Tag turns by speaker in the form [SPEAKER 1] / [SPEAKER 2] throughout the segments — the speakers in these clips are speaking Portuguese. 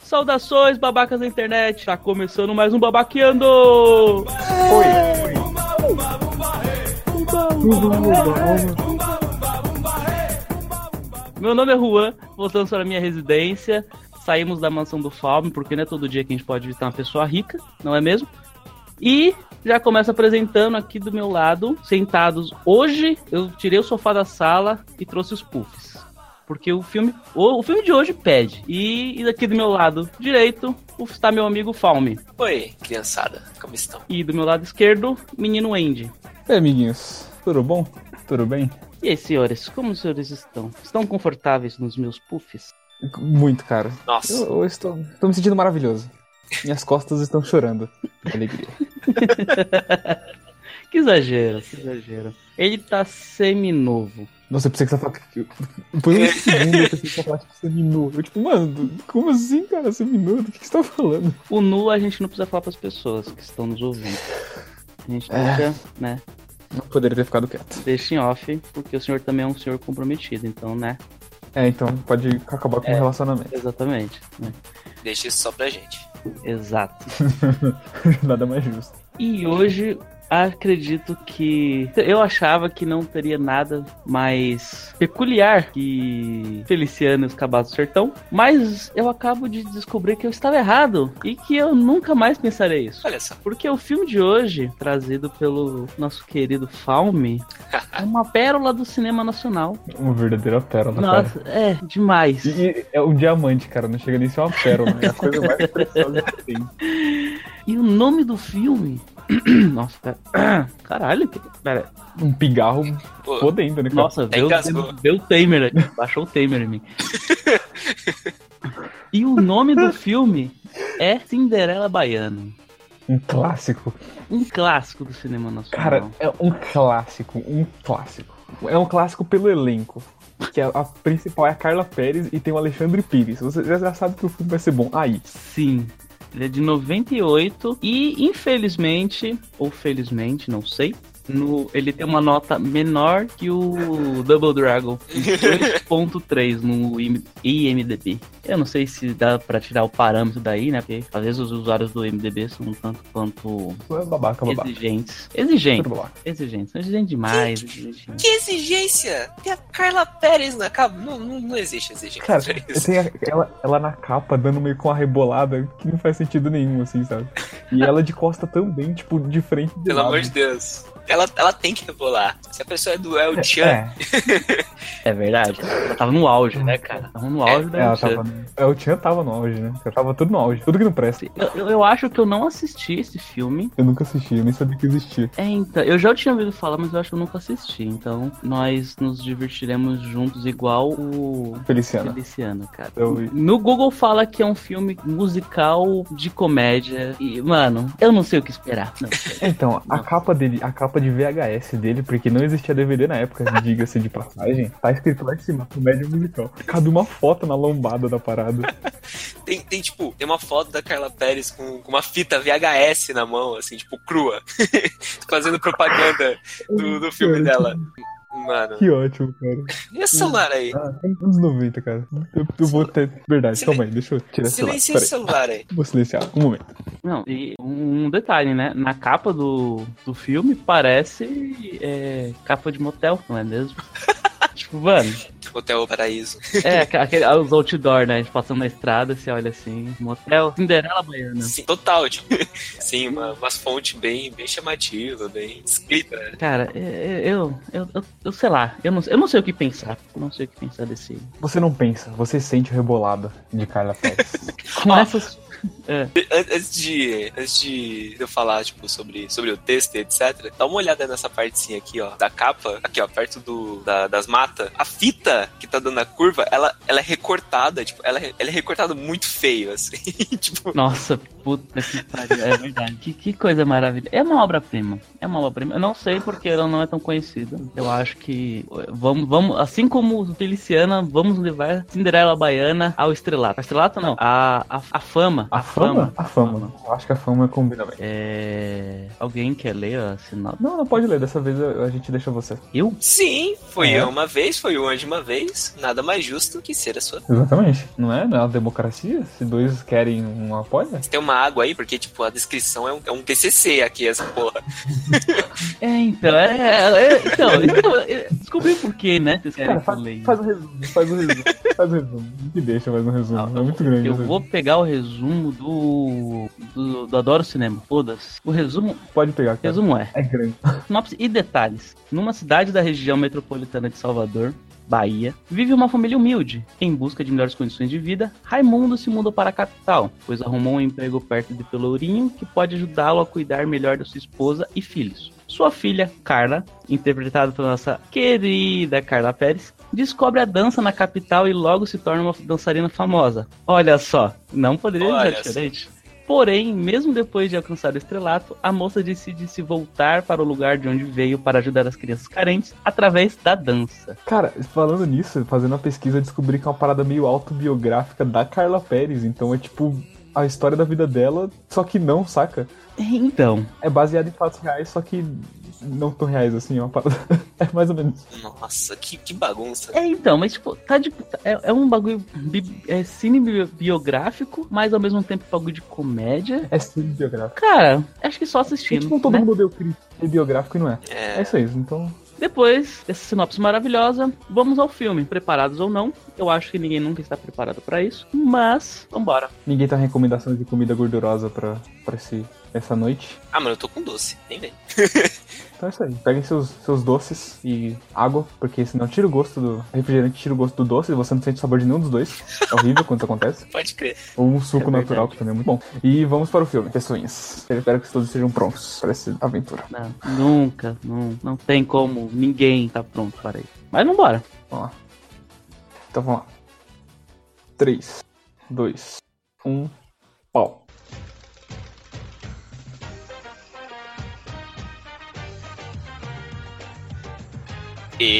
[SPEAKER 1] Saudações, babacas da internet! Tá começando mais um Babaqueando! Meu nome é Juan, voltamos para a minha residência. Saímos da mansão do Falme, porque não é todo dia que a gente pode visitar uma pessoa rica, não é mesmo? E já começo apresentando aqui do meu lado, sentados. Hoje eu tirei o sofá da sala e trouxe os puffs. Porque o filme, o, o filme de hoje pede. E, e aqui do meu lado direito está meu amigo Falme.
[SPEAKER 2] Oi, criançada, como estão?
[SPEAKER 1] E do meu lado esquerdo, menino Andy.
[SPEAKER 3] E aí, amiguinhos, tudo bom? Tudo bem?
[SPEAKER 1] E aí, senhores, como os senhores estão? Estão confortáveis nos meus puffs?
[SPEAKER 3] Muito, cara.
[SPEAKER 2] Nossa,
[SPEAKER 3] Eu, eu estou, estou me sentindo maravilhoso. Minhas costas estão chorando. de Alegria.
[SPEAKER 1] Que exagero, que exagero. Ele tá semi-novo.
[SPEAKER 3] Nossa, eu pensei que você tava. Por um segundo eu pensei que você tava tipo, seminu. Eu, tipo, mano, como assim, cara? Seminu? Do que, que você tá falando?
[SPEAKER 1] O nu a gente não precisa falar pras pessoas que estão nos ouvindo. A gente
[SPEAKER 3] É.
[SPEAKER 1] deixa, né?
[SPEAKER 3] Não poderia ter ficado quieto.
[SPEAKER 1] Deixa em off, porque o senhor também é um senhor comprometido, então, né?
[SPEAKER 3] É, então pode acabar com o
[SPEAKER 1] É.
[SPEAKER 3] relacionamento.
[SPEAKER 1] Exatamente. né?
[SPEAKER 2] deixa isso só pra gente.
[SPEAKER 1] Exato.
[SPEAKER 3] Nada mais justo.
[SPEAKER 1] E hoje acredito que eu achava que não teria nada mais peculiar que Feliciano e os Cabados do Sertão, mas eu acabo de descobrir que eu estava errado e que eu nunca mais pensarei isso.
[SPEAKER 2] Olha só,
[SPEAKER 1] Porque o filme de hoje, trazido pelo nosso querido Falme, é uma pérola do cinema nacional.
[SPEAKER 3] Uma verdadeira pérola, cara.
[SPEAKER 1] Nossa, é demais.
[SPEAKER 3] E, e é um diamante, cara. Não chega nem a ser uma pérola. É a coisa mais preciosa que tem.
[SPEAKER 1] E o nome do filme? Nossa, cara... caralho. que- Pera,
[SPEAKER 3] Um pigarro
[SPEAKER 2] pô,
[SPEAKER 3] podendo, né, cara?
[SPEAKER 1] nossa, deu,
[SPEAKER 2] engasgou.
[SPEAKER 1] deu o tamer aqui. Baixou o tamer em mim. E o nome do filme é Cinderela Baiana.
[SPEAKER 3] Um clássico.
[SPEAKER 1] Um clássico do cinema nacional.
[SPEAKER 3] Cara, é um clássico, um clássico. É um clássico pelo elenco. Que a, a principal é a Carla Pérez e tem o Alexandre Pires. Você já já sabe que o filme vai ser bom. Ah, Aí.
[SPEAKER 1] Sim. Ele é de 98 e, infelizmente, ou felizmente, não sei, no, ele tem uma nota menor que o Double Dragon, em 2.3 no IM IMDB. Eu não sei se dá pra tirar o parâmetro daí, né? Porque às vezes os usuários do IMDB são um tanto quanto
[SPEAKER 3] é Babaca, babaca.
[SPEAKER 1] exigentes.
[SPEAKER 3] Tudo
[SPEAKER 1] Exigentes,
[SPEAKER 3] babaca.
[SPEAKER 1] exigentes. São exigentes demais. exigentes demais.
[SPEAKER 2] que exigência? Tem a Carla Pérez na capa. Não, não, não existe exigência.
[SPEAKER 3] Cara,
[SPEAKER 2] pra isso.
[SPEAKER 3] tem a- ela, ela na capa dando meio com uma rebolada que não faz sentido nenhum, assim, sabe? E ela de costa também, tipo, de frente. De
[SPEAKER 2] Pelo
[SPEAKER 3] lado.
[SPEAKER 2] amor de Deus. Ela, ela tem que rebolar. Se a pessoa é do El Chan,
[SPEAKER 3] É,
[SPEAKER 1] É verdade. Ela tava no auge, né, cara? Tava no auge da
[SPEAKER 3] ela
[SPEAKER 1] Michelle.
[SPEAKER 3] tava. é, O Tchan tava no auge, né? Ela tava tudo no auge. Tudo que não presta.
[SPEAKER 1] Eu- eu- eu acho que eu não assisti esse filme.
[SPEAKER 3] Eu nunca assisti, eu nem sabia que existia.
[SPEAKER 1] É, então, eu já tinha ouvido falar, mas eu acho que eu nunca assisti. Então, nós nos divertiremos juntos igual o
[SPEAKER 3] Feliciana.
[SPEAKER 1] Feliciano, cara.
[SPEAKER 3] Eu vi.
[SPEAKER 1] No Google fala que é um filme musical de comédia e, mano, eu não sei o que esperar. Não.
[SPEAKER 3] Então, a
[SPEAKER 1] Nossa.
[SPEAKER 3] capa dele, a capa de VHS dele, porque não existia DVD na época, diga-se de passagem, tá escrito lá em cima, comédia musical. Cabe uma foto na lombada da parada.
[SPEAKER 2] tem, tem, tipo, tem uma foto da Carla Pérez com, com uma fita VHS na mão, assim, tipo, crua. Fazendo propaganda do, do filme dela. Mano,
[SPEAKER 3] Que ótimo, cara.
[SPEAKER 2] e esse celular aí?
[SPEAKER 3] Ah, anos 90, cara. Eu, eu vou até. Verdade, calma aí, deixa eu tirar esse celular.
[SPEAKER 2] Silencia esse
[SPEAKER 3] Peraí,
[SPEAKER 2] celular aí.
[SPEAKER 3] vou silenciar, um momento.
[SPEAKER 1] Não, e um um detalhe, né? Na capa do, do filme parece é, capa de motel, não é mesmo? tipo, mano,
[SPEAKER 2] Hotel Paraíso.
[SPEAKER 1] é aqua- aquele, os outdoor, né? A gente passando na estrada, você olha assim, motel, Cinderela Baiana.
[SPEAKER 2] Sim, total. Tipo, sim, uma, umas fontes bem, bem chamativas, bem escrita. né?
[SPEAKER 1] Cara, é- é- eu, eu, eu, eu sei lá, eu não, eu não sei o que pensar. Eu não sei o que pensar desse.
[SPEAKER 3] Você não pensa, você sente o rebolado de Carla Pérez.
[SPEAKER 1] Com
[SPEAKER 2] Ah.
[SPEAKER 1] essas.
[SPEAKER 2] An- Antes de, antes de eu falar tipo, sobre, sobre o texto e etc., dá uma olhada nessa partezinha aqui, ó, da capa, aqui, ó, perto do, da- das matas. A fita que tá dando a curva, ela, ela é recortada, tipo, ela, é- ela é recortada muito feio, assim. tipo,
[SPEAKER 1] Nossa, puta que pariu. É verdade. Que, que coisa maravilhosa. É uma obra-prima. É uma obra-prima. Eu não sei porque ela não é tão conhecida. Eu acho que. eh, Vamos, vamos assim como o Feliciana, vamos levar Cinderela Baiana ao estrelato. Ao estrelato não. A, a, a fama
[SPEAKER 3] A fama? A fama. Eu acho que a fama combina bem.
[SPEAKER 1] É... Alguém quer ler a sinopse?
[SPEAKER 3] Não, não pode ler. Dessa vez a a gente deixa você.
[SPEAKER 1] Eu?
[SPEAKER 2] Sim, foi
[SPEAKER 3] É.
[SPEAKER 2] eu uma vez, foi o anjo uma vez. Nada mais justo que ser a sua.
[SPEAKER 3] Exatamente. Não é? Não é uma democracia? Se dois querem, um apoia?
[SPEAKER 2] Tem uma água aí, porque, tipo, a descrição é um, é um TCC aqui, essa porra.
[SPEAKER 1] É, então, é, é, é, então, então, é, descobri por quê, né? Vocês querem
[SPEAKER 3] Cara,
[SPEAKER 1] que eu
[SPEAKER 3] faz,
[SPEAKER 1] leia.
[SPEAKER 3] faz um resumo. Faz um resumo. faz um resumo. Me deixa mais um resumo.
[SPEAKER 1] Não,
[SPEAKER 3] é muito grande.
[SPEAKER 1] Eu
[SPEAKER 3] esse
[SPEAKER 1] vou pegar o resumo do. do, do Adoro Cinema. Foda-se. O resumo,
[SPEAKER 3] resumo. Pode pegar, cara.
[SPEAKER 1] resumo é.
[SPEAKER 3] É grande.
[SPEAKER 1] Sinopse e detalhes. Numa cidade da região metropolitana de Salvador, Bahia, vive uma família humilde. Em busca de melhores condições de vida, Raimundo se mudou para a capital, pois arrumou um emprego perto de Pelourinho que pode ajudá-lo a cuidar melhor da sua esposa e filhos. Sua filha, Carla, interpretada pela nossa querida Carla Pérez, descobre a dança na capital e logo se torna uma dançarina famosa. Olha só, não poderia
[SPEAKER 2] Olha
[SPEAKER 1] ser
[SPEAKER 2] só.
[SPEAKER 1] diferente. Porém, mesmo depois de alcançar o estrelato, a moça decide se voltar para o lugar de onde veio para ajudar as crianças carentes através da dança.
[SPEAKER 3] Cara, falando nisso, fazendo uma pesquisa, eu descobri que é uma parada meio autobiográfica da Carla Pérez. Então é tipo a história da vida dela, só que não, saca?
[SPEAKER 1] Então,
[SPEAKER 3] É baseado em fatos reais, só que não tão reais assim. É uma parada. É mais ou menos.
[SPEAKER 2] Nossa, que, que bagunça.
[SPEAKER 1] é então, mas tipo, tá de, é, é um bagulho bi- é cine bi- biográfico, mas ao mesmo tempo bagulho de comédia.
[SPEAKER 3] É tudo biográfico.
[SPEAKER 1] Cara, acho que só
[SPEAKER 3] E,
[SPEAKER 1] assistindo.
[SPEAKER 3] tipo, todo
[SPEAKER 1] né?
[SPEAKER 3] mundo deu crítica é biográfico e não é. É
[SPEAKER 2] É,
[SPEAKER 3] isso aí, então.
[SPEAKER 1] Depois dessa sinopse maravilhosa, vamos ao filme. Preparados ou não, eu acho que ninguém nunca está preparado para isso, mas vambora.
[SPEAKER 3] Ninguém tem recomendações de comida gordurosa pra, pra esse, essa noite.
[SPEAKER 2] ah, mano, eu tô com doce, nem vem.
[SPEAKER 3] Então é isso aí. Peguem seus, seus doces e água, porque senão tira o gosto do. Refrigerante tira o gosto do doce e você não sente o sabor de nenhum dos dois. É horrível quando isso acontece.
[SPEAKER 2] Pode crer.
[SPEAKER 3] Ou um suco
[SPEAKER 1] É verdade.
[SPEAKER 3] natural, que também é muito bom. E vamos para o filme, pessoinhas. Eu espero que todos estejam prontos para essa aventura.
[SPEAKER 1] Não, nunca, não, não tem como ninguém tá pronto para isso. Mas vambora.
[SPEAKER 3] Vamos lá. Então vamos lá. 3, 2, 1, pau.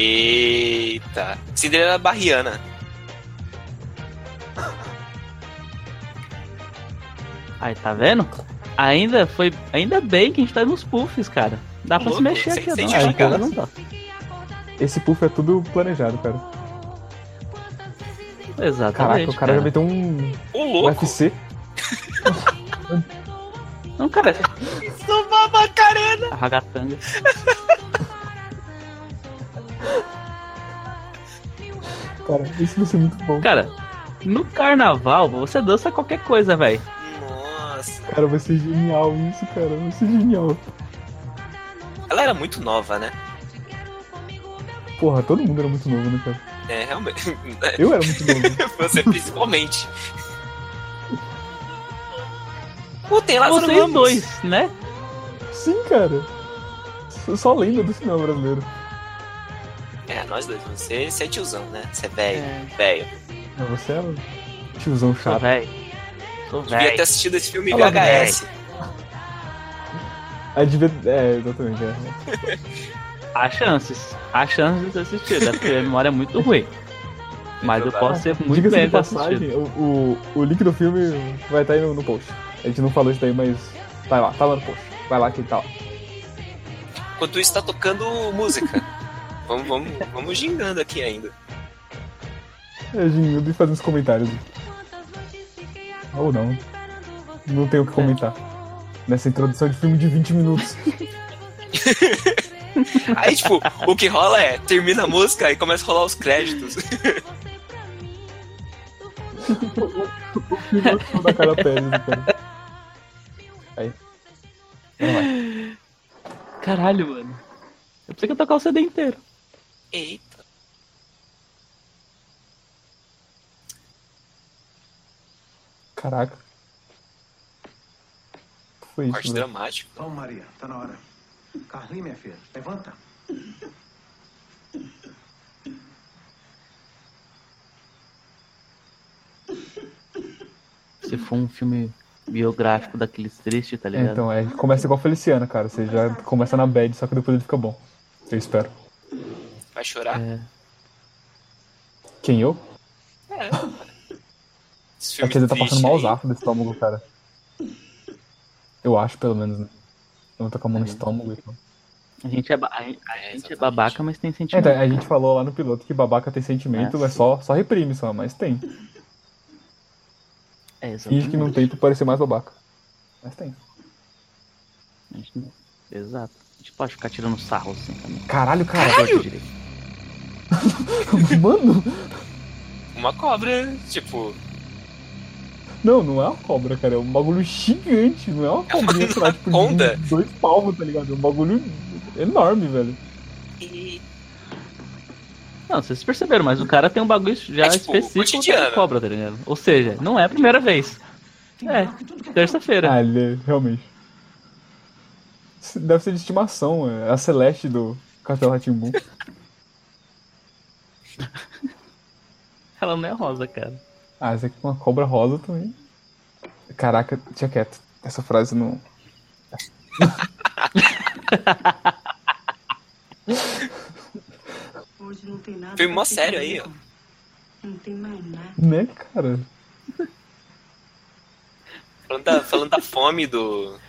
[SPEAKER 2] Eita. Cinderela Barriana.
[SPEAKER 1] Aí, tá vendo? Ainda foi. Ainda bem que a gente tá nos puffs, cara. Dá pra se
[SPEAKER 2] Louco,
[SPEAKER 1] mexer
[SPEAKER 2] sem-
[SPEAKER 1] aqui
[SPEAKER 2] sem
[SPEAKER 1] agora.
[SPEAKER 3] explicar.
[SPEAKER 1] não dá.
[SPEAKER 3] Esse puff é tudo planejado, cara. Caraca,
[SPEAKER 1] Exatamente.
[SPEAKER 3] o cara já
[SPEAKER 1] cara.
[SPEAKER 3] meteu um
[SPEAKER 2] Ô, louco.
[SPEAKER 3] UFC.
[SPEAKER 1] Não, cara,
[SPEAKER 2] Samba Macarena.
[SPEAKER 1] a ragatanga.
[SPEAKER 3] Cara, isso vai ser muito bom.
[SPEAKER 1] Cara, no carnaval você dança qualquer coisa, velho.
[SPEAKER 2] Nossa.
[SPEAKER 3] Cara, vai ser genial isso, cara. Vai ser genial.
[SPEAKER 2] Ela era muito nova, né?
[SPEAKER 3] Porra, todo mundo era muito novo, né, cara?
[SPEAKER 2] É, realmente.
[SPEAKER 3] Eu era muito novo.
[SPEAKER 2] Você principalmente. Pô, tem Lázaro
[SPEAKER 1] Vocês
[SPEAKER 2] Ramos.
[SPEAKER 1] dois, né?
[SPEAKER 3] Sim, cara. Só- Só lenda do cinema brasileiro.
[SPEAKER 2] É, nós dois. Você, você é tiozão, né? Você é velho. Velho.
[SPEAKER 3] Mas você era tiozão
[SPEAKER 1] Sou
[SPEAKER 3] chato.
[SPEAKER 1] velho. Sou
[SPEAKER 2] Devia ter
[SPEAKER 1] velho.
[SPEAKER 2] assistido esse filme em
[SPEAKER 3] Olha lá,
[SPEAKER 2] VHS.
[SPEAKER 3] Aí devia- É, exatamente. É.
[SPEAKER 1] Há chances. Há chances de ter assistido. É porque a memória é muito ruim. Mas eu posso ser muito
[SPEAKER 3] Diga-se
[SPEAKER 1] bem
[SPEAKER 3] de
[SPEAKER 1] ter assistido.
[SPEAKER 3] passagem, o, o, o link do filme vai estar aí no, no post. A gente não falou isso daí, mas tá lá, tá lá no post. Vai lá que tá lá.
[SPEAKER 2] Enquanto isso, tá tocando música. vamos, vamos, vamos gingando aqui ainda.
[SPEAKER 3] É, Ginildo, e fazendo os comentários. Ou não. Não tenho o que comentar. Nessa introdução de filme de 20 minutos.
[SPEAKER 2] Aí, tipo, o que rola é, termina a música e começa a rolar os créditos.
[SPEAKER 3] o filme é o filme da cara Pérez, cara. Aí. Vamos lá.
[SPEAKER 1] Caralho, mano. Eu pensei que eu tocar o CD inteiro.
[SPEAKER 2] Eita.
[SPEAKER 3] Caraca. Foi
[SPEAKER 2] Corte
[SPEAKER 3] isso. né? velho.
[SPEAKER 2] dramático.
[SPEAKER 4] Então, Maria, tá na hora. Carlinha, minha filha, levanta.
[SPEAKER 1] Se for um filme biográfico daqueles tristes, tá
[SPEAKER 3] É,
[SPEAKER 1] ligado?
[SPEAKER 3] então, é, começa igual Feliciana, cara. Você já começa na bad, só que depois ele fica bom. Eu espero.
[SPEAKER 2] Vai
[SPEAKER 3] É.
[SPEAKER 2] chorar?
[SPEAKER 1] É.
[SPEAKER 3] Quem eu?
[SPEAKER 2] Esse
[SPEAKER 3] A
[SPEAKER 2] filme
[SPEAKER 3] Kezia tá
[SPEAKER 2] triste
[SPEAKER 3] passando
[SPEAKER 2] aí.
[SPEAKER 3] malzaço do estômago, cara. Eu acho, pelo menos, né? Eu vou com a mão no estômago então. e tal.
[SPEAKER 1] A gente é, ba- a gente- a
[SPEAKER 2] É,
[SPEAKER 1] gente é
[SPEAKER 2] exatamente.
[SPEAKER 1] babaca, mas tem
[SPEAKER 3] É,
[SPEAKER 1] sentimento.
[SPEAKER 3] então, a gente falou lá no piloto que babaca tem sentimento,
[SPEAKER 1] É.
[SPEAKER 3] é, só, só reprime só, mas tem.
[SPEAKER 1] É,
[SPEAKER 3] Finge Então, que não tem pra parecer mais babaca. Mas tem.
[SPEAKER 1] A gente não- Exato. A gente pode ficar tirando sarro assim também.
[SPEAKER 3] Caralho, cara.
[SPEAKER 1] Caralho! Direito.
[SPEAKER 3] Mano!
[SPEAKER 2] Uma cobra, tipo,
[SPEAKER 3] Não, não é uma cobra, cara. É um bagulho gigante. Não é uma cobrinha, sei lá, tipo,
[SPEAKER 2] anaconda.
[SPEAKER 3] de dois palmos, tá ligado? É um bagulho enorme, velho.
[SPEAKER 1] Não, vocês perceberam, mas o cara tem um bagulho já
[SPEAKER 2] É, tipo,
[SPEAKER 1] específico
[SPEAKER 2] cotidiano.
[SPEAKER 1] da cobra, tá ligado? Ou seja, não é a primeira vez.
[SPEAKER 4] Tem
[SPEAKER 1] É,
[SPEAKER 4] buraco em tudo que é
[SPEAKER 1] terça-feira.
[SPEAKER 3] Ah, ele é, realmente. Isso Deve ser de estimação, é a Celeste do Castelo Ratimbu.
[SPEAKER 1] Ela não é rosa, cara.
[SPEAKER 3] Ah, isso aqui é uma cobra rosa também. Caraca, tinha quieto. Essa frase não.
[SPEAKER 5] Hoje não tem nada.
[SPEAKER 2] Filme
[SPEAKER 5] pra
[SPEAKER 2] mó
[SPEAKER 5] se
[SPEAKER 2] sério aí,
[SPEAKER 5] fazer, Não tem mais nada.
[SPEAKER 3] Né, cara?
[SPEAKER 2] falando da, falando da fome do,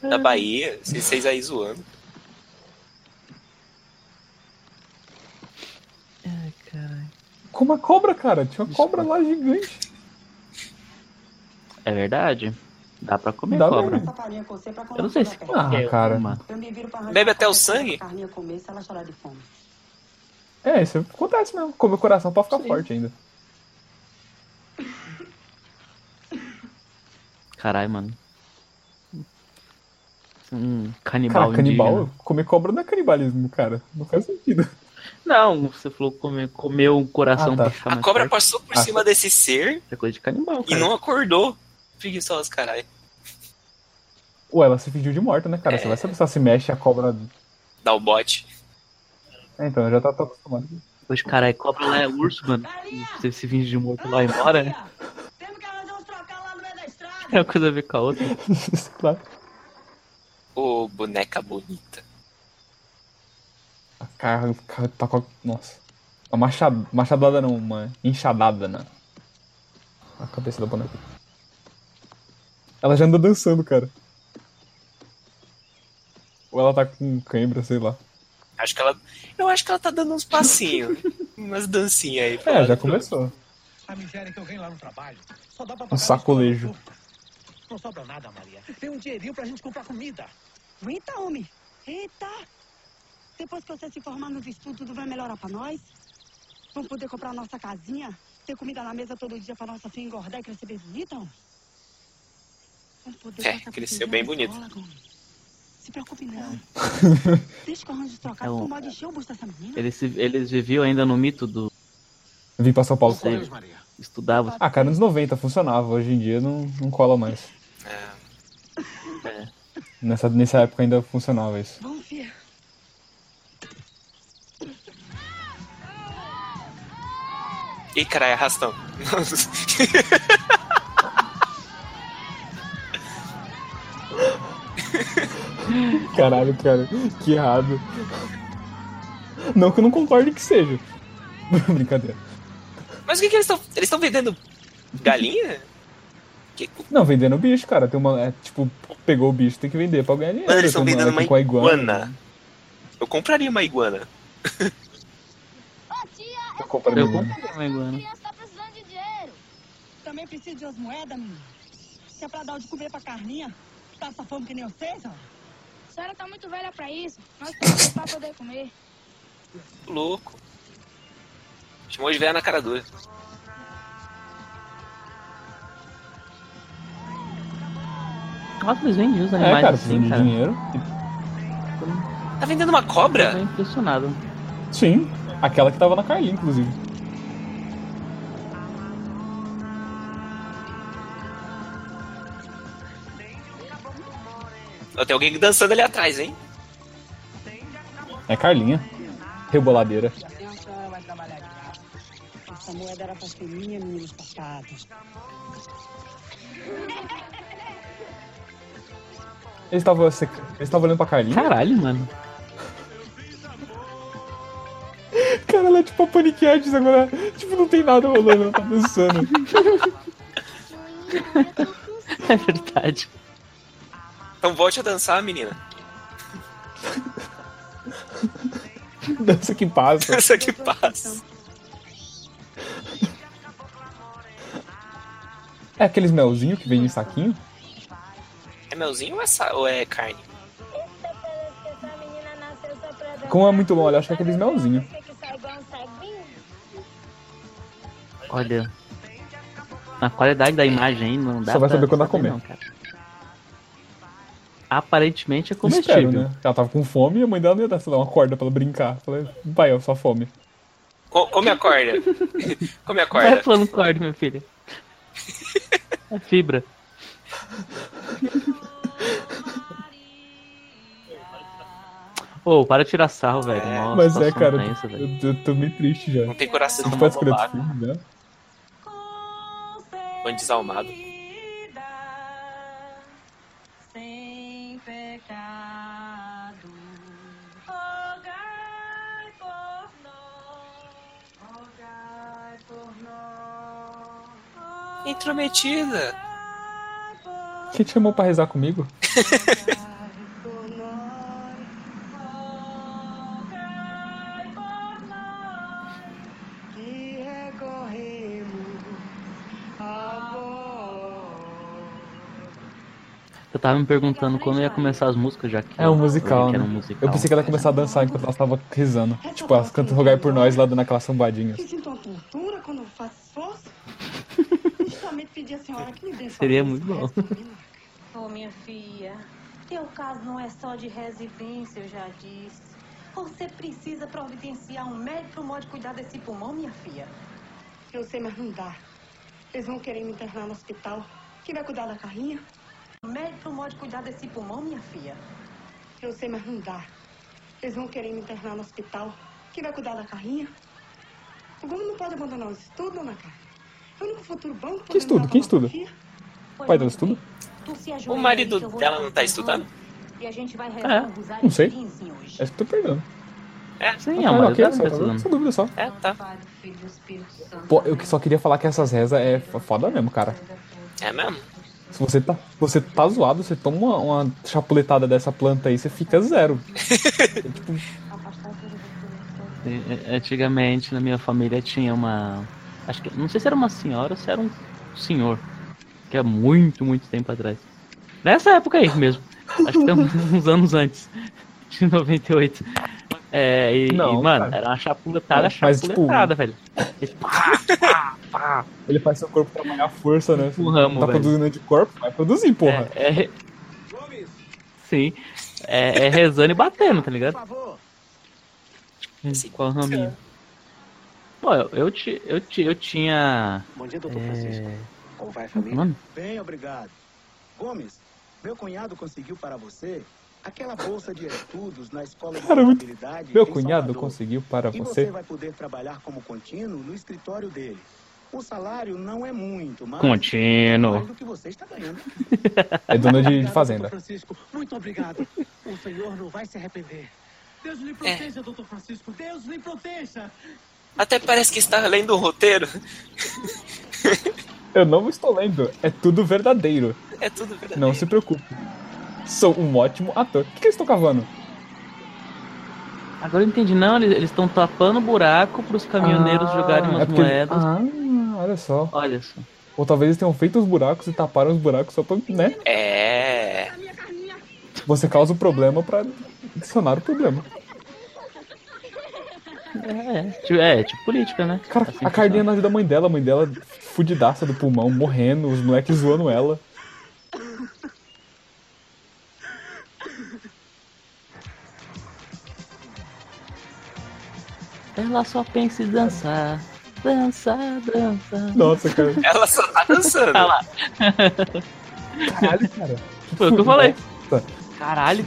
[SPEAKER 2] da Bahia, vocês vocês aí zoando.
[SPEAKER 1] Ai, caralho.
[SPEAKER 3] Com uma cobra, cara. Tinha uma cobra lá gigante.
[SPEAKER 1] É verdade? Dá pra comer
[SPEAKER 3] Dá
[SPEAKER 1] cobra.
[SPEAKER 3] mesmo.
[SPEAKER 5] Essa farinha com você pra
[SPEAKER 1] Eu não sei se
[SPEAKER 5] colocar na
[SPEAKER 3] Ah,
[SPEAKER 1] qualquer
[SPEAKER 3] cara.
[SPEAKER 1] uma.
[SPEAKER 5] perna. Eu me viro pra arranjar
[SPEAKER 2] Bebe até o
[SPEAKER 5] qualquer coisa
[SPEAKER 2] sangue?
[SPEAKER 5] pra Carlinha comer se ela chorar de fome.
[SPEAKER 3] É, isso acontece mesmo. Comer o coração pra ficar
[SPEAKER 1] Sim.
[SPEAKER 3] forte ainda.
[SPEAKER 1] Caralho, mano. Um canibal
[SPEAKER 3] Cara, canibal,
[SPEAKER 1] indígena.
[SPEAKER 3] comer cobra não é canibalismo, cara. Não faz sentido.
[SPEAKER 1] Não, você falou comer, comer um coração
[SPEAKER 3] Ah, tá.
[SPEAKER 1] pra ficar
[SPEAKER 2] A
[SPEAKER 1] mais
[SPEAKER 2] cobra
[SPEAKER 1] forte.
[SPEAKER 2] passou por
[SPEAKER 3] Ah,
[SPEAKER 2] cima desse ser
[SPEAKER 1] É coisa de canibal,
[SPEAKER 2] e
[SPEAKER 1] cara.
[SPEAKER 2] não acordou. Preguiçosa, caralho.
[SPEAKER 3] Ué, ela se fingiu de morta, né, cara? Você vai saber se ela se mexe a cobra.
[SPEAKER 2] Dá o bote.
[SPEAKER 3] É, então, já tá, tá acostumado.
[SPEAKER 1] Pois, caralho, cobra lá é urso, mano.
[SPEAKER 5] Carlinha!
[SPEAKER 1] Você se finge de morto lá e embora, né?
[SPEAKER 5] Temos que arranjar uns trocados lá no meio da estrada.
[SPEAKER 1] É uma coisa a ver com a outra.
[SPEAKER 3] claro.
[SPEAKER 2] Ô, boneca bonita.
[SPEAKER 3] A cara, o cara tá com a. Nossa. Uma machadada, machadada não, uma enxadada na. A cabeça da boneca. Ela já anda dançando, cara. Ou ela tá com cãibra, sei lá.
[SPEAKER 2] Acho que ela. Eu acho que ela tá dando uns passinhos. umas dancinhas aí. pra
[SPEAKER 3] É,
[SPEAKER 2] lá.
[SPEAKER 3] já começou.
[SPEAKER 4] A miséria que eu ganho lá no trabalho. Só dá pra
[SPEAKER 3] Um sacolejo.
[SPEAKER 4] Não sobra nada, Maria. Tem um dinheirinho pra gente comprar comida.
[SPEAKER 5] Aguenta, homem. Eita. Depois que você se formar nos estudos, tudo vai melhorar pra nós. Vamos poder comprar nossa casinha, ter comida na mesa todo dia pra nossa filha engordar e crescer bem bonita, homem. Vamos poder
[SPEAKER 2] É,
[SPEAKER 5] passar
[SPEAKER 2] cresceu
[SPEAKER 5] por
[SPEAKER 2] bem
[SPEAKER 5] tudo na
[SPEAKER 2] bonita.
[SPEAKER 5] escola, homem. Se preocupe não. Deixa que eu arranjo os trocados,
[SPEAKER 1] É um- É
[SPEAKER 5] tu pode encher o busto dessa menina.
[SPEAKER 1] Eles, se- eles viviam ainda no mito do
[SPEAKER 3] Vim pra São Paulo.
[SPEAKER 1] Sim.
[SPEAKER 4] Maria.
[SPEAKER 1] estudar você.
[SPEAKER 3] Ah, cara, anos 90 funcionava. Hoje em dia não, não cola mais.
[SPEAKER 2] É.
[SPEAKER 1] É.
[SPEAKER 3] Nessa, nessa época ainda funcionava isso.
[SPEAKER 5] Vamos, filha.
[SPEAKER 2] Ih, caralho, arrastão.
[SPEAKER 3] Caralho, cara, que errado. Não que eu não concorde que seja. Brincadeira.
[SPEAKER 2] Mas o que, que eles estão. Eles estão vendendo galinha? Que-
[SPEAKER 3] Não, vendendo o bicho, cara. Tem uma. é, tipo, pegou o bicho, tem que vender pra ganhar dinheiro.
[SPEAKER 2] Mano, eles estão
[SPEAKER 3] Tem uma-
[SPEAKER 2] vendendo
[SPEAKER 3] tem
[SPEAKER 2] uma
[SPEAKER 3] com a iguana.
[SPEAKER 2] iguana. Eu compraria uma iguana.
[SPEAKER 3] Eu comprei
[SPEAKER 1] Eu
[SPEAKER 3] uma iguana.
[SPEAKER 1] comprei uma iguana.
[SPEAKER 6] tá
[SPEAKER 5] Também preciso de umas moedas, menina. Se é pra dar o de comer pra Carlinha, passa fome que nem vocês, ó.
[SPEAKER 6] A senhora tá muito velha pra isso. Nós temos pra poder comer.
[SPEAKER 2] Louco. Chamou de velha na cara dura.
[SPEAKER 1] Nossa, eles vendem os
[SPEAKER 3] É,
[SPEAKER 1] animais
[SPEAKER 3] cara, precisa
[SPEAKER 1] assim,
[SPEAKER 3] de
[SPEAKER 1] cara.
[SPEAKER 3] dinheiro.
[SPEAKER 2] Tá vendendo uma
[SPEAKER 1] Eu tô
[SPEAKER 2] cobra?
[SPEAKER 1] impressionado.
[SPEAKER 3] Sim, aquela que tava na Carlinha, inclusive.
[SPEAKER 2] Ó, Tem alguém dançando ali atrás, hein?
[SPEAKER 3] É Carlinha. Reboladeira.
[SPEAKER 5] Eu não sei, vai trabalhar aqui. Essa moeda era pra ser minha, meninos passados.
[SPEAKER 3] Eles estavam sec- eles estavam olhando pra Carlinha.
[SPEAKER 1] Caralho, mano.
[SPEAKER 3] Cara, ela é tipo a paniquete agora. Tipo, não tem nada rolando, ela tá dançando.
[SPEAKER 1] É verdade.
[SPEAKER 2] Então volte a dançar, menina.
[SPEAKER 3] Dança que passa.
[SPEAKER 2] Essa que passa.
[SPEAKER 3] É aqueles melzinhos que vem em saquinho?
[SPEAKER 2] É melzinho ou é, sa- ou é carne?
[SPEAKER 3] Como é muito bom, olha, acho que é aqueles melzinho.
[SPEAKER 6] um
[SPEAKER 1] Olha. A qualidade da imagem aí não dá
[SPEAKER 3] Só vai
[SPEAKER 1] pra
[SPEAKER 3] saber quando ela comer.
[SPEAKER 1] não, cara. Aparentemente é
[SPEAKER 3] Espero,
[SPEAKER 1] comestível.
[SPEAKER 3] né? Ela tava com fome e a mãe dela não ia dar, sei lá, uma corda pra ela brincar. Falei, pai, eu só fome.
[SPEAKER 2] Co- Come a corda. Come a
[SPEAKER 1] Vai
[SPEAKER 2] corda.
[SPEAKER 1] falando corda, minha filha. É fibra. Ô, para de tirar sarro, velho. Nossa,
[SPEAKER 3] Mas é,
[SPEAKER 1] situação
[SPEAKER 3] cara,
[SPEAKER 1] tensa, velho.
[SPEAKER 3] eu, eu tô meio triste já.
[SPEAKER 2] Não tem coração
[SPEAKER 3] Você
[SPEAKER 2] pra
[SPEAKER 3] pode escolher outro
[SPEAKER 2] babaca.
[SPEAKER 3] filme, né?
[SPEAKER 2] Bando desalmado.
[SPEAKER 7] Sem pecado, rogai por nós, rogai por nós,
[SPEAKER 2] Intrometida.
[SPEAKER 7] rogai por
[SPEAKER 3] Quem te chamou pra rezar comigo?
[SPEAKER 7] nós, rogai por nós, que recorremos a vós.
[SPEAKER 1] Eu tava me perguntando quando ia começar as músas, já que
[SPEAKER 3] É um musical,
[SPEAKER 1] eu vi que era
[SPEAKER 3] né?
[SPEAKER 1] um musical.
[SPEAKER 3] Eu pensei que ela ia começar a dançar enquanto ela tava rezando. Tipo, ela canta Rogai por Nós lá dando aquelas sambadinhas.
[SPEAKER 8] Que sinto uma tortura quando eu faço esforço. Justamente pedi à senhora que me dê sua
[SPEAKER 1] Seria
[SPEAKER 8] bênção,
[SPEAKER 1] muito bom.
[SPEAKER 8] respondendo.
[SPEAKER 7] Ô, minha filha, teu caso não é só de residência, eu já disse. Você precisa providenciar um médico pro modo de cuidar desse pulmão, minha filha.
[SPEAKER 8] Eu sei, mas não dá. Eles vão querer me internar no hospital. Quem vai cuidar da carrinha?
[SPEAKER 7] Um médico pro modo de cuidar desse pulmão, minha filha.
[SPEAKER 8] Eu sei, mas não dá. Eles vão querer me internar no hospital. Quem vai cuidar da carrinha? O governo não pode abandonar os estudos, dona Carmen. É o único futuro bom que
[SPEAKER 3] Que estudo?
[SPEAKER 8] podemos dar pra
[SPEAKER 3] Que estudo?
[SPEAKER 8] nossa filha.
[SPEAKER 7] Pois
[SPEAKER 3] Pai dela
[SPEAKER 7] muito
[SPEAKER 3] estuda?
[SPEAKER 7] bem. Tu se ajoelha
[SPEAKER 2] O
[SPEAKER 7] aí
[SPEAKER 2] marido
[SPEAKER 7] que eu vou
[SPEAKER 2] dela
[SPEAKER 7] dar
[SPEAKER 2] não
[SPEAKER 7] um
[SPEAKER 2] tá estudando?
[SPEAKER 7] banho E a gente vai
[SPEAKER 1] É,
[SPEAKER 7] rezar um
[SPEAKER 3] não sei.
[SPEAKER 7] Hoje.
[SPEAKER 3] É isso que eu tô perdendo.
[SPEAKER 1] Sim, é
[SPEAKER 3] Ah, não,
[SPEAKER 1] uma okay,
[SPEAKER 3] ok, só, essa dúvida só.
[SPEAKER 2] É, tá.
[SPEAKER 7] Pai, do Filho e do Espírito Santo.
[SPEAKER 3] Pô, eu que só queria falar que essas rezas é f- foda mesmo, cara.
[SPEAKER 2] É mesmo?
[SPEAKER 3] Se você tá, você tá zoado, você toma uma, uma chapuletada dessa planta aí, você fica zero. Tipo,
[SPEAKER 1] É, Antigamente na minha família tinha uma. Acho que. Não sei se era uma senhora ou se era um senhor. Que é muito, muito tempo atrás. Nessa época aí mesmo. Acho que tem uns uns anos antes. De 98. É, e,
[SPEAKER 3] Não,
[SPEAKER 1] e, mano,
[SPEAKER 3] cara.
[SPEAKER 1] era uma chapuletada,
[SPEAKER 3] Mas, tipo,
[SPEAKER 1] chapuletada, velho. E pá,
[SPEAKER 3] Ele faz seu corpo trabalhar a força, né?
[SPEAKER 1] o ramo,
[SPEAKER 3] Tá
[SPEAKER 1] velho.
[SPEAKER 3] produzindo anticorpo? Vai produzir, porra.
[SPEAKER 1] É, é re- Sim. É, é rezando e batendo, tá ligado? Hum,
[SPEAKER 2] Sim.
[SPEAKER 1] Qual raminho? Pô, eu, eu, ti- eu, ti- eu tinha.
[SPEAKER 4] Bom dia, doutor Francisco.
[SPEAKER 1] É...
[SPEAKER 4] Como vai,
[SPEAKER 1] como é o nome?
[SPEAKER 4] Bem, obrigado. Gomes, meu cunhado conseguiu para você aquela bolsa de estudos na escola de
[SPEAKER 3] Cara, muito-
[SPEAKER 1] É.
[SPEAKER 4] contabilidade.
[SPEAKER 3] Meu
[SPEAKER 4] em
[SPEAKER 3] cunhado
[SPEAKER 4] Salvador.
[SPEAKER 3] conseguiu para
[SPEAKER 4] E você
[SPEAKER 3] você.
[SPEAKER 4] vai poder trabalhar como contínuo no escritório dele. O salário não é muito, mas mais
[SPEAKER 1] Contínuo.
[SPEAKER 4] do que você está ganhando.
[SPEAKER 3] É dona de, de
[SPEAKER 4] Obrigado,
[SPEAKER 3] fazenda.
[SPEAKER 4] Dr. Francisco, muito obrigado. O senhor não vai se arrepender. Deus lhe
[SPEAKER 1] É.
[SPEAKER 4] proteja, doutor Francisco. Deus lhe proteja.
[SPEAKER 2] Até parece que está lendo um roteiro.
[SPEAKER 3] Eu não estou lendo. É tudo verdadeiro.
[SPEAKER 2] É tudo verdade.
[SPEAKER 3] Não se preocupe. Sou um ótimo ator. O que, que eles estão cavando?
[SPEAKER 1] Agora eu entendi. Não, eles estão tapando buraco pros caminhoneiros jogarem umas
[SPEAKER 3] é porque-
[SPEAKER 1] moedas.
[SPEAKER 3] Ah, olha só.
[SPEAKER 1] Olha só.
[SPEAKER 3] Ou talvez eles tenham feito os buracos e taparam os buracos só pra, né?
[SPEAKER 2] É.
[SPEAKER 3] Você causa o problema pra adicionar o problema.
[SPEAKER 1] É, é, tipo, é, tipo política, né?
[SPEAKER 3] Cara,
[SPEAKER 1] Assim
[SPEAKER 3] a Cardinha não ajuda a mãe dela, a mãe dela fudidaça do pulmão, morrendo, os moleques zoando ela.
[SPEAKER 1] funciona. Ela só pensa em dançar. Dançar, dançar.
[SPEAKER 3] Nossa, cara.
[SPEAKER 2] Ela só tá dançando.
[SPEAKER 1] Tá lá.
[SPEAKER 3] Caralho, cara.
[SPEAKER 1] Foi o que eu falei.
[SPEAKER 3] Nossa.
[SPEAKER 1] Caralho,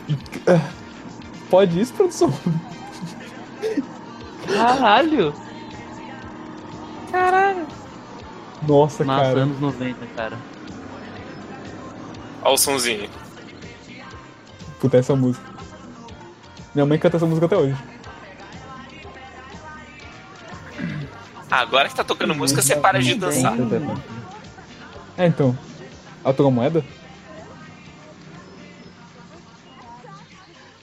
[SPEAKER 3] Pode isso, produção?
[SPEAKER 1] caralho.
[SPEAKER 3] Nossa,
[SPEAKER 1] Nossa,
[SPEAKER 3] cara.
[SPEAKER 1] anos 90, cara.
[SPEAKER 2] Olha o sonzinho.
[SPEAKER 3] Puta, essa música. Minha mãe canta essa música até hoje.
[SPEAKER 2] Uhum. Agora que tá tocando música, você para de dançar.
[SPEAKER 3] Uhum.
[SPEAKER 1] Bem.
[SPEAKER 3] É, então. Ela pegou a moeda?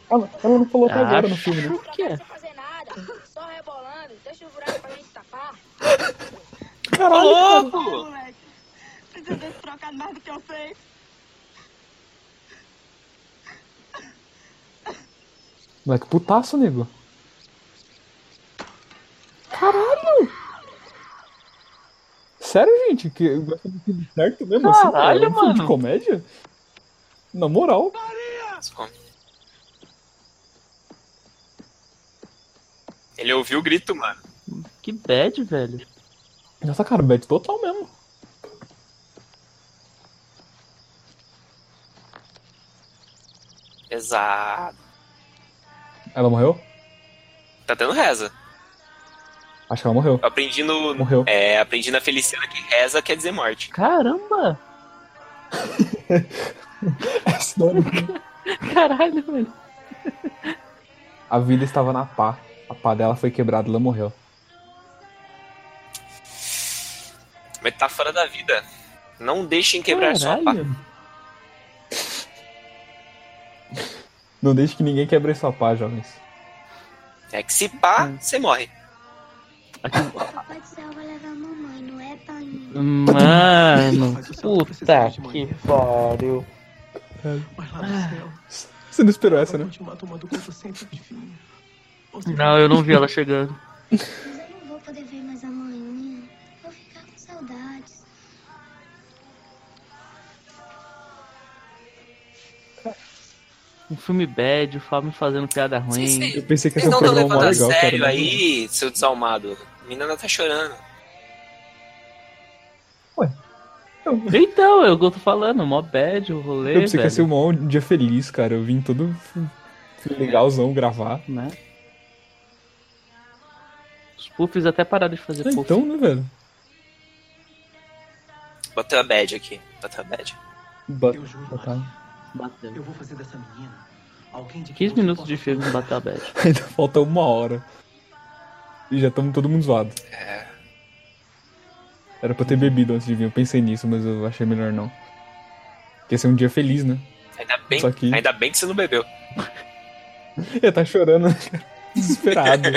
[SPEAKER 3] Ela, ela não falou até
[SPEAKER 1] Ah.
[SPEAKER 3] agora no filme, né?
[SPEAKER 1] Acho que é.
[SPEAKER 6] Não fazer nada, só rebolando. Deixa o buraco pra gente tapar.
[SPEAKER 2] Ô, louco!
[SPEAKER 5] moleque. Precisa desse trocado mais do que eu sei.
[SPEAKER 3] Moleque, putaço, nego. Caralho! Sério, gente? Que gosta de filme certo mesmo assim?
[SPEAKER 1] Caralho,
[SPEAKER 3] É um filme de
[SPEAKER 1] mano.
[SPEAKER 3] comédia? Na moral.
[SPEAKER 2] Ele ouviu o grito, mano.
[SPEAKER 1] Que bad, velho.
[SPEAKER 3] Nossa, cara, bad total mesmo.
[SPEAKER 2] Exato.
[SPEAKER 3] Ela morreu?
[SPEAKER 2] Tá tendo reza.
[SPEAKER 3] Acho que ela morreu.
[SPEAKER 2] Eu aprendi no.
[SPEAKER 3] Morreu.
[SPEAKER 2] É, aprendi na Feliciana que reza quer dizer morte.
[SPEAKER 1] Caramba! Caralho, velho.
[SPEAKER 3] A vida estava na pá. A pá dela foi quebrada, ela morreu.
[SPEAKER 2] Metáfora tá da vida. Não deixem quebrar sua pá.
[SPEAKER 1] Caralho.
[SPEAKER 3] Não deixe que ninguém quebre sua pá, jovens.
[SPEAKER 2] É que se pá,
[SPEAKER 1] Hum.
[SPEAKER 2] você morre.
[SPEAKER 6] Papai do céu vai levar a mamãe, não é, Paninho?
[SPEAKER 1] Mano, puta que pariu.
[SPEAKER 4] Mas lá no céu,
[SPEAKER 3] Você não esperou essa,
[SPEAKER 4] vai
[SPEAKER 3] né?
[SPEAKER 4] continuar tomando conta sempre de mim. Você
[SPEAKER 1] Não, eu não vi ela chegando.
[SPEAKER 6] Mas eu não vou poder ver mais amanhã. Vou ficar com saudades.
[SPEAKER 1] Um filme bad, o Fábio fazendo piada ruim.
[SPEAKER 3] Eu pensei que
[SPEAKER 2] Vocês
[SPEAKER 3] essa
[SPEAKER 2] não
[SPEAKER 3] foi
[SPEAKER 2] estão
[SPEAKER 3] uma mó
[SPEAKER 2] levando a
[SPEAKER 3] legal,
[SPEAKER 2] sério
[SPEAKER 3] cara.
[SPEAKER 2] aí, seu desalmado. A menina tá chorando.
[SPEAKER 1] Então, eu tô falando, mó bad o rolê,
[SPEAKER 3] um. Eu pensei que ia ser
[SPEAKER 1] velho.
[SPEAKER 3] um maior dia feliz, cara. Eu vim todo legalzão gravar.
[SPEAKER 1] Né? Os puffs até pararam de fazer
[SPEAKER 3] Ah,
[SPEAKER 1] puff.
[SPEAKER 3] então, né, velho?
[SPEAKER 2] Bateu a bad aqui. Bateu a bad.
[SPEAKER 3] Ba-
[SPEAKER 4] Eu juro,
[SPEAKER 3] Tá.
[SPEAKER 4] Maria,
[SPEAKER 1] Bateu.
[SPEAKER 4] eu vou fazer dessa menina alguém de quem
[SPEAKER 1] 15
[SPEAKER 4] você
[SPEAKER 1] minutos de
[SPEAKER 4] possa
[SPEAKER 1] filme bateu a bad.
[SPEAKER 3] Ainda falta uma hora. E já estamos todo mundo zoado.
[SPEAKER 2] É.
[SPEAKER 3] Era pra eu ter bebido antes de vir. Eu pensei nisso, mas eu achei melhor não. Ia ser um dia feliz, né?
[SPEAKER 2] Ainda bem,
[SPEAKER 3] Só que-
[SPEAKER 2] ainda bem que você não bebeu.
[SPEAKER 3] Ele tá chorando, cara. desesperado.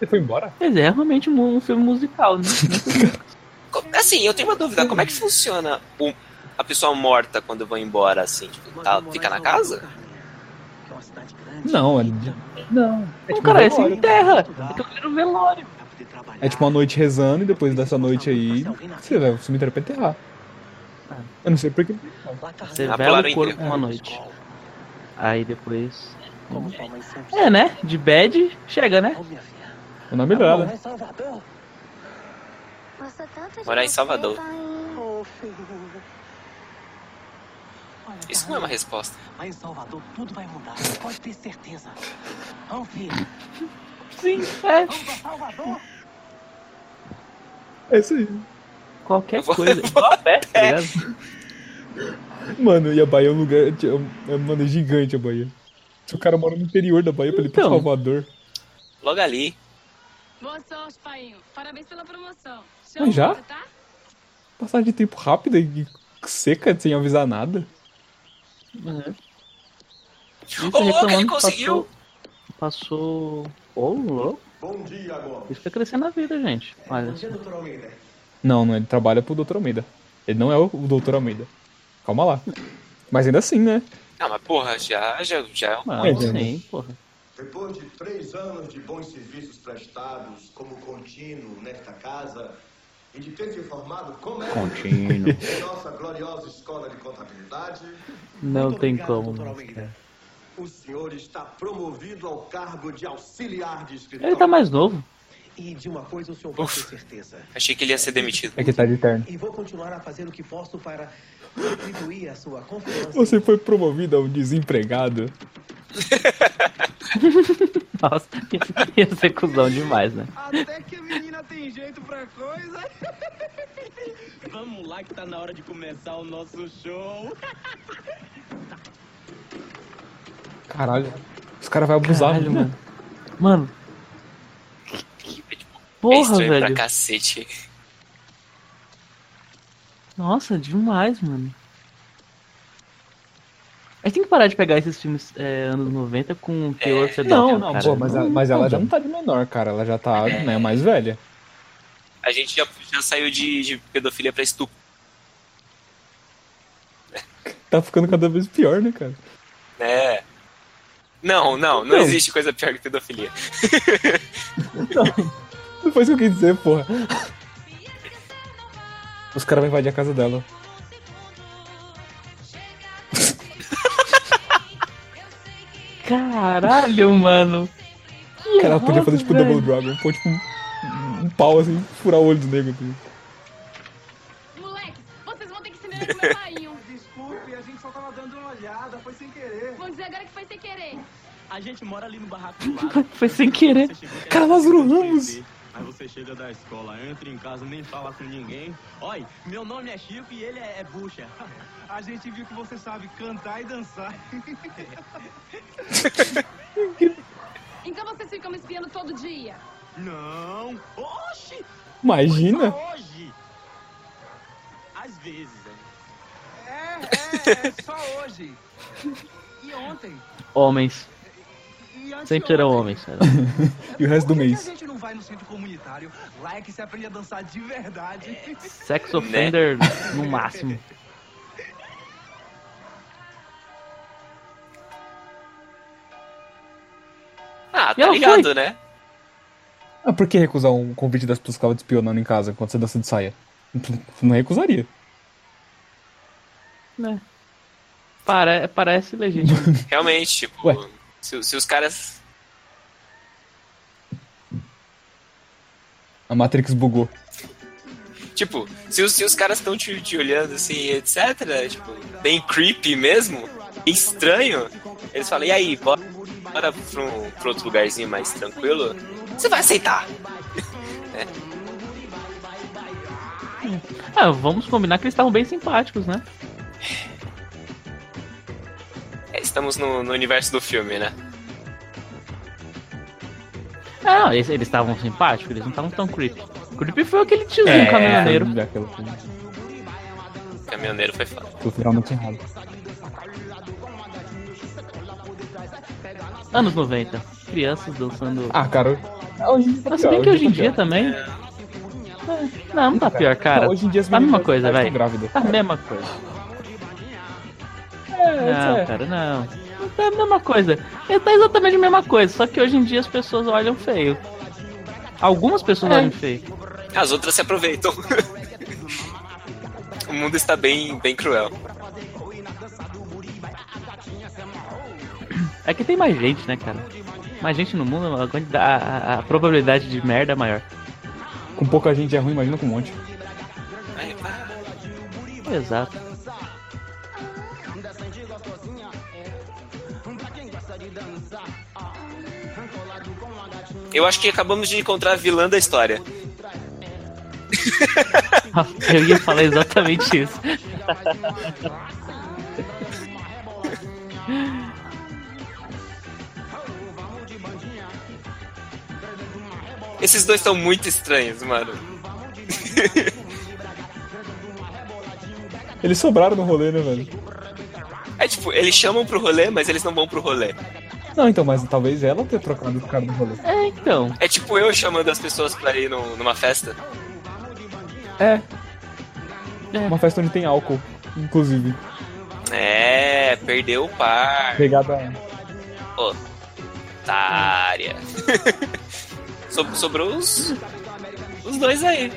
[SPEAKER 3] Ele foi embora?
[SPEAKER 1] Mas é realmente um, um filme musical, né?
[SPEAKER 2] Co- Assim, eu tenho uma dúvida. Como é que funciona o- a pessoa morta quando vai embora, assim? Tipo,
[SPEAKER 4] Nós
[SPEAKER 2] tá-
[SPEAKER 4] vamos
[SPEAKER 2] fica na
[SPEAKER 4] morar em
[SPEAKER 2] casa?
[SPEAKER 4] Salvador, Carminha, que é uma cidade grande,
[SPEAKER 3] Não, é-
[SPEAKER 4] rica,
[SPEAKER 3] Não. É
[SPEAKER 1] Não,
[SPEAKER 3] tipo,
[SPEAKER 1] cara,
[SPEAKER 3] um
[SPEAKER 1] esse
[SPEAKER 3] velório.
[SPEAKER 1] enterra. É Eu quero um velório.
[SPEAKER 4] pra poder trabalhar.
[SPEAKER 3] é tipo uma noite rezando e depois dessa noite aí, você leva o cemitério pra enterrar. Eu não sei por que.
[SPEAKER 4] Lá tá
[SPEAKER 1] Você
[SPEAKER 2] Ah,
[SPEAKER 1] vela
[SPEAKER 2] pularam
[SPEAKER 1] o corpo
[SPEAKER 2] inteiro.
[SPEAKER 1] uma noite. Aí depois.
[SPEAKER 4] Como sua mãe sempre
[SPEAKER 1] É, né? De bad, chega, né?
[SPEAKER 4] falou, minha filha,
[SPEAKER 3] Não é melhor,
[SPEAKER 4] morar
[SPEAKER 3] né?
[SPEAKER 4] em Salvador.
[SPEAKER 6] Gosto tanto de
[SPEAKER 2] Morar em
[SPEAKER 6] você,
[SPEAKER 2] Salvador.
[SPEAKER 1] né?
[SPEAKER 6] Painho.
[SPEAKER 4] Ô, filho. Olha,
[SPEAKER 2] Isso não é uma resposta.
[SPEAKER 5] Tá
[SPEAKER 4] Lá em Salvador tudo vai mudar, pode ter certeza. Vamos, filho.
[SPEAKER 1] Sim, é.
[SPEAKER 4] Vamos pra Salvador.
[SPEAKER 3] É isso aí.
[SPEAKER 1] Qualquer
[SPEAKER 2] Eu vou-
[SPEAKER 1] coisa. Igual a festa, tá ligado?
[SPEAKER 3] Mano, e a Bahia é um lugar. é um- é, Mano, é gigante a Bahia. Se o cara mora no interior da Bahia pra ele ir pra
[SPEAKER 1] Então.
[SPEAKER 3] Salvador.
[SPEAKER 2] Logo ali.
[SPEAKER 6] Boa sorte, Painho. Parabéns pela promoção.
[SPEAKER 3] Mas já? outro,
[SPEAKER 6] tá?
[SPEAKER 3] Passar de tempo rápida e seca sem avisar nada.
[SPEAKER 1] Uhum.
[SPEAKER 2] Ô, louco, ele
[SPEAKER 1] reclamando que
[SPEAKER 2] conseguiu!
[SPEAKER 1] Passou. passou- Ô, louco.
[SPEAKER 9] Bom dia, agora.
[SPEAKER 1] Isso que é crescer na vida, gente. Olha.
[SPEAKER 4] doutor Almeida.
[SPEAKER 3] Não, não, ele trabalha pro Dr. Almeida. Ele não é o Dr. Almeida. Calma lá. Mas ainda assim, né?
[SPEAKER 2] Ah, mas porra, já, já, já é um
[SPEAKER 1] Ah, Não,
[SPEAKER 3] Pois é,
[SPEAKER 1] sim, porra.
[SPEAKER 9] Depois de três anos de bons serviços prestados como contínuo nesta casa e de ter se formado como é
[SPEAKER 7] Contínuo.
[SPEAKER 9] em nossa gloriosa escola de contabilidade,
[SPEAKER 1] Não
[SPEAKER 4] Muito
[SPEAKER 1] tem
[SPEAKER 4] obrigado,
[SPEAKER 1] como. né,
[SPEAKER 4] doutor Almeida.
[SPEAKER 9] o senhor está promovido ao cargo de auxiliar de escritório.
[SPEAKER 1] Ele tá mais novo.
[SPEAKER 4] E de uma coisa o senhor pode ter certeza.
[SPEAKER 2] Achei que ele ia ser demitido.
[SPEAKER 3] É que tá de terno.
[SPEAKER 4] E vou continuar a fazer o que posso para contribuir à sua confiança.
[SPEAKER 3] Você foi promovido ao desempregado.
[SPEAKER 1] Nossa, ia ser cuzão demais, né?
[SPEAKER 4] Até que a menina tem jeito pra coisa. Vamos lá que tá na hora de começar o nosso show.
[SPEAKER 3] Caralho. Os caras vão abusar,
[SPEAKER 1] Caralho,
[SPEAKER 3] né?
[SPEAKER 1] mano. Mano.
[SPEAKER 2] é
[SPEAKER 1] Porra,
[SPEAKER 2] estranho
[SPEAKER 1] velho.
[SPEAKER 2] pra cacete.
[SPEAKER 1] Nossa, demais, mano. A gente tem que parar de pegar esses filmes é, anos 90 com um teor
[SPEAKER 2] É.
[SPEAKER 1] pedófilo,
[SPEAKER 3] Não, não,
[SPEAKER 1] cara.
[SPEAKER 3] pô, mas, a- mas
[SPEAKER 1] não
[SPEAKER 3] ela já
[SPEAKER 1] dá.
[SPEAKER 3] não tá de menor, cara. Ela já tá, né, mais velha.
[SPEAKER 2] A gente já, já saiu de, de pedofilia pra estupro.
[SPEAKER 3] Tá ficando cada vez pior, né, cara?
[SPEAKER 2] É. Não, não, não,
[SPEAKER 3] Não.
[SPEAKER 2] existe coisa pior que pedofilia.
[SPEAKER 3] Não foi isso que eu quis dizer, porra. Os caras vão invadir a casa dela.
[SPEAKER 1] Caralho, mano. Que
[SPEAKER 3] Cara, ela podia
[SPEAKER 1] errado,
[SPEAKER 3] fazer tipo
[SPEAKER 1] velho.
[SPEAKER 3] Double Dragon. Pôr tipo um, um pau assim, furar o olho do negro. assim.
[SPEAKER 7] Moleques, vocês vão ter que se meter com meu painho.
[SPEAKER 4] Desculpe, a gente só tava dando uma olhada, foi sem querer.
[SPEAKER 7] Vão dizer agora que foi sem querer.
[SPEAKER 4] A gente mora ali no barraco do lado.
[SPEAKER 1] Foi sem querer.
[SPEAKER 4] Você chegou que
[SPEAKER 3] Cara,
[SPEAKER 4] era
[SPEAKER 3] Lázaro
[SPEAKER 4] difícil de
[SPEAKER 3] Ramos.
[SPEAKER 4] entender. Aí você chega da escola, entra em casa, nem fala com ninguém. Oi, meu nome é Chico e ele é, é Bucha. A gente viu que você sabe cantar e dançar.
[SPEAKER 7] Então vocês ficam me espiando todo dia.
[SPEAKER 4] Não! Oxi!
[SPEAKER 3] Imagina.
[SPEAKER 4] Só hoje! Às vezes, é. É, é, é só hoje. E ontem.
[SPEAKER 1] Homens.
[SPEAKER 4] E antes
[SPEAKER 1] Sempre serão homens, cara.
[SPEAKER 3] E o resto do
[SPEAKER 4] Por que que
[SPEAKER 3] mês.
[SPEAKER 4] a gente não vai no centro comunitário? Lá é que se aprende a dançar de verdade.
[SPEAKER 1] Sex
[SPEAKER 3] Né?
[SPEAKER 1] offender no máximo.
[SPEAKER 2] Ah,
[SPEAKER 1] E ela
[SPEAKER 2] tá ligado,
[SPEAKER 1] foi.
[SPEAKER 2] né?
[SPEAKER 3] Ah, por que recusar um convite das pessoas que estavam te espionando em casa quando você dança de saia? Tu Não recusaria.
[SPEAKER 1] Pare- parece legítimo.
[SPEAKER 2] Realmente, tipo,
[SPEAKER 3] Ué.
[SPEAKER 2] se, se os caras.
[SPEAKER 3] A Matrix bugou.
[SPEAKER 2] Tipo, se os, se os caras estão te, te olhando assim, etc., tipo, bem creepy mesmo, bem estranho, eles falam, e aí, bora, bora pra, um- pra outro lugarzinho mais tranquilo? Você vai aceitar.
[SPEAKER 1] Ah, vamos combinar que eles estavam bem simpáticos, né?
[SPEAKER 2] É, estamos no, no universo do filme, né?
[SPEAKER 1] Ah, não, eles eles estavam simpáticos, eles não estavam tão creepy. Creepy foi aquele tiozinho
[SPEAKER 3] É,
[SPEAKER 1] caminhoneiro.
[SPEAKER 3] Aquilo, aquilo
[SPEAKER 2] Caminhoneiro foi foda.
[SPEAKER 3] foi realmente errado.
[SPEAKER 1] Anos 90. Crianças dançando.
[SPEAKER 3] Ah, cara. Hoje, em dia tá
[SPEAKER 1] Mas se
[SPEAKER 3] pior,
[SPEAKER 1] bem que hoje em
[SPEAKER 3] tá
[SPEAKER 1] dia
[SPEAKER 3] pior.
[SPEAKER 1] também. É, Não, não tá pior, cara.
[SPEAKER 3] Não, hoje em dia as
[SPEAKER 1] Tá a mesma
[SPEAKER 3] meninas
[SPEAKER 1] coisa,
[SPEAKER 3] estão
[SPEAKER 1] velho.
[SPEAKER 3] grávidas.
[SPEAKER 1] Tá a mesma coisa.
[SPEAKER 3] É,
[SPEAKER 1] Não,
[SPEAKER 3] é.
[SPEAKER 1] cara, não. Não Tá a mesma coisa. É, Tá exatamente a mesma coisa, só que hoje em dia as pessoas olham feio. Algumas pessoas olham feio.
[SPEAKER 2] As outras se aproveitam. o mundo está bem, bem cruel.
[SPEAKER 1] É que tem mais gente, né, cara? Mais gente no mundo, a, quantida- a- a- a probabilidade de merda é maior.
[SPEAKER 3] Com pouca gente é ruim, imagina com um monte.
[SPEAKER 2] Ai, pá.
[SPEAKER 1] Exato.
[SPEAKER 2] Eu acho que acabamos de encontrar a vilã da história.
[SPEAKER 1] Eu ia falar exatamente isso.
[SPEAKER 2] Esses dois estão muito estranhos, mano.
[SPEAKER 3] Eles sobraram no rolê, né, velho?
[SPEAKER 2] É tipo, eles chamam pro rolê, mas eles não vão pro rolê.
[SPEAKER 3] Não, então, mas talvez ela ter trocado o cara do rolê.
[SPEAKER 1] É, então.
[SPEAKER 2] É tipo eu chamando as pessoas pra ir num- numa festa.
[SPEAKER 3] É.
[SPEAKER 1] É.
[SPEAKER 3] Uma festa onde tem álcool, inclusive.
[SPEAKER 2] É, perdeu o par.
[SPEAKER 3] Pegada.
[SPEAKER 2] Otária. So- sobrou os. Os dois aí.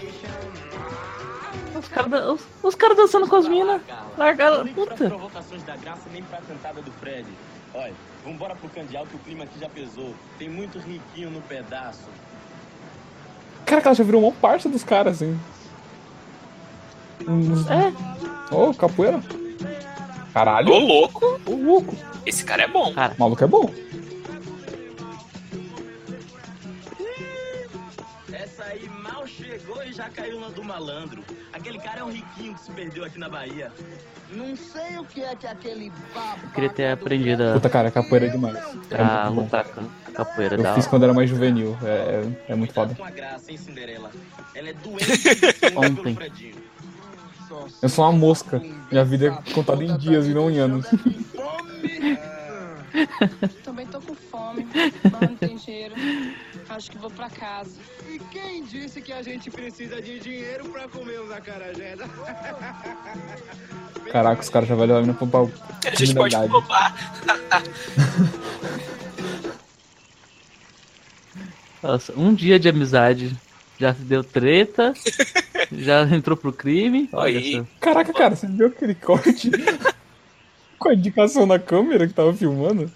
[SPEAKER 1] Os caras dan- os, os cara dançando com as minas. Largaram.
[SPEAKER 4] Nem pras
[SPEAKER 1] Puta.
[SPEAKER 4] provocações da graça, nem pra cantada do Fred. Olha, vambora pro candial que o clima aqui já pesou. Tem muito riquinho no pedaço.
[SPEAKER 3] Cara, que ela já virou uma parça dos caras, assim. Uns-
[SPEAKER 1] É,
[SPEAKER 3] Ô, capoeira. Caralho,
[SPEAKER 2] Ô louco!
[SPEAKER 3] ô louco.
[SPEAKER 2] Esse cara é bom.
[SPEAKER 1] cara.
[SPEAKER 3] O maluco é bom.
[SPEAKER 4] Essa aí mal chegou. chegou e já caiu na do malandro. Aquele cara é um riquinho que se perdeu aqui na Bahia.
[SPEAKER 10] Não sei o que é que aquele papo.
[SPEAKER 1] Eu queria ter aprendido a,
[SPEAKER 3] Puta, cara, capoeira é demais. É
[SPEAKER 1] a
[SPEAKER 3] muito bom.
[SPEAKER 1] Ah, lutar com a capoeira é da
[SPEAKER 3] Eu fiz
[SPEAKER 1] hora.
[SPEAKER 3] quando era mais juvenil. É, é, é muito
[SPEAKER 4] Cuidado
[SPEAKER 3] foda.
[SPEAKER 4] com a graça, hein, Cinderela? Ela é doente
[SPEAKER 1] Ontem.
[SPEAKER 4] Fredinho.
[SPEAKER 3] Eu sou uma mosca.
[SPEAKER 10] um
[SPEAKER 3] Minha vida é contada em dias e não em anos.
[SPEAKER 7] Também tô com fome, mas não tem dinheiro. Acho que vou pra casa.
[SPEAKER 10] E quem disse que a gente precisa de dinheiro pra comer os acarajé?
[SPEAKER 3] Caraca, os caras já vai levar a mina pra pra
[SPEAKER 2] A gente pode
[SPEAKER 3] criminalidade.
[SPEAKER 2] roubar.
[SPEAKER 1] Nossa, um dia de amizade já se deu treta, já entrou pro crime. Olha
[SPEAKER 2] Oi.
[SPEAKER 1] só.
[SPEAKER 3] Caraca, cara, você viu aquele corte? Com a indicação na câmera que tava filmando?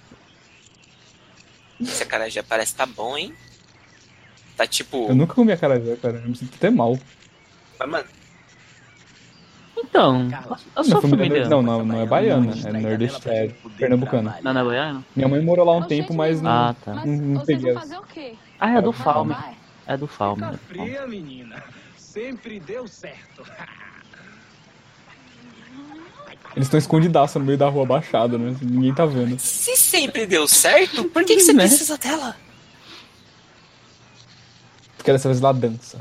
[SPEAKER 2] Esse acarajé parece tá bom, hein? Tá tipo.
[SPEAKER 3] Eu nunca comi a cara cara. Eu me sinto até mal.
[SPEAKER 2] Mas, mano,
[SPEAKER 1] Então, a, a sua
[SPEAKER 3] Minha família é
[SPEAKER 1] família.
[SPEAKER 3] nor- Não, não, não é baiana, é nordestina, é pernambucana.
[SPEAKER 1] Não, não é baiano?
[SPEAKER 3] Minha mãe morou lá um tempo, mas não.
[SPEAKER 1] Ah, tá.
[SPEAKER 7] Mas
[SPEAKER 3] Hum, Não- não
[SPEAKER 7] vocês
[SPEAKER 3] peguei
[SPEAKER 7] vão
[SPEAKER 3] essa.
[SPEAKER 7] fazer o quê?
[SPEAKER 1] Ah, é a do
[SPEAKER 3] Não,
[SPEAKER 1] Falme.
[SPEAKER 7] Vai.
[SPEAKER 1] É do Falme. é
[SPEAKER 4] Tá
[SPEAKER 1] do Falme.
[SPEAKER 4] fria, menina. Sempre deu certo.
[SPEAKER 3] Eles estão escondidaço no meio da rua baixada, né? Ninguém tá vendo.
[SPEAKER 2] se sempre deu certo, por que, que você
[SPEAKER 1] Né?
[SPEAKER 2] precisa dela?
[SPEAKER 3] Porque dessa vez lá dança.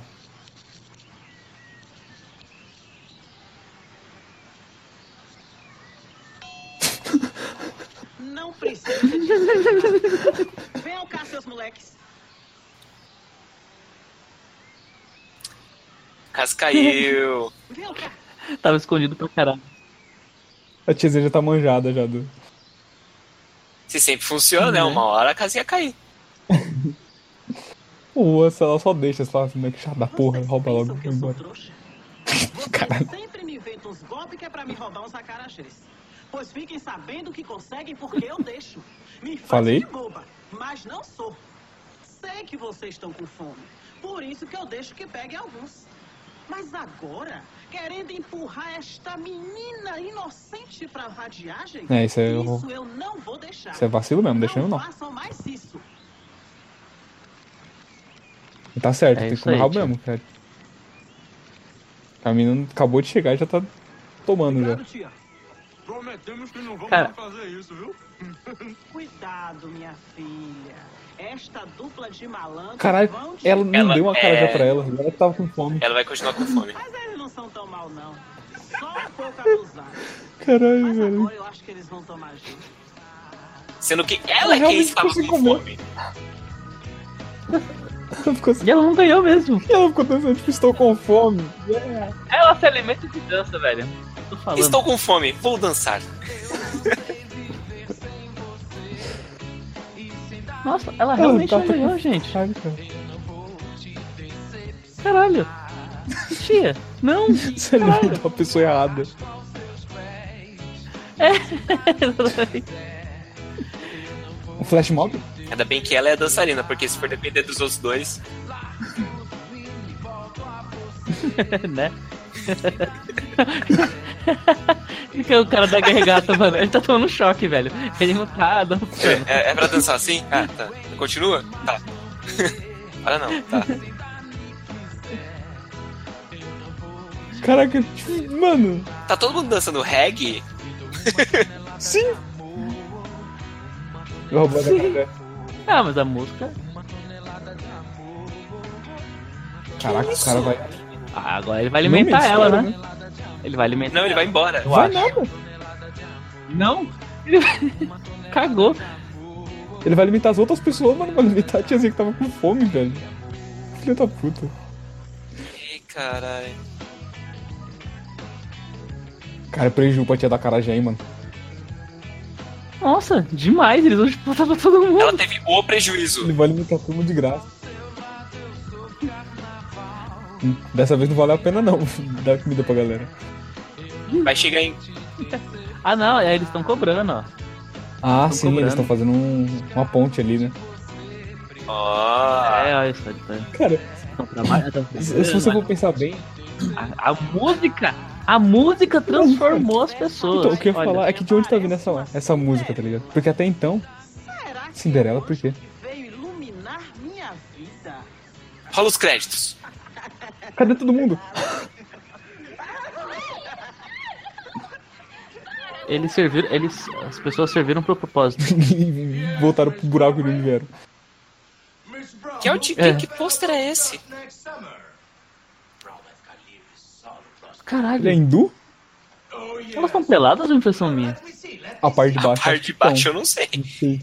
[SPEAKER 10] Não precisa de dinheiro. Venham cá, seus moleques.
[SPEAKER 2] Caso caiu.
[SPEAKER 10] Venham cá.
[SPEAKER 1] Tava escondido pra caralho.
[SPEAKER 3] A tiazinha já tá manjada já do.
[SPEAKER 2] Se sempre funciona, né? Uma hora a casa ia cair.
[SPEAKER 3] Pô, se ela só deixa, sei lá, como é que chá da porra,
[SPEAKER 10] Vocês
[SPEAKER 3] rouba logo
[SPEAKER 10] pensam que eu
[SPEAKER 3] vai
[SPEAKER 10] sou
[SPEAKER 3] embora.
[SPEAKER 10] trouxa?
[SPEAKER 3] Caralho.
[SPEAKER 10] Vocês sempre me inventam uns golpes que é pra me roubar os acarachés. Pois fiquem sabendo que conseguem porque eu deixo. Me faço
[SPEAKER 3] Falei?
[SPEAKER 10] de boba, mas não sou. Sei que vocês estão com fome. Por isso que eu deixo que peguem alguns. Mas agora, querendo empurrar esta menina inocente pra vadiagem?
[SPEAKER 3] É, isso aí eu vou-
[SPEAKER 10] isso eu não vou deixar.
[SPEAKER 3] Isso é vacilo mesmo, deixando não.
[SPEAKER 10] façam mais isso.
[SPEAKER 3] E Tá certo,
[SPEAKER 1] É
[SPEAKER 3] tem que
[SPEAKER 1] isso
[SPEAKER 3] comer
[SPEAKER 1] aí,
[SPEAKER 3] rabo
[SPEAKER 1] tio.
[SPEAKER 3] mesmo, cara. A menina acabou de chegar e já tá tomando já.
[SPEAKER 10] Cuidado, tia.
[SPEAKER 4] Prometemos que não vamos
[SPEAKER 1] Cara. mais
[SPEAKER 4] fazer isso, viu?
[SPEAKER 10] Cuidado, minha filha. Esta dupla de malandros
[SPEAKER 3] Caralho,
[SPEAKER 10] vão te...
[SPEAKER 3] ela não
[SPEAKER 2] Ela-
[SPEAKER 3] deu uma cara já
[SPEAKER 2] é.
[SPEAKER 3] pra ela, ela tava com fome.
[SPEAKER 2] Ela vai continuar com fome.
[SPEAKER 10] Mas eles não são tão mal, não. Só um pouco abusados.
[SPEAKER 3] Caralho,
[SPEAKER 10] Mas
[SPEAKER 3] velho.
[SPEAKER 10] agora eu acho que eles vão tomar jeito.
[SPEAKER 2] Sendo que ela é quem
[SPEAKER 3] realmente
[SPEAKER 2] estava com
[SPEAKER 3] consigo comer.
[SPEAKER 2] fome.
[SPEAKER 3] Ela ficou assim,
[SPEAKER 1] E ela não ganhou mesmo.
[SPEAKER 3] ela ficou pensando, tipo, estou com fome.
[SPEAKER 1] Ela se alimenta de dança, velho. Tô falando.
[SPEAKER 2] Estou com fome, vou dançar.
[SPEAKER 1] Nossa, ela realmente
[SPEAKER 3] tá
[SPEAKER 1] não
[SPEAKER 3] com-
[SPEAKER 1] ganhou, gente.
[SPEAKER 3] Caralho, cara.
[SPEAKER 1] Caralho. Tia, não.
[SPEAKER 3] Você alimentou a pessoa errada. Um flash mob?
[SPEAKER 2] Ainda bem que ela é a dançarina, porque se for depender dos outros dois,
[SPEAKER 1] né? Fica o cara da gargata, mano. Ele tá tomando choque, velho. Ele não tá dançando.
[SPEAKER 2] é, é pra dançar assim? Ah, tá. Continua? Tá. Para não, tá.
[SPEAKER 3] Caraca, tipo, mano,
[SPEAKER 2] Tá todo mundo dançando reggae?
[SPEAKER 3] sim! Eu roubou a cara
[SPEAKER 1] Ah, mas a música.
[SPEAKER 3] Caraca, o cara vai.
[SPEAKER 1] Ah, agora ele vai alimentar
[SPEAKER 3] Não mente,
[SPEAKER 1] ela,
[SPEAKER 3] cara,
[SPEAKER 1] né? Ele vai alimentar.
[SPEAKER 2] Não, ele vai embora.
[SPEAKER 1] Eu
[SPEAKER 3] Vai
[SPEAKER 1] acho.
[SPEAKER 3] nada.
[SPEAKER 1] Não? Ele Cagou.
[SPEAKER 3] Ele vai alimentar as outras pessoas, mas não vai alimentar a tiazinha que tava com fome, velho. Filha da puta.
[SPEAKER 2] Ei, caralho.
[SPEAKER 3] Cara, prejuízo pra tia da Carajé, hein, mano.
[SPEAKER 1] Nossa, demais. Eles vão disputar pra todo mundo.
[SPEAKER 2] Ela teve o prejuízo.
[SPEAKER 3] Ele vai alimentar turma de graça. Hum, Dessa vez não valeu a pena não dar comida pra galera.
[SPEAKER 2] Vai chegar em.
[SPEAKER 1] Ah, não. é, Eles estão cobrando, ó.
[SPEAKER 3] Ah,
[SPEAKER 1] Tão
[SPEAKER 3] sim,
[SPEAKER 1] cobrando.
[SPEAKER 3] eles estão fazendo um- uma ponte ali, né?
[SPEAKER 2] Ó. Ah.
[SPEAKER 1] É, olha só. Eles tão-
[SPEAKER 3] Cara,
[SPEAKER 1] tão trabalhando, tão
[SPEAKER 3] se se você
[SPEAKER 1] trabalhando.
[SPEAKER 3] for pensar bem,
[SPEAKER 1] a, a música. A música transformou as pessoas.
[SPEAKER 3] então, o que eu ia
[SPEAKER 1] Olha.
[SPEAKER 3] falar é que de onde tá vindo essa, essa música, tá ligado? Porque até então,
[SPEAKER 10] Será que
[SPEAKER 3] Cinderela,
[SPEAKER 10] hoje
[SPEAKER 3] por quê?
[SPEAKER 10] veio iluminar minha vida?
[SPEAKER 2] Rola os créditos.
[SPEAKER 3] Cadê todo mundo?
[SPEAKER 1] Eles serviram. Eles, as pessoas serviram pro propósito.
[SPEAKER 3] Voltaram pro buraco de onde vieram.
[SPEAKER 2] Que é o de
[SPEAKER 1] É.
[SPEAKER 2] que, que pôster é esse?
[SPEAKER 1] Caralho.
[SPEAKER 3] Ele é hindu?
[SPEAKER 1] Elas estão peladas ou é impressão minha?
[SPEAKER 3] A parte de
[SPEAKER 2] A
[SPEAKER 3] baixo.
[SPEAKER 2] parte de baixo eu não sei.
[SPEAKER 3] Não sei.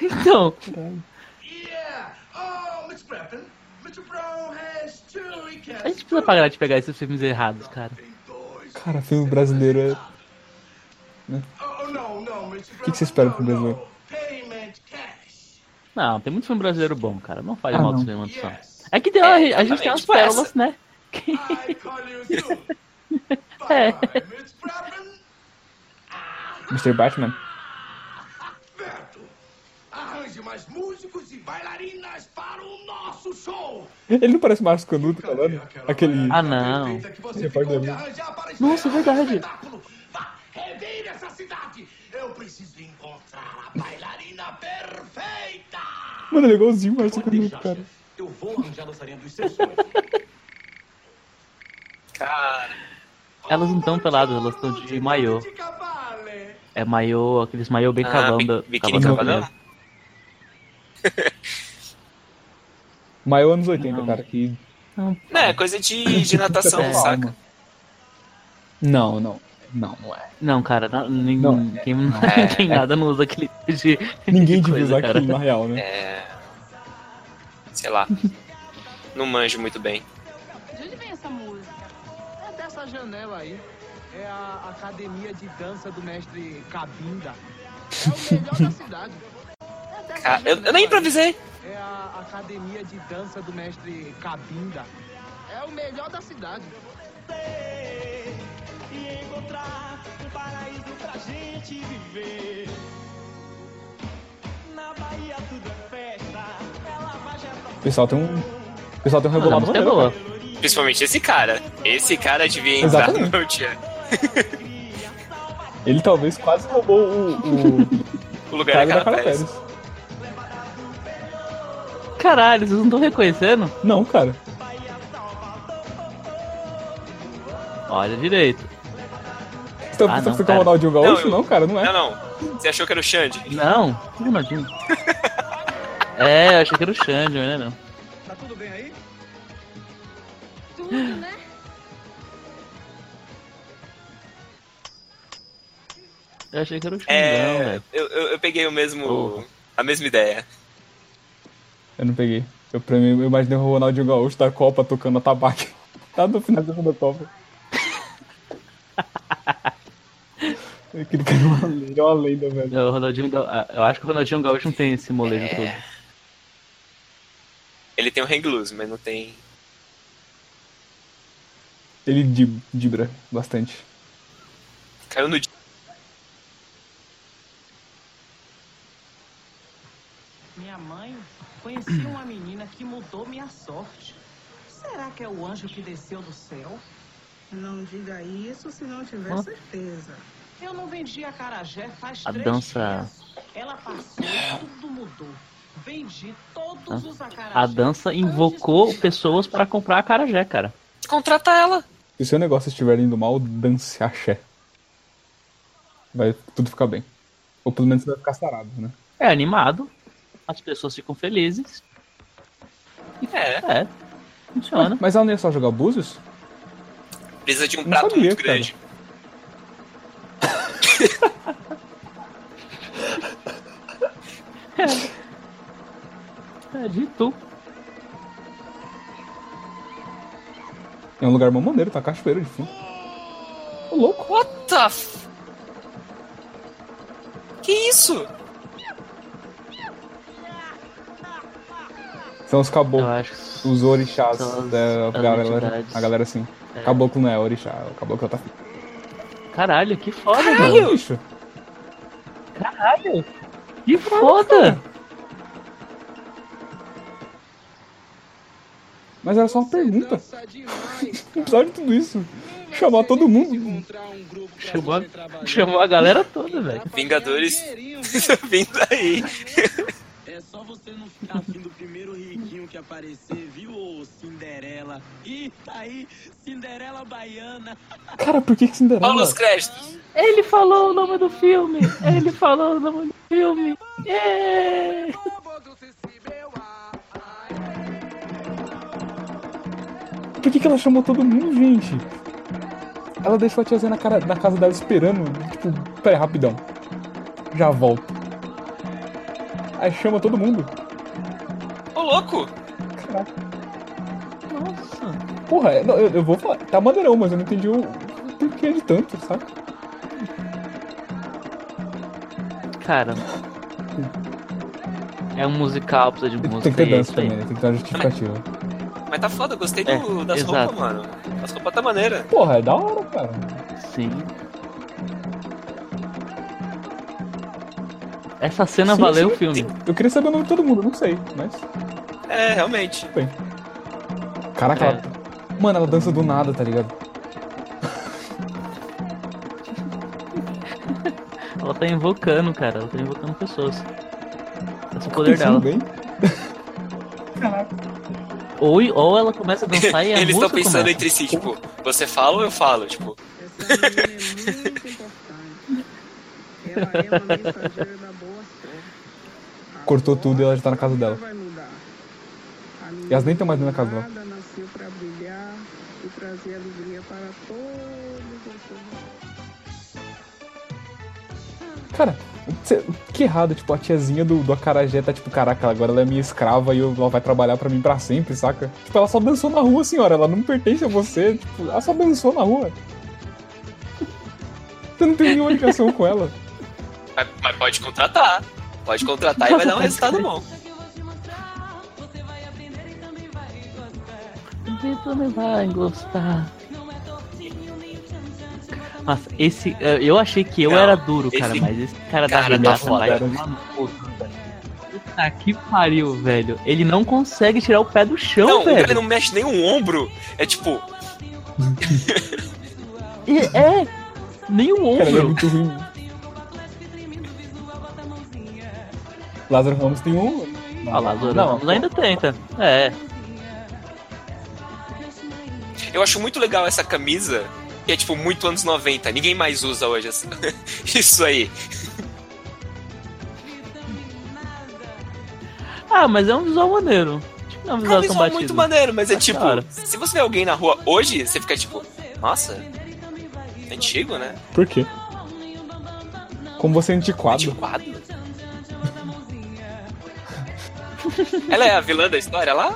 [SPEAKER 1] Então, a gente precisa parar de pegar esses filmes errados, cara.
[SPEAKER 3] Cara, filme brasileiro é. né? O que que você espera pro brasileiro?
[SPEAKER 1] Não, tem muito filme brasileiro bom, cara. Não fale
[SPEAKER 3] Ah,
[SPEAKER 1] mal do
[SPEAKER 3] não.
[SPEAKER 1] cinema do sal. É que tem, a, a gente tem umas
[SPEAKER 2] exatamente, passa.
[SPEAKER 1] pérolas, né? É.
[SPEAKER 3] Mr. Batman?
[SPEAKER 4] Arranje mais músicos e bailarinas para o nosso show!
[SPEAKER 3] Ele não parece Márcio Canuto falando? Aquele.
[SPEAKER 1] Ah, não.
[SPEAKER 4] Que
[SPEAKER 3] Sim, pode
[SPEAKER 4] você ficou de
[SPEAKER 3] ver.
[SPEAKER 4] arranjar para esperar
[SPEAKER 1] Nossa, é verdade.
[SPEAKER 4] espetáculo! Vá, revire essa cidade! Eu preciso encontrar a bailarina perfeita!
[SPEAKER 3] Mano, ele é igualzinho o Márcio Canuto, cara.
[SPEAKER 4] Eu vou arranjar a dançarina dos seus sonhos.
[SPEAKER 2] Cara,
[SPEAKER 1] Elas não estão peladas, elas estão de maiô. É maiô, aqueles maiô bem
[SPEAKER 2] Ah,
[SPEAKER 1] cavão
[SPEAKER 2] bi-
[SPEAKER 1] da.
[SPEAKER 2] biquíni
[SPEAKER 1] cavão da
[SPEAKER 2] cavadão?
[SPEAKER 1] mulher.
[SPEAKER 3] Maior anos 80,
[SPEAKER 1] Não.
[SPEAKER 3] cara. Que...
[SPEAKER 1] Não,
[SPEAKER 2] não, é coisa de, de natação,
[SPEAKER 1] É.
[SPEAKER 2] saca?
[SPEAKER 3] Não, não. Não, não é.
[SPEAKER 1] não, cara, não, nem-
[SPEAKER 3] Não, é,
[SPEAKER 1] quem, quem nada não usa aquele tipo de.
[SPEAKER 3] Ninguém
[SPEAKER 1] Que
[SPEAKER 3] devia
[SPEAKER 1] coisa,
[SPEAKER 3] usar
[SPEAKER 1] cara.
[SPEAKER 3] aquilo na real,
[SPEAKER 2] É.
[SPEAKER 3] né?
[SPEAKER 2] Sei lá. Não manjo muito bem.
[SPEAKER 7] De onde vem essa música?
[SPEAKER 10] É dessa janela aí. É a academia de dança do mestre Cabinda. É o melhor da cidade. É dessa
[SPEAKER 2] Ca- Ah, Eu, eu
[SPEAKER 10] janela
[SPEAKER 2] nem
[SPEAKER 10] aí.
[SPEAKER 2] improvisei.
[SPEAKER 10] É a academia de dança do mestre Cabinda. É o melhor da cidade.
[SPEAKER 4] E encontrar um paraíso pra gente viver. Na Bahia tudo é festa, ela vai
[SPEAKER 3] O pessoal tem um. O pessoal tem um
[SPEAKER 1] Mas a
[SPEAKER 3] rebolado
[SPEAKER 1] música é
[SPEAKER 3] maneiro,
[SPEAKER 1] boa.
[SPEAKER 3] cara.
[SPEAKER 2] Principalmente esse cara. Esse cara devia entrar
[SPEAKER 3] Exatamente.
[SPEAKER 2] no meu dia.
[SPEAKER 3] Ele talvez quase roubou o, o
[SPEAKER 2] O lugar é
[SPEAKER 3] cara
[SPEAKER 2] da cara
[SPEAKER 3] da Cara
[SPEAKER 2] Pérez.
[SPEAKER 3] Pérez.
[SPEAKER 1] Caralho, vocês não estão reconhecendo?
[SPEAKER 3] Não, cara.
[SPEAKER 1] Olha direito.
[SPEAKER 3] Você tá
[SPEAKER 1] Ah, não,
[SPEAKER 3] pensando que é
[SPEAKER 1] cara.
[SPEAKER 3] o Ronaldinho Gaúcho?
[SPEAKER 2] Não, eu-
[SPEAKER 3] Não, cara, não é.
[SPEAKER 2] Não, não. Você achou que era o Xande?
[SPEAKER 1] Não, não imagina. É, eu achei que era o Xander, né? Não.
[SPEAKER 10] Tá tudo bem aí?
[SPEAKER 7] Tudo, né?
[SPEAKER 1] Eu achei que era o Xandão,
[SPEAKER 2] É,
[SPEAKER 1] velho.
[SPEAKER 2] eu, eu, eu peguei o mesmo.
[SPEAKER 1] Porra.
[SPEAKER 2] A mesma ideia.
[SPEAKER 3] Eu não peguei. Eu, pra mim, eu imaginei o Ronaldinho Gaúcho da Copa tocando a tabaque. Tá no final da Copa. Aquele cara é uma lenda, é uma lenda, velho.
[SPEAKER 1] O Ronaldinho Ga- Eu acho que o Ronaldinho Gaúcho não tem esse molejo
[SPEAKER 2] É.
[SPEAKER 1] todo.
[SPEAKER 2] Ele tem o hang loose, mas não tem.
[SPEAKER 3] Ele dib- dibra bastante.
[SPEAKER 2] Caiu no dia.
[SPEAKER 10] Minha mãe conhecia uma menina que mudou minha sorte. Será que é o anjo que desceu do céu?
[SPEAKER 5] Não diga isso se não tiver
[SPEAKER 1] Ó.
[SPEAKER 5] certeza.
[SPEAKER 10] Eu não vendi a carajé faz
[SPEAKER 1] A
[SPEAKER 10] três
[SPEAKER 1] dança-
[SPEAKER 10] dias. Ela passou, tudo mudou. Vendi todos os acarajés.
[SPEAKER 1] Ah. A dança invocou pessoas pra comprar a Carajé, cara.
[SPEAKER 2] Contrata ela.
[SPEAKER 3] Se o seu negócio estiver indo mal, dance axé. Vai tudo ficar bem. Ou pelo menos você vai ficar sarado, né?
[SPEAKER 1] É animado, as pessoas ficam felizes.
[SPEAKER 2] É.
[SPEAKER 1] É, funciona.
[SPEAKER 3] Mas ela não ia só jogar búzios?
[SPEAKER 2] Precisa de um
[SPEAKER 3] Não
[SPEAKER 2] prato
[SPEAKER 3] sabia,
[SPEAKER 2] muito
[SPEAKER 3] cara.
[SPEAKER 2] grande.
[SPEAKER 1] É de tu.
[SPEAKER 3] É um lugar mó maneiro, tá cachoeira de fundo. Ô, louco.
[SPEAKER 2] What the f... Que isso?
[SPEAKER 3] São os
[SPEAKER 1] Eu
[SPEAKER 3] caboclos,
[SPEAKER 1] acho que
[SPEAKER 3] os orixás.
[SPEAKER 1] são as-
[SPEAKER 3] é, a,
[SPEAKER 1] as
[SPEAKER 3] galera,
[SPEAKER 1] entidades.
[SPEAKER 3] a galera assim.
[SPEAKER 1] É.
[SPEAKER 3] Caboclo não é orixá, é o caboclo tá ficando.
[SPEAKER 1] Caralho, que foda, mano.
[SPEAKER 2] Caralho!
[SPEAKER 3] Bicho,
[SPEAKER 1] Caralho! Que foda!
[SPEAKER 3] mas era só uma pergunta. Não precisava de tudo isso. Chamar todo mundo.
[SPEAKER 4] um
[SPEAKER 1] Chamou, a- chamou a galera toda, velho.
[SPEAKER 2] Vingadores. Vindo aí.
[SPEAKER 4] É só você não ficar afim do primeiro riquinho que aparecer, viu, ô Cinderela? Ih, tá aí, Cinderela Baiana.
[SPEAKER 3] Cara, por que que Cinderela?
[SPEAKER 2] Olha os créditos.
[SPEAKER 1] Ele falou o nome do filme! Ele falou o nome do filme! É. Yeah!
[SPEAKER 3] Por que que ela chamou todo mundo, gente? Ela deixou a tiazinha na, cara, na casa dela esperando. Tipo, pera aí, rapidão. Já volto. Aí chama todo mundo.
[SPEAKER 2] Ô, louco!
[SPEAKER 3] Caraca.
[SPEAKER 1] Nossa!
[SPEAKER 3] Porra, é- não, eu, eu vou falar. Tá maneirão, mas eu não entendi o o porquê de tanto, saca?
[SPEAKER 1] Cara. É um musical, precisa de música.
[SPEAKER 3] Tem que ter
[SPEAKER 1] e é
[SPEAKER 3] dança
[SPEAKER 1] isso aí.
[SPEAKER 3] também, né? Tem que ter uma justificativa.
[SPEAKER 2] Mas tá foda, eu gostei do-
[SPEAKER 1] É,
[SPEAKER 2] das
[SPEAKER 1] exato.
[SPEAKER 2] roupas, mano. As roupas tá maneira.
[SPEAKER 3] Porra, é da hora, cara.
[SPEAKER 1] Sim. Essa cena
[SPEAKER 3] Sim,
[SPEAKER 1] valeu
[SPEAKER 3] sim,
[SPEAKER 1] o filme.
[SPEAKER 3] Eu queria saber o nome de todo mundo, eu não sei, mas.
[SPEAKER 2] É, realmente.
[SPEAKER 3] Bem. Caraca,
[SPEAKER 1] É.
[SPEAKER 3] ela... mano, ela dança do nada, tá ligado?
[SPEAKER 1] Ela tá invocando, cara. Ela tá invocando pessoas. Esse é o poder
[SPEAKER 3] Pensando
[SPEAKER 1] dela.
[SPEAKER 3] bem.
[SPEAKER 1] Ou, ou ela começa a dançar e a
[SPEAKER 2] Eles
[SPEAKER 1] música
[SPEAKER 2] estão pensando
[SPEAKER 1] começa.
[SPEAKER 2] entre si, tipo, você fala ou eu falo? Tipo,
[SPEAKER 10] Essa menina é muito importante. Ela é uma mensageira da boa sorte.
[SPEAKER 3] Cortou tudo e ela já tá na casa dela.
[SPEAKER 10] Vai mudar. A
[SPEAKER 3] E elas nem tão mais na casa dela.
[SPEAKER 10] meninada nasceu pra brilhar e trazer alegria para todos vocês.
[SPEAKER 3] Cara, cê- que errado, tipo, a tiazinha do, do Acarajé tá tipo, caraca, agora ela é minha escrava e eu- ela vai trabalhar pra mim pra sempre, saca? Tipo, ela só dançou na rua, senhora, ela não pertence a você, tipo, ela só dançou na rua. Você não tem nenhuma ligação com ela.
[SPEAKER 2] mas, mas pode contratar. Pode contratar e vai dar um resultado bom.
[SPEAKER 1] Você também vai gostar. Nossa, esse. eh, Eu achei que eu
[SPEAKER 2] Não,
[SPEAKER 1] era duro, cara,
[SPEAKER 2] esse
[SPEAKER 1] mas esse cara,
[SPEAKER 2] cara
[SPEAKER 1] da
[SPEAKER 2] tá
[SPEAKER 1] regata
[SPEAKER 2] foda,
[SPEAKER 1] vai
[SPEAKER 3] né?
[SPEAKER 1] tomar no cu, velho. Puta que pariu, velho. Ele não consegue tirar o pé do chão,
[SPEAKER 2] Não,
[SPEAKER 1] velho.
[SPEAKER 2] ele não mexe nem o ombro. É tipo,
[SPEAKER 1] E- é! Nem o
[SPEAKER 3] Cara, ele é
[SPEAKER 1] ombro.
[SPEAKER 3] muito ruim. Lázaro Ramos tem um.
[SPEAKER 1] Ah lá, Zorão,
[SPEAKER 3] Não,
[SPEAKER 1] mas ainda tenta. É.
[SPEAKER 2] eu acho muito legal essa camisa, que é tipo muito anos 90. Ninguém mais usa hoje essa- isso aí.
[SPEAKER 1] Ah, mas é um visual maneiro. Tipo, Não é um
[SPEAKER 2] É um
[SPEAKER 1] visual tão
[SPEAKER 2] visual
[SPEAKER 1] batido.
[SPEAKER 2] muito maneiro, mas é tipo,
[SPEAKER 1] Claro.
[SPEAKER 2] se você vê alguém na rua hoje, você fica tipo, nossa, antigo, né?
[SPEAKER 3] Por quê? Como você é antiquado.
[SPEAKER 2] Antiquado. Ela é a vilã da história lá?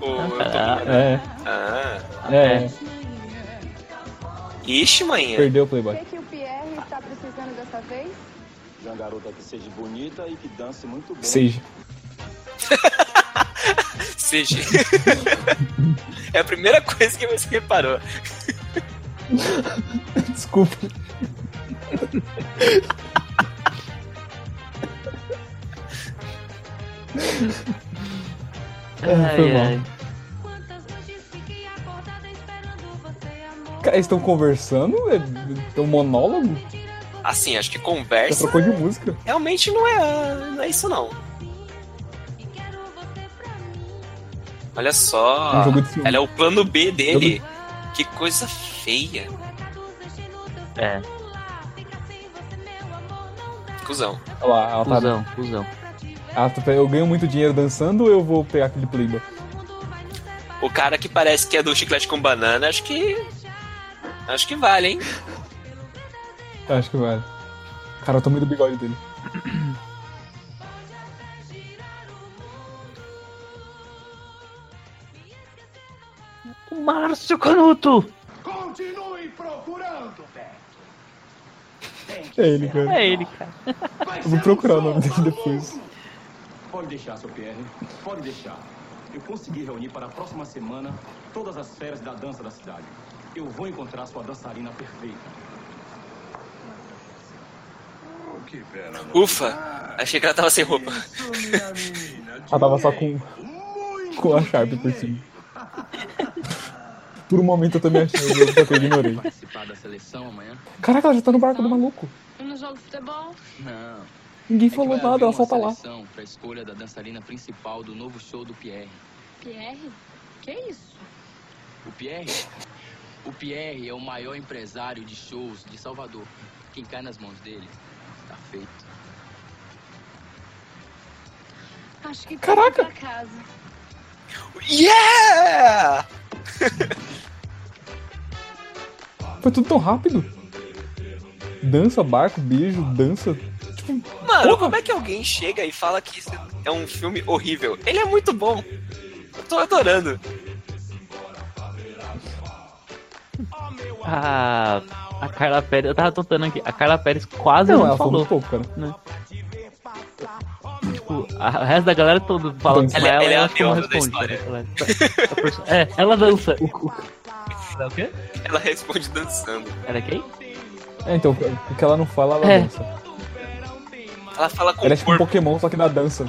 [SPEAKER 2] Ou eu tô brincando?
[SPEAKER 3] É,
[SPEAKER 2] Ah.
[SPEAKER 3] é,
[SPEAKER 2] Ixi, manhã.
[SPEAKER 3] perdeu o Playboy.
[SPEAKER 7] que o Pierre está precisando dessa vez?
[SPEAKER 4] De uma garota que seja bonita e que dance muito bem.
[SPEAKER 3] Seja.
[SPEAKER 2] Seja. é a primeira coisa que você reparou.
[SPEAKER 3] Desculpa. É, foi
[SPEAKER 1] Ai,
[SPEAKER 3] mal.
[SPEAKER 1] ai.
[SPEAKER 3] Cara, eles estão conversando? É, é um monólogo?
[SPEAKER 2] Assim, acho que
[SPEAKER 3] Já
[SPEAKER 2] conversa
[SPEAKER 3] trocou de música.
[SPEAKER 2] realmente não é, não é isso não. Olha
[SPEAKER 1] Ah,
[SPEAKER 3] É um
[SPEAKER 2] só.
[SPEAKER 3] jogo de ciúme.
[SPEAKER 2] Ela é o plano B dele. Que coisa feia.
[SPEAKER 1] É,
[SPEAKER 2] Cusão.
[SPEAKER 1] é
[SPEAKER 3] Olha lá, ela tá.
[SPEAKER 1] cuzão, cuzão.
[SPEAKER 3] ela tá- eu ganho muito dinheiro dançando ou eu vou pegar aquele Playboy?
[SPEAKER 2] O cara que parece que é do chiclete com banana, acho que. Acho que vale, hein?
[SPEAKER 3] Eu acho que vai. Cara, eu tô muito do bigode dele.
[SPEAKER 1] O Márcio Canuto!
[SPEAKER 9] Continue procurando, velho.
[SPEAKER 3] É ele, cara.
[SPEAKER 1] É ele, cara.
[SPEAKER 9] Vai
[SPEAKER 3] Eu vou
[SPEAKER 9] ser
[SPEAKER 3] procurar o
[SPEAKER 9] um
[SPEAKER 3] nome
[SPEAKER 9] show,
[SPEAKER 3] dele depois.
[SPEAKER 4] Pode deixar, seu Pierre. Pode deixar. Eu consegui reunir para a próxima semana todas as feras da dança da cidade. Eu vou encontrar sua dançarina perfeita.
[SPEAKER 9] maluco. Que bela novidade.
[SPEAKER 2] Ufa! Achei que ela tava sem roupa.
[SPEAKER 9] Isso, minha menina.
[SPEAKER 3] Ela tava só com,
[SPEAKER 9] Muito
[SPEAKER 3] com a Sharp por cima. Por um momento eu também achei, eu só que eu ignorei.
[SPEAKER 4] Participar da seleção amanhã?
[SPEAKER 3] Caraca, ela já tá no barco do maluco.
[SPEAKER 7] Eu não jogo futebol.
[SPEAKER 4] Não.
[SPEAKER 3] Ninguém
[SPEAKER 4] É que
[SPEAKER 3] falou
[SPEAKER 4] vai
[SPEAKER 3] nada,
[SPEAKER 4] haver
[SPEAKER 3] ela só
[SPEAKER 4] uma
[SPEAKER 3] tá lá.
[SPEAKER 4] seleção pra escolha da dançarina principal do novo show do Pierre.
[SPEAKER 7] Pierre? Que isso?
[SPEAKER 4] O Pierre? O Pierre é o maior empresário de shows de Salvador. Quem cai nas mãos dele, tá feito.
[SPEAKER 7] Acho que
[SPEAKER 4] Caraca!
[SPEAKER 7] Caraca. pra casa.
[SPEAKER 2] Yeah!
[SPEAKER 3] Foi tudo tão rápido. Dança, barco, beijo, dança. Tipo,
[SPEAKER 2] Mano,
[SPEAKER 3] porra,
[SPEAKER 2] como é que alguém chega e fala que isso é um filme horrível? Ele é muito bom. Eu tô adorando.
[SPEAKER 1] A, a Carla Pérez, eu tava tentando aqui, a Carla Pérez quase
[SPEAKER 3] Não,
[SPEAKER 1] não,
[SPEAKER 3] ela falou
[SPEAKER 1] falou.
[SPEAKER 3] muito pouco, cara.
[SPEAKER 1] né? Tipo, a, o resto da galera todo fala com
[SPEAKER 3] Dança.
[SPEAKER 1] ela,
[SPEAKER 2] Ela-
[SPEAKER 1] ela,
[SPEAKER 2] ela é a
[SPEAKER 1] acho que não
[SPEAKER 2] deusa da
[SPEAKER 1] responde. né,
[SPEAKER 2] história.
[SPEAKER 1] Ela- ela- a perso- é, ela dança. Ela é o quê?
[SPEAKER 2] Ela responde dançando.
[SPEAKER 1] Ela é quem?
[SPEAKER 3] É, então, o que ela não fala, ela
[SPEAKER 1] É.
[SPEAKER 3] dança.
[SPEAKER 2] Ela fala com
[SPEAKER 3] Ela é
[SPEAKER 2] o
[SPEAKER 3] tipo um
[SPEAKER 2] corpo.
[SPEAKER 3] Pokémon, só que na dança.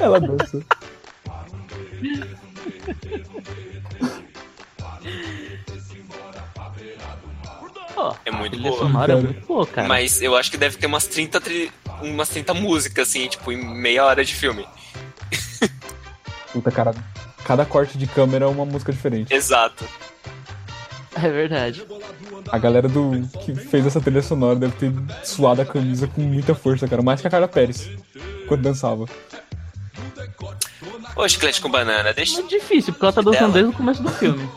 [SPEAKER 3] Ela dança.
[SPEAKER 1] Pô,
[SPEAKER 2] É muito
[SPEAKER 1] a trilha
[SPEAKER 2] boa.
[SPEAKER 1] sonora é
[SPEAKER 3] Cara.
[SPEAKER 1] muito boa, cara.
[SPEAKER 2] Mas eu acho que deve ter umas 30, tri- umas 30 músicas, assim, tipo, em meia hora de filme.
[SPEAKER 3] Puta, cara. Cada corte de câmera é uma música diferente.
[SPEAKER 2] Exato.
[SPEAKER 1] É verdade.
[SPEAKER 3] A galera do que fez essa trilha sonora deve ter suado a camisa com muita força, cara. Mais que a Carla Pérez. Quando dançava.
[SPEAKER 2] Ô, chiclete com banana, deixa.
[SPEAKER 1] É Muito difícil, porque ela tá dançando
[SPEAKER 2] Dela.
[SPEAKER 1] desde o começo do filme.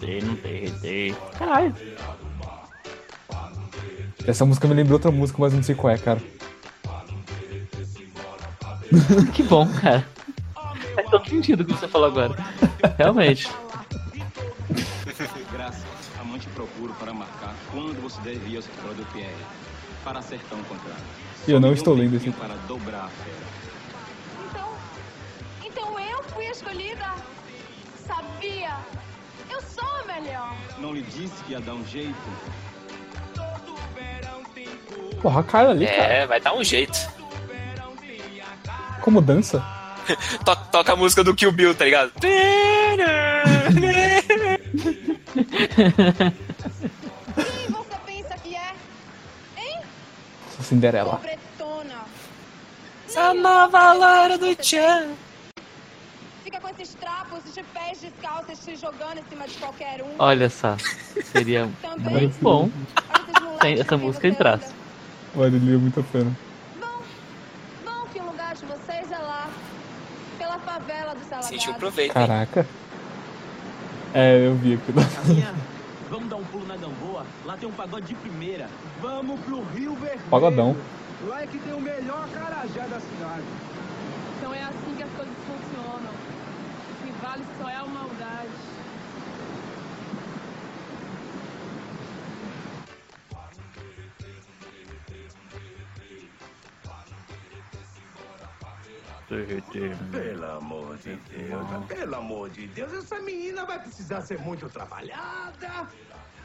[SPEAKER 1] Tem, não tem, tem. Caralho.
[SPEAKER 3] Essa música me lembrou outra música, mas não sei qual é, cara.
[SPEAKER 1] Que bom, cara. Faz todo sentido o que você falou agora. Realmente.
[SPEAKER 4] Graça, amante procuro para marcar quando você deve ir ao escritório do Pierre para acertar um contrato.
[SPEAKER 3] Eu não
[SPEAKER 4] Deu
[SPEAKER 3] estou lendo
[SPEAKER 4] tempinho
[SPEAKER 3] esse-
[SPEAKER 4] Para dobrar a fera.
[SPEAKER 7] Então. Então eu fui escolhida? Sabia! Eu sou a melhor!
[SPEAKER 4] Não lhe disse que ia dar um jeito?
[SPEAKER 3] Porra, a Carla ali, cara.
[SPEAKER 2] É, vai dar um jeito.
[SPEAKER 3] Como dança?
[SPEAKER 2] To- toca a música do Kill Bill, tá ligado?
[SPEAKER 7] Quem você pensa que é? Hein?
[SPEAKER 3] Essa Cinderela.
[SPEAKER 7] Pobretona!
[SPEAKER 2] Essa nova loira do Tchan.
[SPEAKER 7] Fica com esses trapos de pés descalços se jogando em cima de qualquer um.
[SPEAKER 1] Olha só. Seria um-
[SPEAKER 7] Também.
[SPEAKER 1] muito bom.
[SPEAKER 7] Olha esses moleques
[SPEAKER 1] Tem- essa
[SPEAKER 7] que
[SPEAKER 1] música
[SPEAKER 7] você
[SPEAKER 1] entrasse.
[SPEAKER 7] anda.
[SPEAKER 3] Olha, ele é muita pena.
[SPEAKER 7] Bom, bom que o lugar de vocês é lá. Pela favela dos
[SPEAKER 2] Sentiu
[SPEAKER 7] alagados.
[SPEAKER 2] proveito. hein?
[SPEAKER 3] Caraca. É, eu vi aquilo.
[SPEAKER 4] Caminha, vamos dar um pulo na Gamboa? Lá tem um pagode de primeira. Vamos pro Rio Vermelho.
[SPEAKER 3] Pagodão.
[SPEAKER 4] Lá é que tem o melhor carajé da cidade.
[SPEAKER 7] Não é assim que as coisas funcionam. O que vale só é a maldade.
[SPEAKER 9] Pelo amor de Deus, mas pelo amor de Deus, essa menina vai precisar ser muito trabalhada.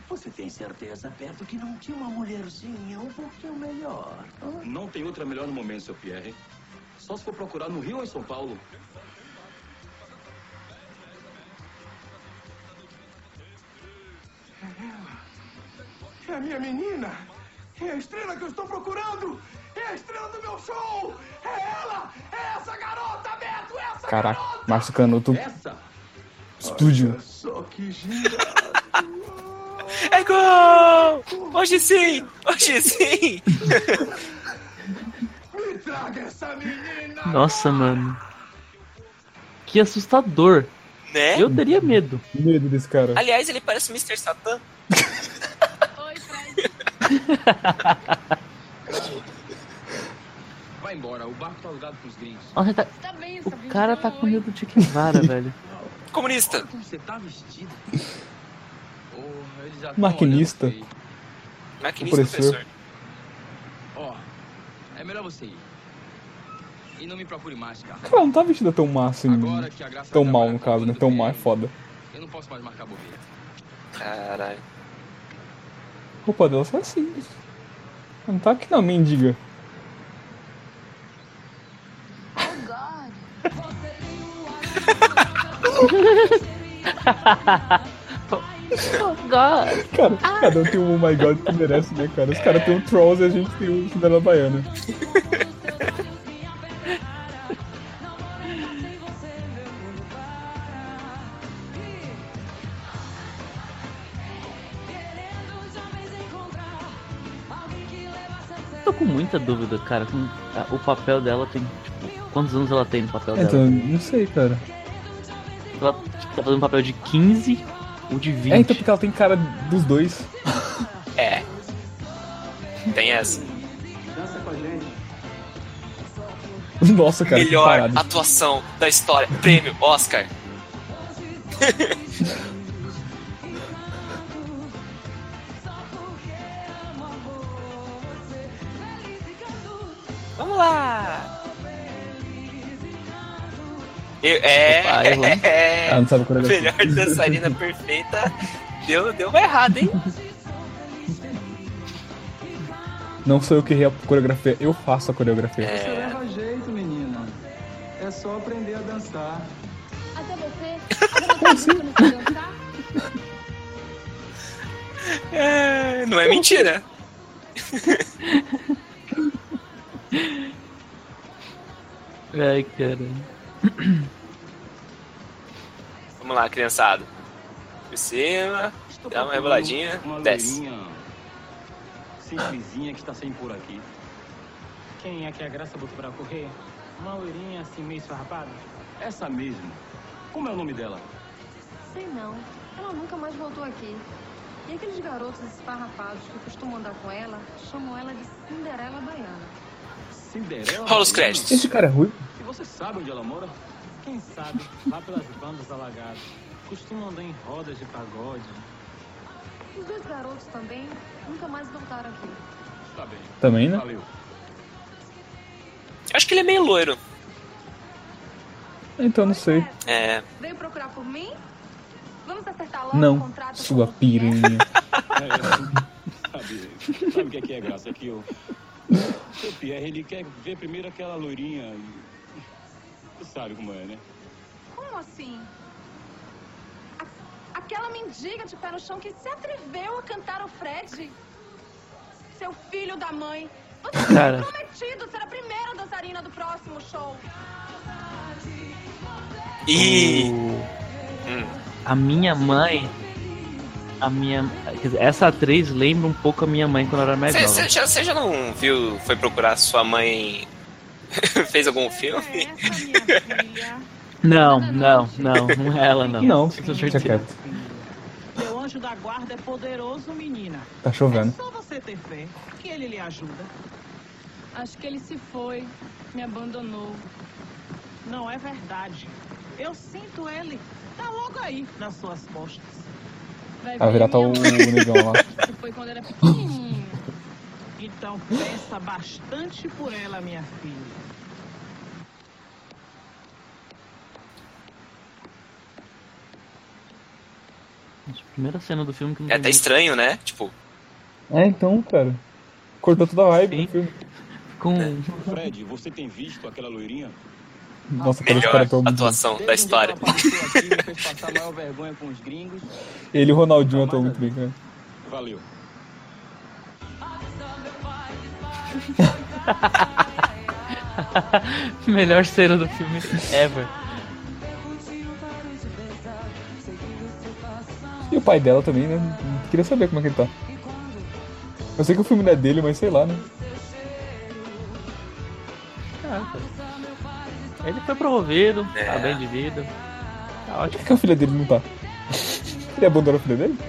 [SPEAKER 10] Você tem certeza, Beto, que não tinha uma mulherzinha um pouquinho melhor? hã?
[SPEAKER 4] Não tem outra melhor no momento, seu Pierre. Só se for procurar no Rio ou em São Paulo.
[SPEAKER 9] É a minha menina! É a estrela que eu estou procurando! É a estrela do meu show! É ela! É essa garota, Beto! É Essa
[SPEAKER 3] Caraca.
[SPEAKER 9] garota!
[SPEAKER 3] Márcio Canuto
[SPEAKER 4] Essa?
[SPEAKER 3] explodiu.
[SPEAKER 9] Só que gira!
[SPEAKER 2] É gol! Hoje sim! Hoje sim!
[SPEAKER 9] Me traga essa menina!
[SPEAKER 1] Nossa, mano. Que assustador.
[SPEAKER 2] né?
[SPEAKER 1] Eu teria medo.
[SPEAKER 3] Medo desse cara.
[SPEAKER 2] Aliás, ele parece o Mr. Satan.
[SPEAKER 7] Oi, Fred.
[SPEAKER 4] Vai embora, o barco tá alugado pros gringos.
[SPEAKER 3] Ah.
[SPEAKER 1] Olha, tá-
[SPEAKER 7] Tá bem,
[SPEAKER 1] O
[SPEAKER 7] sabia?
[SPEAKER 1] cara tá com medo de Guevara, velho.
[SPEAKER 2] Comunista.
[SPEAKER 4] Olha como você tá vestido. Oh, eles já tão
[SPEAKER 3] Maquinista.
[SPEAKER 4] olhando feio.
[SPEAKER 2] Maquinista,
[SPEAKER 3] Opressor.
[SPEAKER 2] professor.
[SPEAKER 4] Ó, é melhor você ir. E não me procure mais, cara.
[SPEAKER 3] Cara, não tá vestida tão má assim.
[SPEAKER 4] Agora que a graça
[SPEAKER 3] Tão
[SPEAKER 4] trabalha
[SPEAKER 3] mal, no
[SPEAKER 4] com
[SPEAKER 3] caso, né?
[SPEAKER 4] tudo
[SPEAKER 3] Tão
[SPEAKER 4] bem,
[SPEAKER 3] mal é foda.
[SPEAKER 4] Eu não posso mais marcar bobeira.
[SPEAKER 2] Caralho.
[SPEAKER 3] A roupa dela foi assim. Não tá aqui na mendiga.
[SPEAKER 11] Oh, God.
[SPEAKER 3] Cara, cada um tem um Oh My God que merece, né, cara?
[SPEAKER 2] É.
[SPEAKER 3] Os caras têm um Trolls e a gente tem um Cinderela Baiana.
[SPEAKER 1] Tô com muita dúvida, cara. com- a- O papel dela tem. Tipo, quantos anos ela tem no papel dela?
[SPEAKER 3] Então, não sei, cara.
[SPEAKER 1] Ela tipo, tá fazendo um papel de 15 ou de 20.
[SPEAKER 3] É, então porque ela tem cara dos dois.
[SPEAKER 2] É. Tem essa.
[SPEAKER 3] Nossa, cara, que
[SPEAKER 2] Melhor
[SPEAKER 3] parada.
[SPEAKER 2] atuação da história. Prêmio Oscar. Vamos lá! Eu- é,
[SPEAKER 1] Opa, errou, hein?
[SPEAKER 2] é.
[SPEAKER 1] Ah, não sabe a coreografia.
[SPEAKER 2] Melhor dançarina perfeita. Deu, deu uma errada, hein?
[SPEAKER 3] Não sou eu que errei a coreografia, eu faço a coreografia.
[SPEAKER 12] Você
[SPEAKER 2] É,
[SPEAKER 12] leva jeito, menina. É só aprender a dançar.
[SPEAKER 13] Até você.
[SPEAKER 7] tá?
[SPEAKER 2] É, não é mentira.
[SPEAKER 1] Ai, cara.
[SPEAKER 2] Vamos lá, criançada. Por cima, dá uma reboladinha,
[SPEAKER 4] Uma
[SPEAKER 2] desce.
[SPEAKER 4] loirinha simplesinha que está sem por aqui.
[SPEAKER 5] Quem é que a graça botou pra correr? Uma loirinha assim meio esfarrapada?
[SPEAKER 4] Essa mesmo. Como é o nome dela?
[SPEAKER 7] Sei não. Ela nunca mais voltou aqui. E aqueles garotos esfarrapados que costumam andar com ela chamam ela de Cinderela Baiana.
[SPEAKER 4] Cinderela.
[SPEAKER 2] Rola os
[SPEAKER 4] Baiana?
[SPEAKER 2] créditos.
[SPEAKER 3] Esse cara é ruim?
[SPEAKER 4] Se você sabe onde ela mora,
[SPEAKER 5] Quem sabe, lá pelas bandas alagadas, costumam andar em rodas de pagode.
[SPEAKER 7] Os dois garotos também nunca mais voltaram aqui.
[SPEAKER 4] está Tá bem.
[SPEAKER 3] Também, né?
[SPEAKER 4] Valeu.
[SPEAKER 2] Acho que ele é meio loiro.
[SPEAKER 3] Então, não sei.
[SPEAKER 2] É.
[SPEAKER 7] Veio procurar por mim? Vamos acertar logo o
[SPEAKER 3] Não,
[SPEAKER 7] contrato.
[SPEAKER 3] sua piranha.
[SPEAKER 4] É, Sabe, sabe o que é, que é graça? É que o seu Pierre, ele quer ver primeiro aquela loirinha. e- Sabe como é, né?
[SPEAKER 7] Como assim? A- aquela mendiga de pé no chão que se atreveu a cantar o Fred? Seu filho da mãe. Você
[SPEAKER 1] Cara.
[SPEAKER 7] Cara. prometido ser a primeira dançarina do próximo show.
[SPEAKER 2] Ih!
[SPEAKER 1] A minha mãe. A minha. quer dizer, Essa atriz lembra um pouco a minha mãe quando ela era mais nova.
[SPEAKER 2] Você já, cê já não viu, foi procurar sua mãe, fez algum
[SPEAKER 7] É,
[SPEAKER 2] filme?
[SPEAKER 1] Não, não, não, não é ela não.
[SPEAKER 3] Não,
[SPEAKER 1] Com
[SPEAKER 3] fica
[SPEAKER 1] certeza.
[SPEAKER 3] quieto.
[SPEAKER 5] Meu anjo da guarda é poderoso, menina. É
[SPEAKER 3] Tá chovendo.
[SPEAKER 5] Só você ter fé, que ele lhe ajuda.
[SPEAKER 14] Acho que ele se foi, me abandonou.
[SPEAKER 5] Não é verdade. Eu sinto ele. Tá logo aí nas suas costas.
[SPEAKER 14] Vai
[SPEAKER 3] Vai virar
[SPEAKER 14] ver,
[SPEAKER 3] tal um- o
[SPEAKER 14] minha mãe.
[SPEAKER 3] negão lá.
[SPEAKER 14] Isso foi quando era pequenininho.
[SPEAKER 5] Então peça bastante por ela, minha filha.
[SPEAKER 1] Primeira cena do filme que não
[SPEAKER 2] É
[SPEAKER 1] tem
[SPEAKER 2] até
[SPEAKER 1] muito-
[SPEAKER 2] estranho, né? Tipo,
[SPEAKER 3] É, então, cara. Cortou toda a vibe do filme.
[SPEAKER 1] com
[SPEAKER 2] né?
[SPEAKER 4] Fred, você tem visto aquela loirinha?
[SPEAKER 3] Nossa, cara, os
[SPEAKER 2] melhor
[SPEAKER 3] caras tão...
[SPEAKER 2] atuação da história.
[SPEAKER 4] Aqui me fez passar a maior vergonha com os gringos.
[SPEAKER 3] Ele e o Ronaldinho atuam muito bem, cara.
[SPEAKER 4] Valeu.
[SPEAKER 1] Melhor cena do filme ever.
[SPEAKER 3] E o pai dela também, né? Queria saber como é que ele tá. Eu sei que o filme não é dele, mas sei lá, né?
[SPEAKER 1] Caraca. Ele foi promovido, tá
[SPEAKER 2] É.
[SPEAKER 1] bem de vida. Tá
[SPEAKER 3] Por
[SPEAKER 1] ótimo.
[SPEAKER 3] que, que a filha dele não tá? Ele abandonou a filha dele?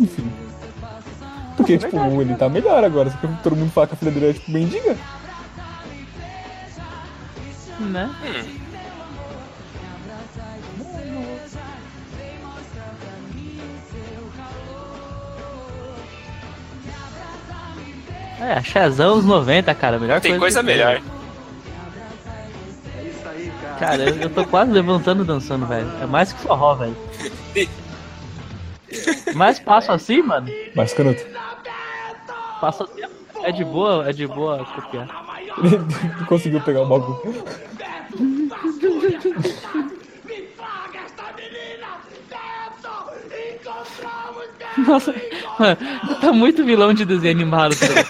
[SPEAKER 3] Enfim. Porque, tipo, ele tá melhor agora, só que todo mundo fala que a filha dele é, tipo, mendiga.
[SPEAKER 1] Né?
[SPEAKER 2] Hum,
[SPEAKER 1] É, Shazam anos 90, cara. Melhor
[SPEAKER 2] Tem coisa
[SPEAKER 1] que
[SPEAKER 2] melhor.
[SPEAKER 1] Cara, eu, eu tô quase levantando e dançando, velho. É mais que forró, velho. Mas passo assim, mano.
[SPEAKER 3] Mas, caroto,
[SPEAKER 1] Passo assim. É de boa, é de boa copiar.
[SPEAKER 3] Ele conseguiu pegar o bagulho.
[SPEAKER 1] Nossa, mano, tá muito vilão de desenho animado. cara.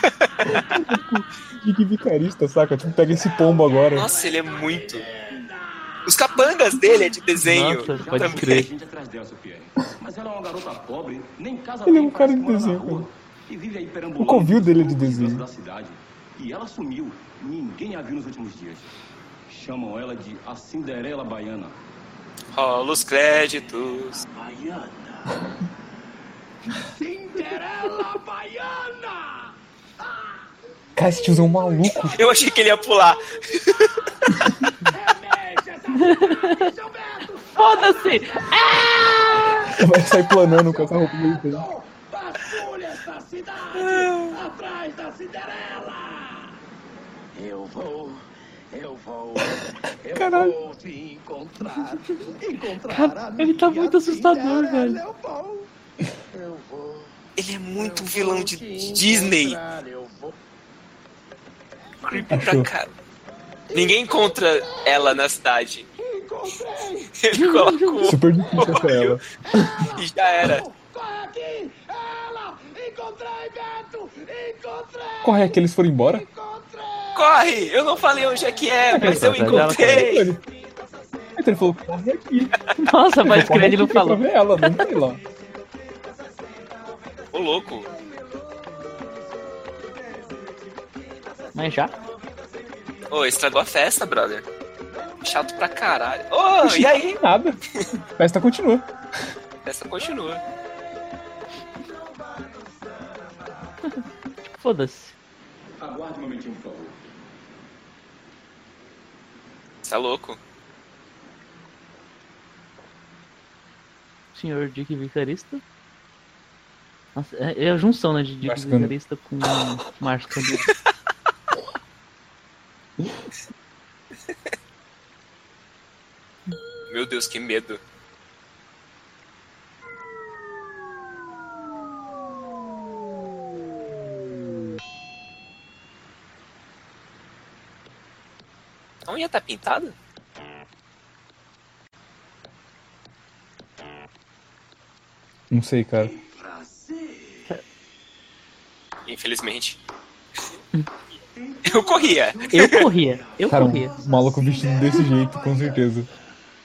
[SPEAKER 3] Que vicarista, saca? Tipo, pega esse pombo agora.
[SPEAKER 2] Nossa, ele é muito. Os capangas dele é de desenho.
[SPEAKER 1] Nossa,
[SPEAKER 4] Tem
[SPEAKER 1] pode
[SPEAKER 4] muita
[SPEAKER 1] crer.
[SPEAKER 4] gente atrás dela, seu Pierre. Mas ela é uma garota pobre, nem casa
[SPEAKER 3] Ele é
[SPEAKER 4] tem,
[SPEAKER 3] um cara de
[SPEAKER 4] parece que mora
[SPEAKER 3] desenho,
[SPEAKER 4] na
[SPEAKER 3] cara.
[SPEAKER 4] rua E vive aí
[SPEAKER 3] O
[SPEAKER 4] perambulando
[SPEAKER 3] covil dele é de
[SPEAKER 4] pelas ruas
[SPEAKER 3] desenho.
[SPEAKER 4] da cidade. E ela sumiu. Ninguém a viu nos últimos dias. Chamam ela de a Cinderela Baiana.
[SPEAKER 2] Rola os créditos.
[SPEAKER 4] Baiana.
[SPEAKER 3] Cara, esse tiozão é um maluco.
[SPEAKER 2] Eu achei que ele ia pular.
[SPEAKER 1] Foda-se!
[SPEAKER 3] Vai sair planando com essa roupa tá meio bem.
[SPEAKER 9] Atrás da Cinderela! Eu vou, eu vou, eu
[SPEAKER 1] Caralho.
[SPEAKER 9] vou te encontrar. Encontrar
[SPEAKER 1] Cara,
[SPEAKER 9] a
[SPEAKER 1] ele tá
[SPEAKER 9] minha
[SPEAKER 1] muito assustador,
[SPEAKER 9] Cinderela,
[SPEAKER 1] velho.
[SPEAKER 9] Eu vou, eu vou.
[SPEAKER 2] Ele é muito vilão de, de
[SPEAKER 9] te
[SPEAKER 2] Disney.
[SPEAKER 9] encontrar, Eu vou.
[SPEAKER 2] Creepy pra cara. Ninguém encontra ela na cidade.
[SPEAKER 9] Encontrei!
[SPEAKER 2] Ele coloca o
[SPEAKER 3] Super difícil achar ela.
[SPEAKER 2] e já era.
[SPEAKER 9] Corre aqui! Ela! Encontrei, Beto! Encontrei!
[SPEAKER 3] Corre aqui, eles foram embora?
[SPEAKER 2] Corre! Eu não falei onde é que é, mas eu
[SPEAKER 1] Tá atrás dela,
[SPEAKER 2] encontrei.
[SPEAKER 3] Ele, Então, ele falou, corre aqui.
[SPEAKER 1] Nossa, pode
[SPEAKER 3] Corre
[SPEAKER 1] crer, ele
[SPEAKER 3] aqui
[SPEAKER 1] não
[SPEAKER 3] pra
[SPEAKER 1] falou.
[SPEAKER 3] ver ela, não sei lá.
[SPEAKER 2] Ô louco.
[SPEAKER 1] Mas já?
[SPEAKER 2] Ô, estragou a festa, brother. Chato pra caralho. Ô,
[SPEAKER 1] Ah,
[SPEAKER 2] e aí?
[SPEAKER 3] Nada. Festa continua.
[SPEAKER 2] A festa continua.
[SPEAKER 1] Foda-se.
[SPEAKER 4] Aguarde um momentinho, por favor.
[SPEAKER 2] Você tá louco?
[SPEAKER 1] Senhor Dick Vicarista. Nossa, é é a junção, né, de Dick
[SPEAKER 3] Márcio Canuto.
[SPEAKER 1] Vicarista com Márcio Canuto.
[SPEAKER 2] Meu Deus, que medo. A unha tá pintada?
[SPEAKER 3] Não sei, cara.
[SPEAKER 2] Infelizmente.
[SPEAKER 1] Hum.
[SPEAKER 2] Eu corria.
[SPEAKER 1] Eu corria, eu
[SPEAKER 3] Cara,
[SPEAKER 1] corria.
[SPEAKER 3] um maluco vestido desse jeito, com certeza.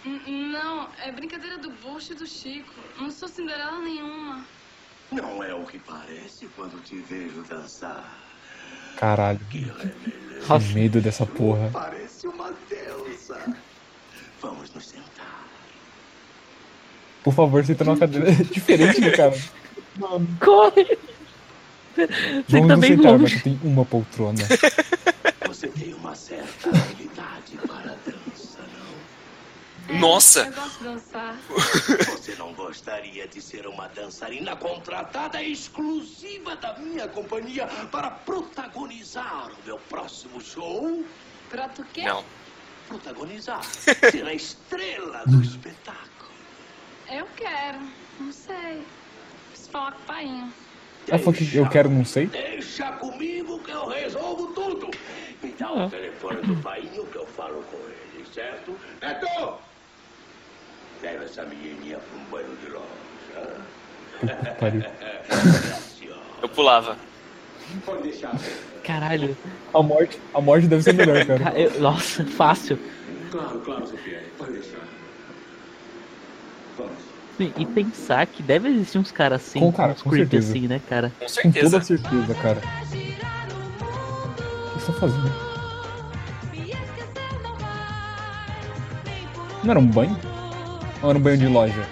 [SPEAKER 7] N- Não, é brincadeira do Bush e do Chico. Não sou Cinderela nenhuma.
[SPEAKER 9] Não é o que parece quando te vejo dançar.
[SPEAKER 3] Caralho. Que medo dessa porra.
[SPEAKER 9] Parece uma deusa. Vamos nos sentar.
[SPEAKER 3] Por favor, senta numa cadeira diferente do cara.
[SPEAKER 1] Corre! Você
[SPEAKER 3] Vamos
[SPEAKER 1] tá
[SPEAKER 3] nos
[SPEAKER 1] bem
[SPEAKER 3] sentar,
[SPEAKER 1] longe.
[SPEAKER 3] mas tem uma poltrona.
[SPEAKER 9] Você tem uma certa habilidade para a dança, não?
[SPEAKER 2] Nossa!
[SPEAKER 7] É, Eu gosto de dançar.
[SPEAKER 9] Você não gostaria de ser uma dançarina contratada exclusiva da minha companhia para protagonizar o meu próximo show?
[SPEAKER 7] Prato o quê?
[SPEAKER 2] Não.
[SPEAKER 9] Protagonizar. Ser a estrela do espetáculo.
[SPEAKER 7] Eu quero. Não sei. Preciso falar com o painho.
[SPEAKER 3] Ela falou Ah, que eu quero, não sei.
[SPEAKER 9] Deixa comigo que eu resolvo tudo. Me dá o
[SPEAKER 1] Ah.
[SPEAKER 9] telefone do painho que eu falo com ele, certo? Beto! Leva essa menininha pra um banho de loja.
[SPEAKER 3] Puta que pariu.
[SPEAKER 2] Eu pulava.
[SPEAKER 4] Pode deixar.
[SPEAKER 1] Caralho.
[SPEAKER 3] A morte, a morte deve ser melhor, cara.
[SPEAKER 1] Ca- eu- Nossa, fácil.
[SPEAKER 4] Claro, claro, seu Pierre. Pode deixar. Vamos.
[SPEAKER 1] Sim, E pensar que deve existir uns caras assim,
[SPEAKER 3] Com, cara,
[SPEAKER 1] uns
[SPEAKER 3] com
[SPEAKER 1] creepy
[SPEAKER 3] certeza.
[SPEAKER 1] assim, né, cara?
[SPEAKER 2] Com
[SPEAKER 3] Com toda
[SPEAKER 2] certeza.
[SPEAKER 3] certeza, cara. O que você tá fazendo? Não era um banho? Ou era um banho de loja?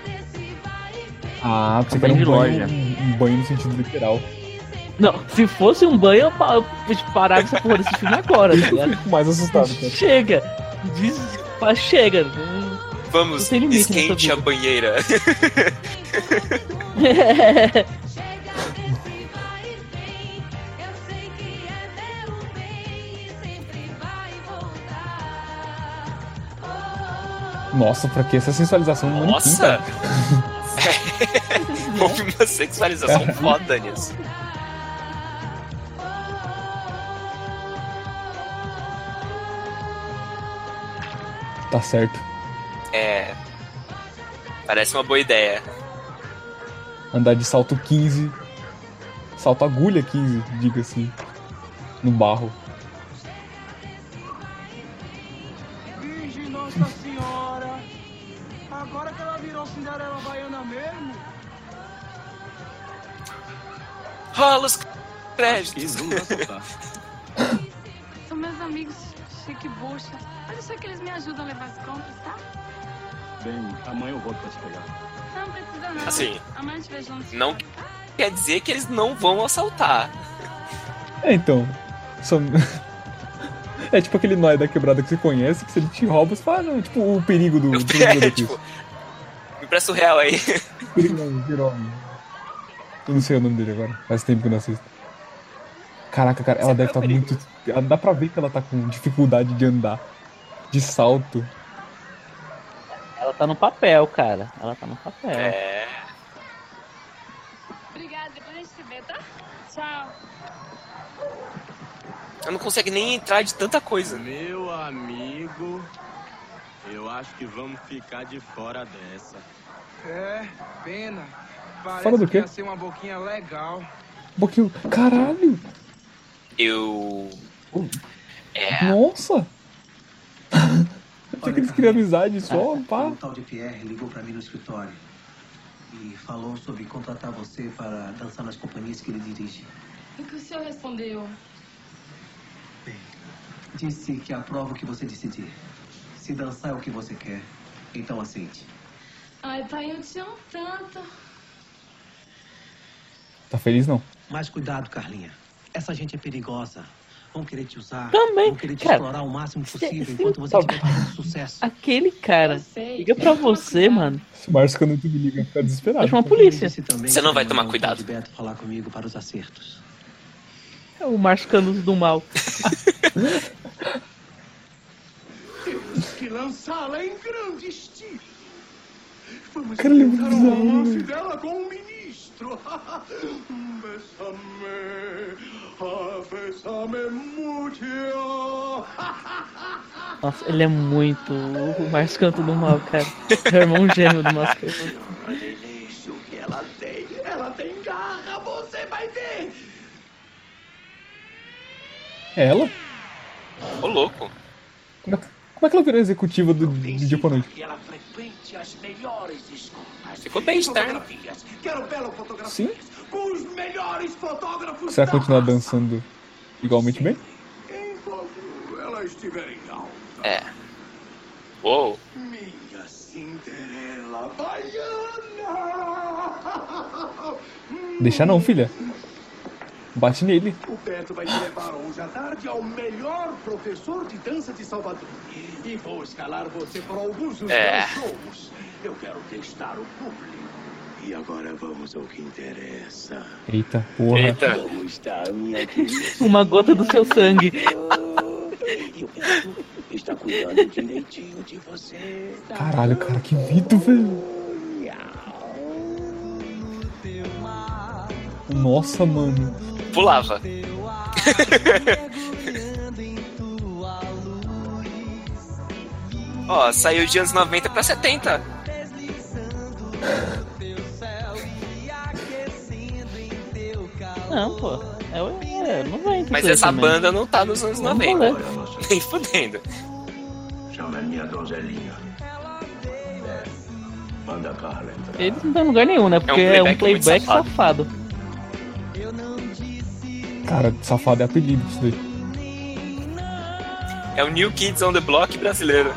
[SPEAKER 3] Ah, você
[SPEAKER 1] Um
[SPEAKER 3] quer um
[SPEAKER 1] banho
[SPEAKER 3] banho,
[SPEAKER 1] de loja.
[SPEAKER 3] um banho no sentido literal.
[SPEAKER 1] Não, se fosse um banho, eu pa- eu parava essa porra desse filme agora, tá ligado?
[SPEAKER 3] Fico mais assustado, cara.
[SPEAKER 1] Chega! Diz, pá, chega! Hum.
[SPEAKER 2] Vamos,
[SPEAKER 1] Não tem limite nessa
[SPEAKER 2] esquente
[SPEAKER 1] vida.
[SPEAKER 2] a banheira.
[SPEAKER 3] Nossa, pra que essa sensualização no manequim,
[SPEAKER 2] Nossa!
[SPEAKER 3] cara?
[SPEAKER 2] Houve uma sexualização foda nisso.
[SPEAKER 3] Tá certo.
[SPEAKER 2] É. Parece uma boa ideia.
[SPEAKER 3] Andar de salto 15. Salto agulha 15, diga-se. No barro.
[SPEAKER 4] Virgem Nossa Senhora! Agora que ela virou Cinderela Baiana mesmo?
[SPEAKER 2] Rola os créditos.
[SPEAKER 7] São meus amigos chique bucha. Pode ser que eles me ajudam a levar as compras, tá?
[SPEAKER 15] Bem, amanhã eu volto pra te pegar.
[SPEAKER 7] Não precisa não.
[SPEAKER 2] Assim,
[SPEAKER 7] Amanhã te vejo juntos.
[SPEAKER 2] Não quer dizer que eles não vão assaltar.
[SPEAKER 3] É, então. só- É tipo aquele nóia da quebrada que você conhece, que se ele te rouba, você fala, ah, não, tipo, o perigo do. do
[SPEAKER 2] É, tipo, me presta o real aí.
[SPEAKER 3] perigo não, virou. Eu não sei o nome dele agora. Faz tempo que eu não assisto. Caraca, cara,
[SPEAKER 2] é
[SPEAKER 3] ela deve estar muito. ela- Dá pra ver que ela tá com dificuldade de andar. De salto. Um
[SPEAKER 1] Ela tá no papel, cara. Ela tá no papel.
[SPEAKER 2] É.
[SPEAKER 7] Obrigada, depois a gente se vê, tá? Tchau.
[SPEAKER 2] Eu não consigo nem entrar de tanta coisa.
[SPEAKER 16] Meu amigo, eu acho que vamos ficar de fora dessa.
[SPEAKER 4] É, pena. Parece
[SPEAKER 3] Fala do
[SPEAKER 4] que
[SPEAKER 3] quê?
[SPEAKER 4] ia ser uma boquinha legal.
[SPEAKER 3] Porque eu. Caralho!
[SPEAKER 2] Eu. É.
[SPEAKER 3] Nossa! Achei que eles criam amizade só,
[SPEAKER 2] tá
[SPEAKER 3] pá.
[SPEAKER 9] O Um tal de Pierre ligou pra mim no escritório e falou sobre contratar você para dançar nas companhias que ele dirige.
[SPEAKER 7] E o que o senhor respondeu?
[SPEAKER 9] Disse que aprova o que você decidir. Se dançar é o que você quer, então aceite.
[SPEAKER 7] Ai, pai, eu te amo tanto.
[SPEAKER 3] Tá feliz não?
[SPEAKER 9] Mas cuidado, Carlinha. Essa gente é perigosa. Vão querer te usar.
[SPEAKER 1] Também,
[SPEAKER 9] Vão querer te
[SPEAKER 1] cara.
[SPEAKER 9] explorar o máximo possível
[SPEAKER 1] sim,
[SPEAKER 9] enquanto você
[SPEAKER 1] tá-
[SPEAKER 9] estiver fazendo sucesso.
[SPEAKER 1] Aquele cara. Liga pra você, mano.
[SPEAKER 3] O Márcio, quando tu me liga, fica desesperado.
[SPEAKER 9] então
[SPEAKER 1] Chama a polícia.
[SPEAKER 2] Você não vai tomar cuidado.
[SPEAKER 9] Beto falar comigo para os acertos.
[SPEAKER 1] É o Márcio Canudos do mal.
[SPEAKER 4] Temos que lançá-la em grande estilo. Vamos
[SPEAKER 3] Cara, ele é muito
[SPEAKER 4] tentar o
[SPEAKER 3] bizarro,
[SPEAKER 4] romance
[SPEAKER 3] velho.
[SPEAKER 4] dela com o um ministro. Bésame, ah, bésame mucho.
[SPEAKER 1] Nossa, ele é muito o Márcio Canto do mal, cara. É o irmão gêmeo do Márcio Canto.
[SPEAKER 4] Olha isso que ela tem. Ela tem garra, você vai ver.
[SPEAKER 3] É ela?
[SPEAKER 2] Ô, louco.
[SPEAKER 3] Como é, que- como é que ela virou executiva do, do dia pra noite?
[SPEAKER 4] Que ela frequente as melhores escolas.
[SPEAKER 2] Ficou bem externo.
[SPEAKER 4] Fotografias. Quero belo fotografias.
[SPEAKER 3] Sim?
[SPEAKER 4] Com os melhores fotógrafos.
[SPEAKER 3] Será
[SPEAKER 4] da
[SPEAKER 3] que continuar dançando igualmente bem?
[SPEAKER 4] Enquanto ela estiver em alta,
[SPEAKER 2] É. Uou.
[SPEAKER 4] minha Cinderela baiana.
[SPEAKER 3] Deixa não, filha. Bate nele.
[SPEAKER 4] O Beto vai te levar hoje à tarde ao melhor professor de dança de Salvador. E vou escalar você por alguns dos
[SPEAKER 2] É.
[SPEAKER 4] meus shows. Eu quero testar o público. E agora vamos ao que interessa.
[SPEAKER 3] Eita, porra.
[SPEAKER 4] Como está a minha querida?
[SPEAKER 1] Uma gota do seu sangue.
[SPEAKER 4] E o Beto está cuidando direitinho de você.
[SPEAKER 3] Caralho, cara, que mito, velho. Nossa, mano.
[SPEAKER 2] Pulava. Ó, saiu de anos 90 pra 70.
[SPEAKER 1] Não, pô. É, o- é 90.
[SPEAKER 2] Mas
[SPEAKER 1] isso aí
[SPEAKER 2] essa
[SPEAKER 1] também.
[SPEAKER 2] banda não tá nos anos
[SPEAKER 1] Não é
[SPEAKER 2] 90.
[SPEAKER 1] rolê.
[SPEAKER 2] Nem fudendo.
[SPEAKER 4] Chama minha donzelinha. Manda a Carla entrar.
[SPEAKER 1] Eles não estão em lugar nenhum, né? Porque é um playback,
[SPEAKER 3] playback muito
[SPEAKER 1] safado.
[SPEAKER 3] Cara, safado é apelido isso daí.
[SPEAKER 2] É o New Kids on the Block brasileiro.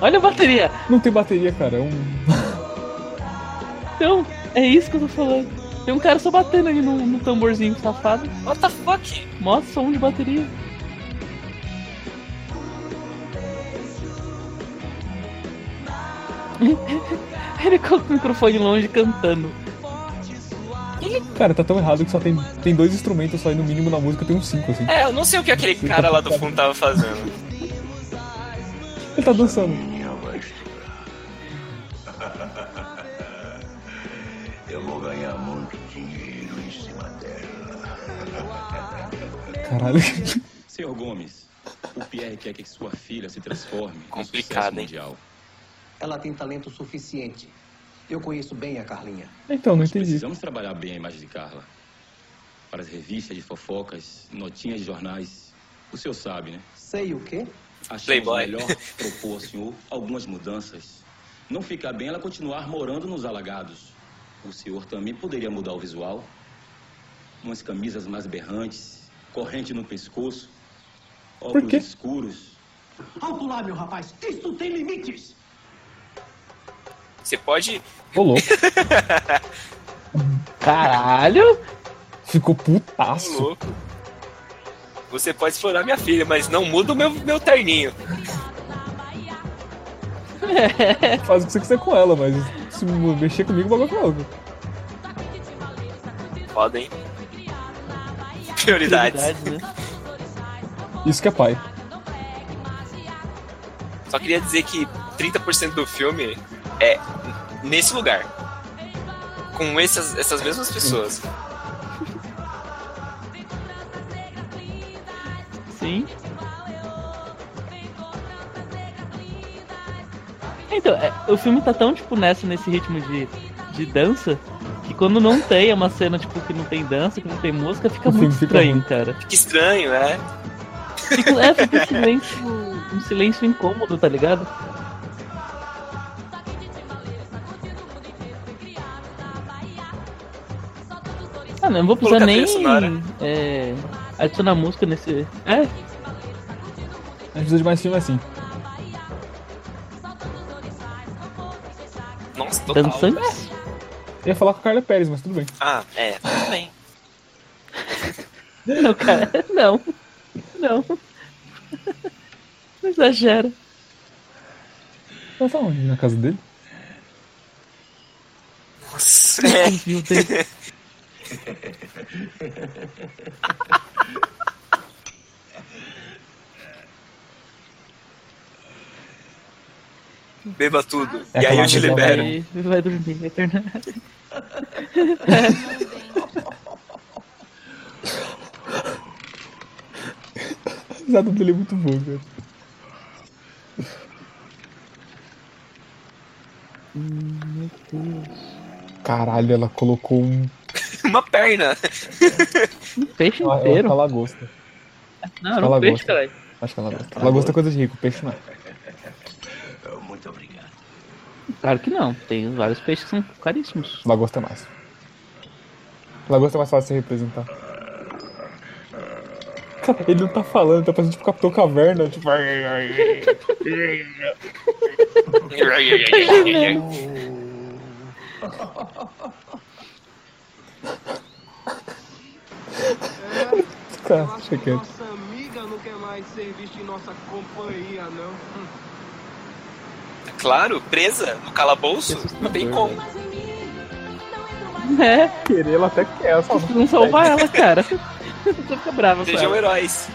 [SPEAKER 1] Olha a bateria.
[SPEAKER 3] Não tem bateria, cara. É um.
[SPEAKER 1] Então, é isso que eu tô falando. Tem um cara só batendo ali no, no tamborzinho safado.
[SPEAKER 2] What the fuck?
[SPEAKER 1] Mó som de bateria. Ele coloca o microfone longe cantando.
[SPEAKER 3] Cara, tá tão errado que só tem, tem dois instrumentos só e no mínimo na música tem uns cinco, assim.
[SPEAKER 2] É, eu não sei o que aquele cara lá do fundo tava fazendo.
[SPEAKER 3] Ele tá dançando.
[SPEAKER 4] Eu vou ganhar muito dinheiro em cima dela.
[SPEAKER 3] Caralho.
[SPEAKER 15] Senhor Gomes,
[SPEAKER 4] O Pierre quer que sua filha se transforme em sucesso
[SPEAKER 2] Complicado, hein?
[SPEAKER 4] mundial.
[SPEAKER 17] Ela tem talento suficiente. Eu conheço bem a Carlinha.
[SPEAKER 3] Então, não
[SPEAKER 4] Nós
[SPEAKER 3] entendi.
[SPEAKER 4] precisamos trabalhar bem a imagem de Carla. Para as revistas de fofocas, notinhas de jornais. O senhor sabe, né?
[SPEAKER 17] Sei o quê?
[SPEAKER 4] Achamos
[SPEAKER 2] Playboy.
[SPEAKER 4] melhor propor ao senhor algumas mudanças. Não fica bem ela continuar morando nos alagados. O senhor também poderia mudar o visual. Umas camisas mais berrantes, corrente no pescoço, óculos
[SPEAKER 3] quê?
[SPEAKER 4] escuros.
[SPEAKER 10] Alto lá, meu rapaz. Isso tem limites.
[SPEAKER 2] Você pode.
[SPEAKER 3] Ô, louco.
[SPEAKER 1] Caralho!
[SPEAKER 3] Ficou
[SPEAKER 2] Ô,
[SPEAKER 3] putaço.
[SPEAKER 2] louco. Você pode explorar minha filha, mas não muda o meu, meu terninho.
[SPEAKER 3] Faz o que você quiser com ela, mas se mexer comigo, bagulho é com ela.
[SPEAKER 2] Foda, hein? Prioridades.
[SPEAKER 1] né?
[SPEAKER 3] Isso que é pai.
[SPEAKER 2] Só queria dizer que 30% do filme é nesse lugar. Com essas, essas mesmas pessoas.
[SPEAKER 1] Sim. Então, é, o filme tá tão, tipo, nessa, nesse ritmo de, de dança, que quando não tem, é uma cena, tipo, que não tem dança, que não tem música, fica
[SPEAKER 3] O filme
[SPEAKER 1] muito
[SPEAKER 3] fica
[SPEAKER 1] estranho,
[SPEAKER 3] ruim.
[SPEAKER 1] cara.
[SPEAKER 2] Que estranho, é?
[SPEAKER 1] Fica, é, fica um silêncio, um silêncio incômodo, tá ligado? Ah, não, eu não vou precisar
[SPEAKER 2] Colocar
[SPEAKER 1] nem
[SPEAKER 2] trilha sonora.
[SPEAKER 1] é, adicionar música nesse... É,
[SPEAKER 3] A gente precisa de mais filme assim.
[SPEAKER 2] Nossa, total.
[SPEAKER 1] dançantes?
[SPEAKER 3] Eu ia falar com a Carla Pérez, mas tudo bem.
[SPEAKER 2] Ah, é, tudo bem. É.
[SPEAKER 1] Não, cara, não. Não. Não exagera.
[SPEAKER 3] Ela tá onde? Na casa dele?
[SPEAKER 2] Nossa.
[SPEAKER 1] Meu Deus.
[SPEAKER 2] Beba tudo.
[SPEAKER 3] É
[SPEAKER 2] e aí eu
[SPEAKER 3] aquela
[SPEAKER 2] te
[SPEAKER 3] que já
[SPEAKER 2] libero.
[SPEAKER 1] Vai, vai dormir, vai tornar.
[SPEAKER 3] A risada dele é muito boa, cara. Caralho, ela colocou um.
[SPEAKER 2] Uma perna.
[SPEAKER 1] Um peixe
[SPEAKER 3] Ela, ela
[SPEAKER 1] inteiro.
[SPEAKER 3] tá lagosta.
[SPEAKER 1] Não, era
[SPEAKER 3] ela
[SPEAKER 1] um peixe,
[SPEAKER 3] gosta.
[SPEAKER 1] caralho.
[SPEAKER 3] Acho que é lagosta. Lagosta é coisa de rico, peixe não. é.
[SPEAKER 17] Muito obrigado.
[SPEAKER 1] Claro que não. Tem vários peixes que são caríssimos.
[SPEAKER 3] Lagosta é mais. Lagosta é mais fácil de se representar. Cara, ele não tá falando, tá parecendo tipo Capitão Caverna. Tipo.
[SPEAKER 9] Eu
[SPEAKER 3] Cara,
[SPEAKER 9] acho que
[SPEAKER 3] chequei.
[SPEAKER 9] nossa amiga não quer mais ser vista em nossa companhia, não.
[SPEAKER 2] Claro, presa no calabouço, não tem como.
[SPEAKER 1] É,
[SPEAKER 3] Querer, ela até quer, só
[SPEAKER 1] vocês não salvar ela, cara. Você fica brava com
[SPEAKER 2] Sejam
[SPEAKER 1] ela.
[SPEAKER 2] heróis.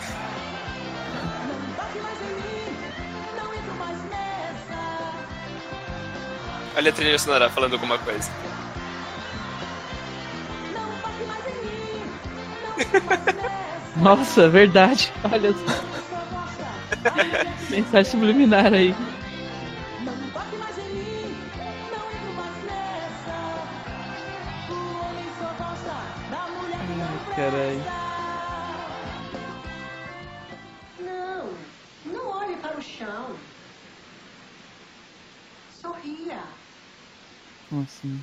[SPEAKER 2] Olha a trilha sonora falando alguma coisa.
[SPEAKER 1] Nossa, verdade. Olha só. Mensagem subliminar aí. Caralho.
[SPEAKER 18] Não, não olhe para o chão. Sorria.
[SPEAKER 1] Como assim?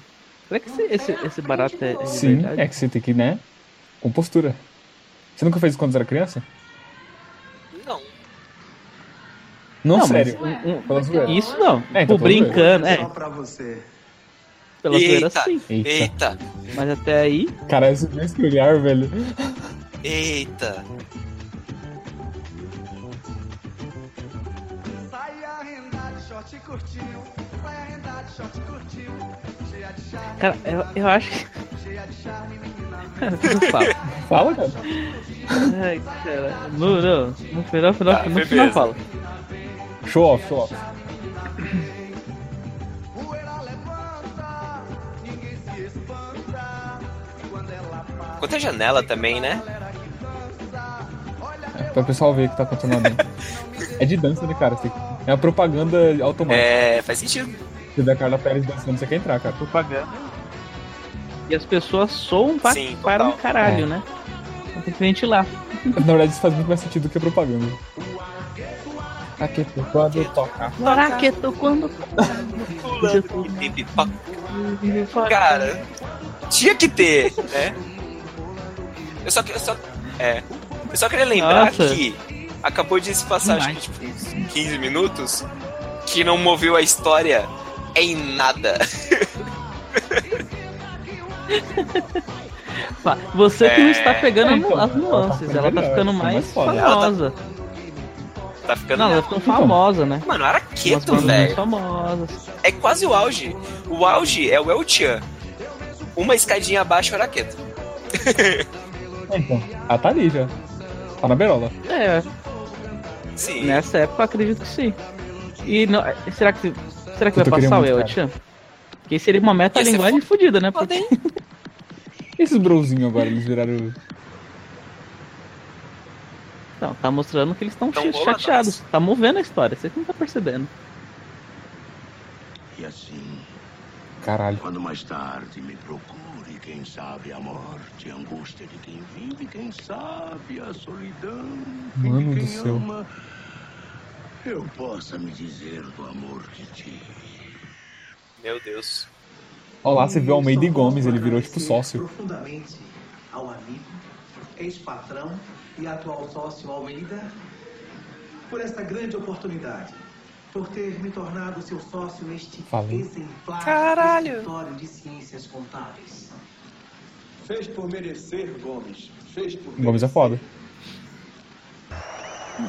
[SPEAKER 1] Será que esse, esse, esse barato é, é de
[SPEAKER 3] Sim,
[SPEAKER 1] verdade?
[SPEAKER 3] é que você tem que, né? Com postura. Você nunca fez isso quando você era criança?
[SPEAKER 2] Não.
[SPEAKER 3] Não,
[SPEAKER 1] Não,
[SPEAKER 3] sério.
[SPEAKER 1] mas um- um-
[SPEAKER 3] Pela zoeira.
[SPEAKER 1] isso não.
[SPEAKER 3] É, então
[SPEAKER 1] Tô
[SPEAKER 3] pelo
[SPEAKER 1] brincando, é.
[SPEAKER 17] Só pra você.
[SPEAKER 1] Pela zoeira
[SPEAKER 2] Eita.
[SPEAKER 1] sim.
[SPEAKER 3] Eita.
[SPEAKER 2] Eita,
[SPEAKER 1] Mas até aí,
[SPEAKER 3] Caralho, esse esse olhar, ah, velho.
[SPEAKER 2] eita.
[SPEAKER 9] Saia arrendada, short curtinho. Saia arrendada, short curtinho. Cheia de charme.
[SPEAKER 1] cara, eu, eu acho que.
[SPEAKER 9] Cheia de charme, menina.
[SPEAKER 1] Cara, que não fala.
[SPEAKER 3] Fala, cara.
[SPEAKER 1] Ai, cara. No, no, no final, final,
[SPEAKER 2] Tá,
[SPEAKER 1] no final
[SPEAKER 2] beleza.
[SPEAKER 1] fala.
[SPEAKER 3] Show off, show off.
[SPEAKER 9] Poeira levanta. Ninguém se espanta. Quando ela passa,
[SPEAKER 2] Quanto a janela também, né?
[SPEAKER 9] galera que dança. Olha, eu
[SPEAKER 3] Pra o pessoal ver o que tá acontecendo lá dentro. é de dança, né, cara? Assim, É uma propaganda automática.
[SPEAKER 2] É, faz sentido.
[SPEAKER 3] Se der Carla Pérez dançando, você quer entrar, cara.
[SPEAKER 1] Propaganda. E as pessoas soam pra,
[SPEAKER 2] Sim,
[SPEAKER 1] para um
[SPEAKER 2] total.
[SPEAKER 1] caralho, né? Tem que ventilar.
[SPEAKER 3] Na verdade, isso faz muito mais sentido do que propaganda. Aqui, quando toca.
[SPEAKER 1] Moraqueto quando.
[SPEAKER 2] Pulando e pipoca. Cara, tinha que ter, né? Eu só, que- eu só, é, eu só queria lembrar
[SPEAKER 1] Nossa.
[SPEAKER 2] que acabou de se passar, acho que, tipo, uns 15 minutos, que não moveu a história em nada.
[SPEAKER 1] Pá, Você que não
[SPEAKER 2] É.
[SPEAKER 1] está pegando
[SPEAKER 2] É, então,
[SPEAKER 1] as nuances, ela tá ficando mais
[SPEAKER 2] foda.
[SPEAKER 1] famosa.
[SPEAKER 2] Tá ficando.
[SPEAKER 1] Não, ela ficou famosa, né?
[SPEAKER 2] Mano,
[SPEAKER 1] Umas
[SPEAKER 2] Araqueto,
[SPEAKER 1] bandas muito
[SPEAKER 2] velho.
[SPEAKER 1] famosas.
[SPEAKER 2] É quase o auge. O auge é o El Chan. Uma escadinha abaixo, Araqueto.
[SPEAKER 3] Então, ela tá ali já. Tá na berola.
[SPEAKER 1] É.
[SPEAKER 2] Sim.
[SPEAKER 1] Nessa época eu acredito que sim. E não- é, será que será que
[SPEAKER 3] Puta, eu
[SPEAKER 1] vai
[SPEAKER 3] queria
[SPEAKER 1] passar o
[SPEAKER 3] muito,
[SPEAKER 1] El
[SPEAKER 3] cara.
[SPEAKER 1] Chan? Porque seria uma metalinguagem fodida, né? Porque...
[SPEAKER 3] Esses brozinhos agora, eles viraram.
[SPEAKER 1] Não, tá mostrando que eles estão
[SPEAKER 2] Tão
[SPEAKER 1] chateados. Tá movendo a história, você que não tá percebendo.
[SPEAKER 19] E assim,
[SPEAKER 3] Caralho.
[SPEAKER 19] quando mais tarde me procure, quem sabe a morte, a angústia de quem vive, quem sabe a solidão
[SPEAKER 3] Mano
[SPEAKER 19] de
[SPEAKER 3] do
[SPEAKER 19] quem
[SPEAKER 3] céu.
[SPEAKER 19] ama, eu possa me dizer do amor de ti.
[SPEAKER 2] Meu Deus.
[SPEAKER 3] Olha lá, você viu Almeida e Gomes, ele virou tipo sócio.
[SPEAKER 17] Profundamente ao amigo, ex-patrão e atual sócio Almeida, por esta grande oportunidade, por ter me tornado seu sócio neste
[SPEAKER 3] Falei.
[SPEAKER 17] exemplar escritório de ciências contábeis.
[SPEAKER 9] Fez por merecer, Gomes. Fez por
[SPEAKER 3] Gomes é foda.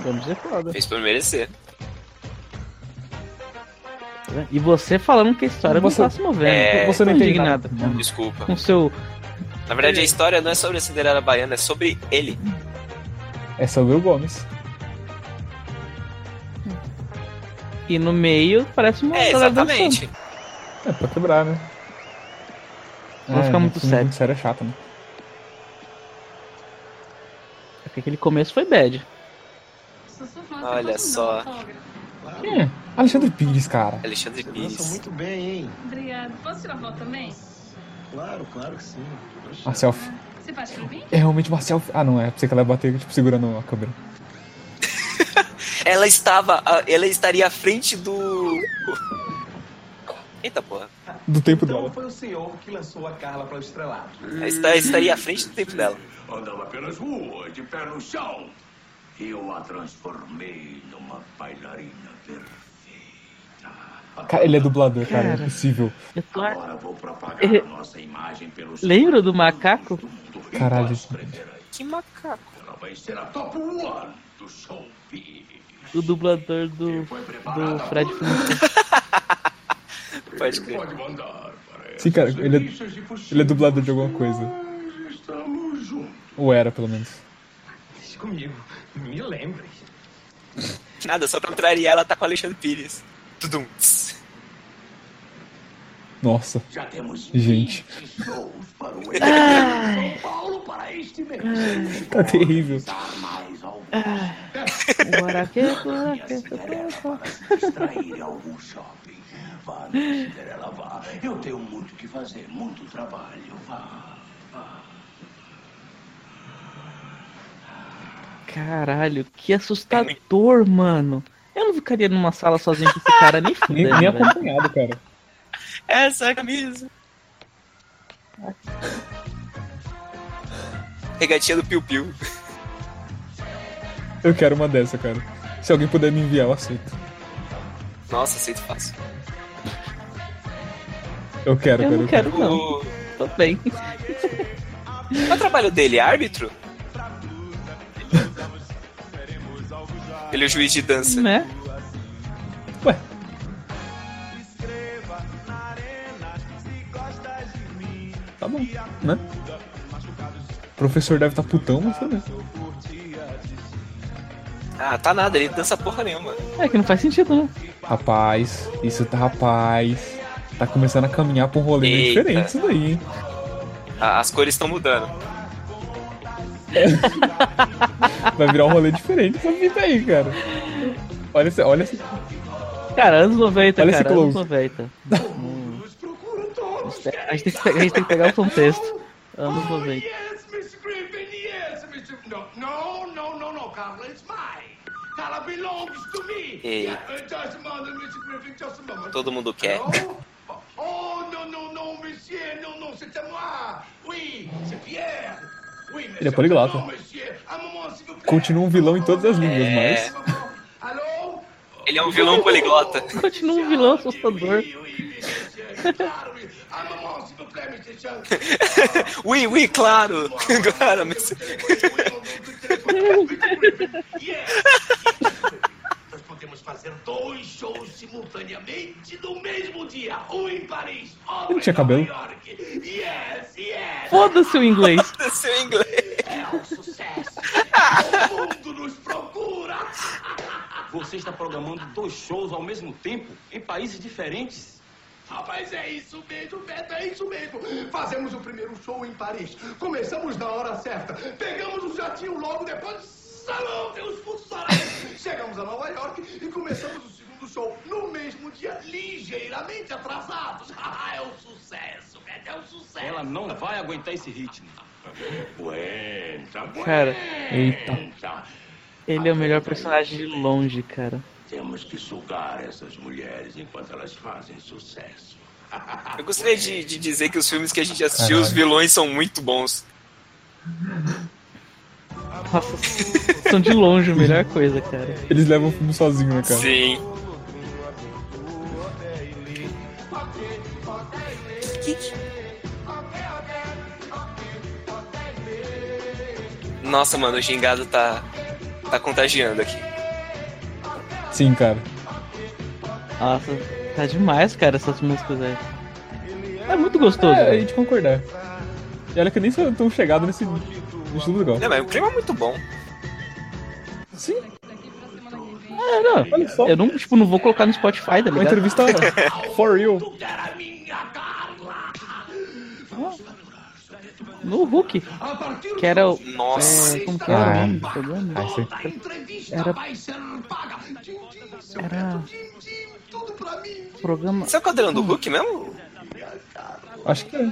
[SPEAKER 1] Gomes é foda.
[SPEAKER 2] Fez por merecer.
[SPEAKER 1] né? E você falando que a história
[SPEAKER 3] Você-
[SPEAKER 1] não tá se movendo.
[SPEAKER 2] É. Você não
[SPEAKER 1] Tô
[SPEAKER 2] entende
[SPEAKER 1] indignado.
[SPEAKER 2] Desculpa.
[SPEAKER 1] Com seu.
[SPEAKER 2] Na verdade, a história não é sobre a Cinderela Baiana, é sobre ele.
[SPEAKER 3] É sobre o Gomes.
[SPEAKER 1] E no meio parece uma.
[SPEAKER 2] É,
[SPEAKER 1] galera
[SPEAKER 2] exatamente.
[SPEAKER 3] É pra quebrar, né?
[SPEAKER 1] Vou ficar muito
[SPEAKER 3] sério. Muito sério é chato, né?
[SPEAKER 1] dançando. Porque aquele começo foi bad.
[SPEAKER 2] Olha só.
[SPEAKER 3] Hum, Alexandre Pires, cara.
[SPEAKER 2] Alexandre
[SPEAKER 19] Dançam
[SPEAKER 2] Pires.
[SPEAKER 19] muito bem, hein?
[SPEAKER 7] Obrigada. Posso tirar foto também?
[SPEAKER 19] Claro, claro que sim.
[SPEAKER 3] Uma selfie.
[SPEAKER 7] Você faz pra mim?
[SPEAKER 3] É realmente uma selfie. Ah, não, é pra você que ela ia bater, tipo, segurando a câmera.
[SPEAKER 2] Ela estava. a- Ela estaria à frente do. Eita porra.
[SPEAKER 3] Do tempo
[SPEAKER 9] então
[SPEAKER 3] dela.
[SPEAKER 9] foi o senhor que lançou a Carla para o estrelato.
[SPEAKER 2] Ela está- estaria à frente do tempo dela.
[SPEAKER 19] Andava pelas ruas, de pé no chão. E eu a transformei numa bailarina perfeita.
[SPEAKER 3] Cara, ele é dublador, cara,
[SPEAKER 1] Cara.
[SPEAKER 3] é impossível.
[SPEAKER 1] Eu tô...
[SPEAKER 19] Agora vou propagar
[SPEAKER 1] Eh,
[SPEAKER 19] a nossa imagem pelos
[SPEAKER 1] Lembra do macaco?
[SPEAKER 3] Caralho.
[SPEAKER 2] Que macaco.
[SPEAKER 19] Ela vai ser a top one do showbiz.
[SPEAKER 1] O dublador do. do Fred Flintstone.
[SPEAKER 2] Pode crer.
[SPEAKER 19] Pode mandar para
[SPEAKER 3] Sim, cara,
[SPEAKER 19] essas
[SPEAKER 3] ele é,
[SPEAKER 19] delícias de puxinha.
[SPEAKER 3] ele é dublador de alguma coisa.
[SPEAKER 19] Estamos juntos.
[SPEAKER 3] Ou era, pelo menos.
[SPEAKER 19] Deixa comigo. Me lembre.
[SPEAKER 2] Nada, só pra contrariar, ela tá com o Alexandre Pires. Tudum. tss.
[SPEAKER 3] Nossa.
[SPEAKER 19] Já temos
[SPEAKER 3] Gente.
[SPEAKER 19] 20 shows para o São Paulo para este mês.
[SPEAKER 3] Tá terrível.
[SPEAKER 19] Mais alguns.
[SPEAKER 1] Moraqueto,
[SPEAKER 19] Minha
[SPEAKER 1] moraqueto.
[SPEAKER 19] Cinderela para se distrair em algum shopping. Vá, minha Cinderela, vá. Eu tenho muito o que fazer, muito trabalho. Vá, vá.
[SPEAKER 1] Caralho, que assustador, mano. Eu não ficaria numa sala sozinho com esse cara nem
[SPEAKER 3] Nem,
[SPEAKER 1] fudendo.
[SPEAKER 3] nem
[SPEAKER 1] velho.
[SPEAKER 3] acompanhado, cara.
[SPEAKER 2] Essa é a camisa. Regatinha do Piu Piu.
[SPEAKER 3] Eu quero uma dessa, cara. Se alguém puder me enviar, eu aceito.
[SPEAKER 2] Nossa, aceito fácil.
[SPEAKER 3] Eu quero,
[SPEAKER 1] Eu
[SPEAKER 3] cara.
[SPEAKER 1] não quero, não.
[SPEAKER 2] O...
[SPEAKER 1] Tô bem.
[SPEAKER 2] Qual é o trabalho dele? É árbitro? Ele é o juiz de dança.
[SPEAKER 1] Né?
[SPEAKER 3] Tá bom, né? O professor deve estar tá putão, mas tudo bem.
[SPEAKER 2] Ah, tá nada, ele dança porra nenhuma.
[SPEAKER 1] É que não faz sentido, né?
[SPEAKER 3] Rapaz, isso tá, rapaz. Tá começando a caminhar pra um rolê meio
[SPEAKER 2] Eita.
[SPEAKER 3] diferente isso daí, hein?
[SPEAKER 2] Ah, As cores estão mudando.
[SPEAKER 3] Vai virar um rolê diferente essa fita aí, cara. Olha esse. Olha esse...
[SPEAKER 1] Cara, anos 90,
[SPEAKER 3] Olha esse
[SPEAKER 1] cara, anos
[SPEAKER 3] close.
[SPEAKER 1] 90. Hum. A gente tem que pegar- a gente tem que pegar o contexto. Anos 90.
[SPEAKER 9] Yes, Mr. Griffin, yes, Mr. No, no, no, no, no, Carla, it's mine. Carla belongs to me.
[SPEAKER 2] Ei.
[SPEAKER 9] Yeah, uh, just a moment, Mr. Griffin, just a moment.
[SPEAKER 2] Todo mundo quer.
[SPEAKER 9] Oh, no, no, no, monsieur, no, no, c'est à moi. Oui, c'est Pierre. Oui, monsieur.
[SPEAKER 3] Ele é poliglota.
[SPEAKER 9] Non, monsieur. Un moment, s'il vous plaît.
[SPEAKER 3] Continua um vilão em todas as línguas,
[SPEAKER 2] É.
[SPEAKER 3] mas.
[SPEAKER 2] Ele é um vilão poliglota.
[SPEAKER 1] Continua um vilão assustador.
[SPEAKER 2] Ui, ui, claro. Claro, mas...
[SPEAKER 9] Nós podemos fazer dois shows simultaneamente no mesmo dia. Um em Paris, outro
[SPEAKER 3] Ele
[SPEAKER 9] em
[SPEAKER 3] tinha cabelo.
[SPEAKER 9] Nova York. Yes, yes.
[SPEAKER 1] Foda-se o inglês.
[SPEAKER 2] Seu inglês.
[SPEAKER 9] É um sucesso. O mundo nos procura.
[SPEAKER 4] Você está programando dois shows ao mesmo tempo, em países diferentes?
[SPEAKER 9] Rapaz, é isso mesmo, Beto, é isso mesmo. Fazemos o primeiro show em Paris. Começamos na hora certa. Pegamos o jatinho logo depois. Salão, os funcionários. Chegamos a Nova York e começamos o segundo show no mesmo dia, ligeiramente atrasados. Ah, é um sucesso, Beto, é um sucesso.
[SPEAKER 4] Ela não vai aguentar esse ritmo.
[SPEAKER 9] Aguenta,
[SPEAKER 1] Cara,
[SPEAKER 9] aguenta.
[SPEAKER 1] Ele é o melhor personagem de longe, cara.
[SPEAKER 9] Temos que sugar essas mulheres enquanto elas fazem sucesso.
[SPEAKER 2] Eu gostaria de, de dizer que os filmes que a gente assistiu, os
[SPEAKER 1] Caralho.
[SPEAKER 2] vilões são muito bons.
[SPEAKER 1] Nossa, são de longe a melhor coisa, cara.
[SPEAKER 3] Eles levam o filme sozinho, né, cara?
[SPEAKER 2] Sim. Que- que- Nossa, mano, o gingado tá. tá contagiando aqui.
[SPEAKER 3] Sim, cara.
[SPEAKER 1] Nossa, tá demais, cara, essas músicas aí. É muito gostoso.
[SPEAKER 3] É, a
[SPEAKER 1] velho.
[SPEAKER 3] gente concordar. E olha que eu nem sou tão chegado nesse estilo legal.
[SPEAKER 2] Não, mas o clima é muito bom.
[SPEAKER 3] Sim.
[SPEAKER 1] É, não.
[SPEAKER 3] Olha só.
[SPEAKER 1] Eu não, tipo, não vou colocar no Spotify, tá ligado?
[SPEAKER 3] Uma entrevista for real.
[SPEAKER 1] No Hulk. Que era o. É, como que era o nome do programa?
[SPEAKER 3] Ah, esse-
[SPEAKER 1] Era. Era. Programa.
[SPEAKER 2] Você é o quadrão do Hulk mesmo?
[SPEAKER 3] Acho que é.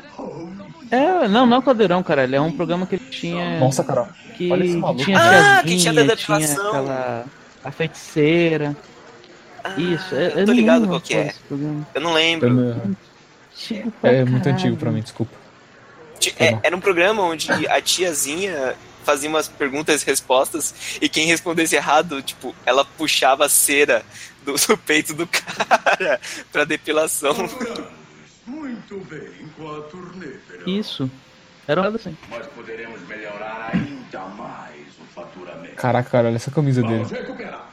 [SPEAKER 1] É, não, não é o Caldeirão, cara. Ele é um programa que ele tinha.
[SPEAKER 3] Nossa, cara.
[SPEAKER 1] Que,
[SPEAKER 3] Olha esse
[SPEAKER 1] que
[SPEAKER 3] maluco. né?
[SPEAKER 1] tinha
[SPEAKER 2] Ah,
[SPEAKER 1] a
[SPEAKER 2] que
[SPEAKER 1] tiazinha,
[SPEAKER 2] tinha
[SPEAKER 1] tinha,
[SPEAKER 2] da depilação.
[SPEAKER 1] aquela. A feiticeira. Isso, é,
[SPEAKER 2] Ah, eu
[SPEAKER 1] é
[SPEAKER 2] tô ligado
[SPEAKER 1] nenhuma
[SPEAKER 2] qual que é.
[SPEAKER 1] coisa esse programa.
[SPEAKER 2] Eu não lembro.
[SPEAKER 1] Antigo pra
[SPEAKER 3] É muito
[SPEAKER 1] caralho.
[SPEAKER 3] antigo pra mim, desculpa.
[SPEAKER 2] Ti- é, era um programa onde a tiazinha fazia umas perguntas e respostas e quem respondesse errado, tipo, ela puxava a cera do, do peito do cara pra depilação.
[SPEAKER 9] Muito bem, com a turnê, verão.
[SPEAKER 1] Isso. Era uma coisa assim.
[SPEAKER 9] Mas poderemos melhorar ainda mais o faturamento.
[SPEAKER 3] Caraca, cara, olha essa camisa dele.
[SPEAKER 9] Vamos recuperar.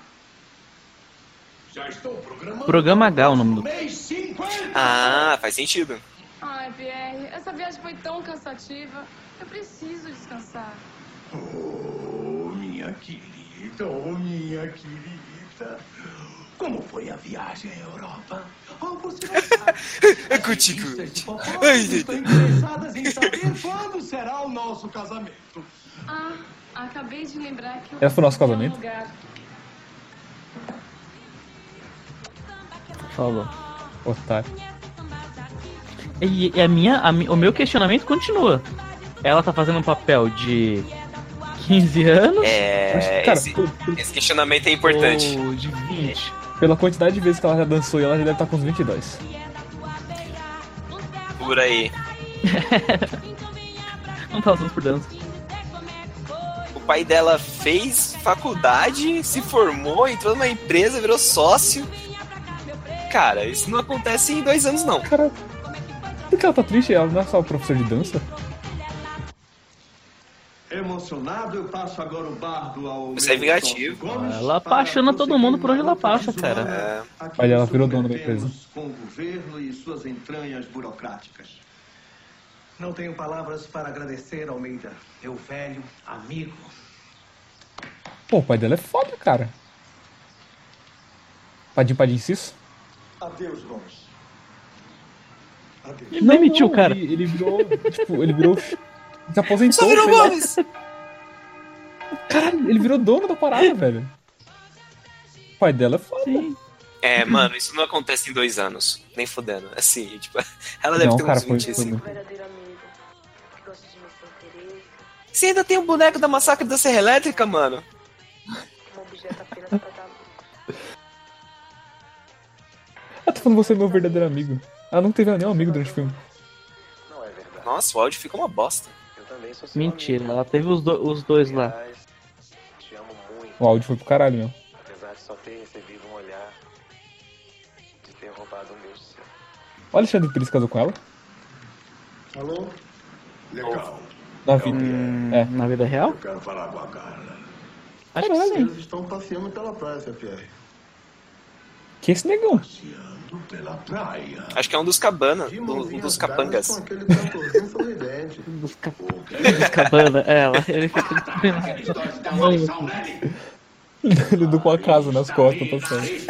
[SPEAKER 9] Já estou programando.
[SPEAKER 1] Programa H, é o nome do.
[SPEAKER 9] Mês 50.
[SPEAKER 2] Ah, faz sentido.
[SPEAKER 7] Ai, Pierre, essa viagem foi tão cansativa. Eu preciso descansar.
[SPEAKER 9] Oh, minha querida, oh, minha querida. Como foi a viagem à Europa? Oh, você não sabe.
[SPEAKER 2] É contigo.
[SPEAKER 9] Estão interessadas em saber quando será o nosso casamento.
[SPEAKER 7] Ah, acabei de lembrar que eu
[SPEAKER 3] Ela foi nosso
[SPEAKER 7] preciso de
[SPEAKER 3] casamento?
[SPEAKER 7] Um lugar.
[SPEAKER 1] Falou.
[SPEAKER 3] Otário.
[SPEAKER 1] E, e a minha, a mi- o meu questionamento continua. Ela tá fazendo um papel de 15 anos
[SPEAKER 2] É.
[SPEAKER 3] Cara,
[SPEAKER 2] Esse, esse questionamento é importante.
[SPEAKER 1] ou de 20?
[SPEAKER 3] Pela quantidade de vezes que ela já dançou, ela já deve estar com uns 22.
[SPEAKER 2] Por aí.
[SPEAKER 1] Não tá usando por dança.
[SPEAKER 2] O pai dela fez faculdade, se formou, entrou numa empresa, virou sócio. Cara, isso não acontece em dois anos, não.
[SPEAKER 3] Cara, por que ela tá triste? Ela não é só professor de dança?
[SPEAKER 9] Emocionado, eu passo agora o bardo ao.
[SPEAKER 2] Isso é vingativo.
[SPEAKER 1] Ela apaixona todo mundo por onde ela passa, cara.
[SPEAKER 2] É,
[SPEAKER 3] Olha, ela virou dona da empresa.
[SPEAKER 9] com o governo e suas entranhas burocráticas.
[SPEAKER 17] Não tenho palavras para agradecer, Almeida, meu velho amigo.
[SPEAKER 3] Pô, o pai dela é foda, cara. Padim, padim, cisso?
[SPEAKER 9] Adeus, Gomes. Adeus.
[SPEAKER 1] Ele demitiu o cara.
[SPEAKER 3] Ele, ele virou, tipo, ele virou... Se aposentou.
[SPEAKER 2] Só virou
[SPEAKER 3] sei lá.
[SPEAKER 2] Gomes!
[SPEAKER 3] Caralho, ele virou dono da parada, velho. O pai dela é foda.
[SPEAKER 2] É, mano, isso não acontece em dois anos. Nem fudendo. Assim, tipo, ela deve
[SPEAKER 3] Não,
[SPEAKER 2] ter
[SPEAKER 3] cara,
[SPEAKER 2] uns
[SPEAKER 3] foi-
[SPEAKER 2] 20,
[SPEAKER 3] foi
[SPEAKER 7] Um
[SPEAKER 2] assim.
[SPEAKER 3] muito.
[SPEAKER 2] Você ainda tem um boneco da Massacre da Serra Elétrica, mano?
[SPEAKER 3] Ela tá falando você é meu verdadeiro amigo. Ela não teve nenhum amigo durante o filme.
[SPEAKER 20] é
[SPEAKER 2] Nossa, o áudio fica uma bosta.
[SPEAKER 1] Mentira, ela teve os, do- os dois lá.
[SPEAKER 3] O áudio foi pro caralho, meu.
[SPEAKER 20] Apesar de só ter recebido um olhar, de ter roubado o meu céu.
[SPEAKER 3] O Alexandre Pires casou com ela?
[SPEAKER 9] Alô? Legal.
[SPEAKER 3] Na vida. é.
[SPEAKER 1] Na vida real?
[SPEAKER 9] Eu quero falar com a Carla.
[SPEAKER 1] Acho que sim.
[SPEAKER 9] Eles estão passeando pela praia, seu Pierre.
[SPEAKER 3] Que esse negão?
[SPEAKER 9] Pela praia.
[SPEAKER 2] Acho que é um dos cabanas, um dos capangas.
[SPEAKER 1] Dos cap- dos cabana, é, ela. Ele fica.
[SPEAKER 3] ele do com a casa nas costas, tá certo.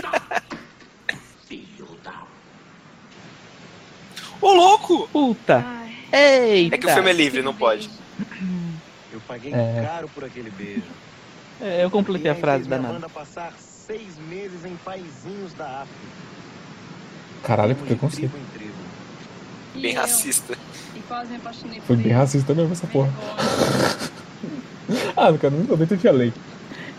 [SPEAKER 2] Ô, louco!
[SPEAKER 1] Puta! Eita!
[SPEAKER 2] É que o filme é livre, não pode.
[SPEAKER 21] Eu paguei
[SPEAKER 1] É.
[SPEAKER 21] caro por aquele beijo.
[SPEAKER 1] É, eu completei a frase da Nana.
[SPEAKER 21] Manda passar seis meses em paizinhos da África.
[SPEAKER 3] Caralho, que preconceito.
[SPEAKER 2] Bem racista.
[SPEAKER 7] E quase me apaixonei por
[SPEAKER 3] Foi bem
[SPEAKER 7] ele.
[SPEAKER 3] racista mesmo essa porra. ah, cara, não dentro tinha lei.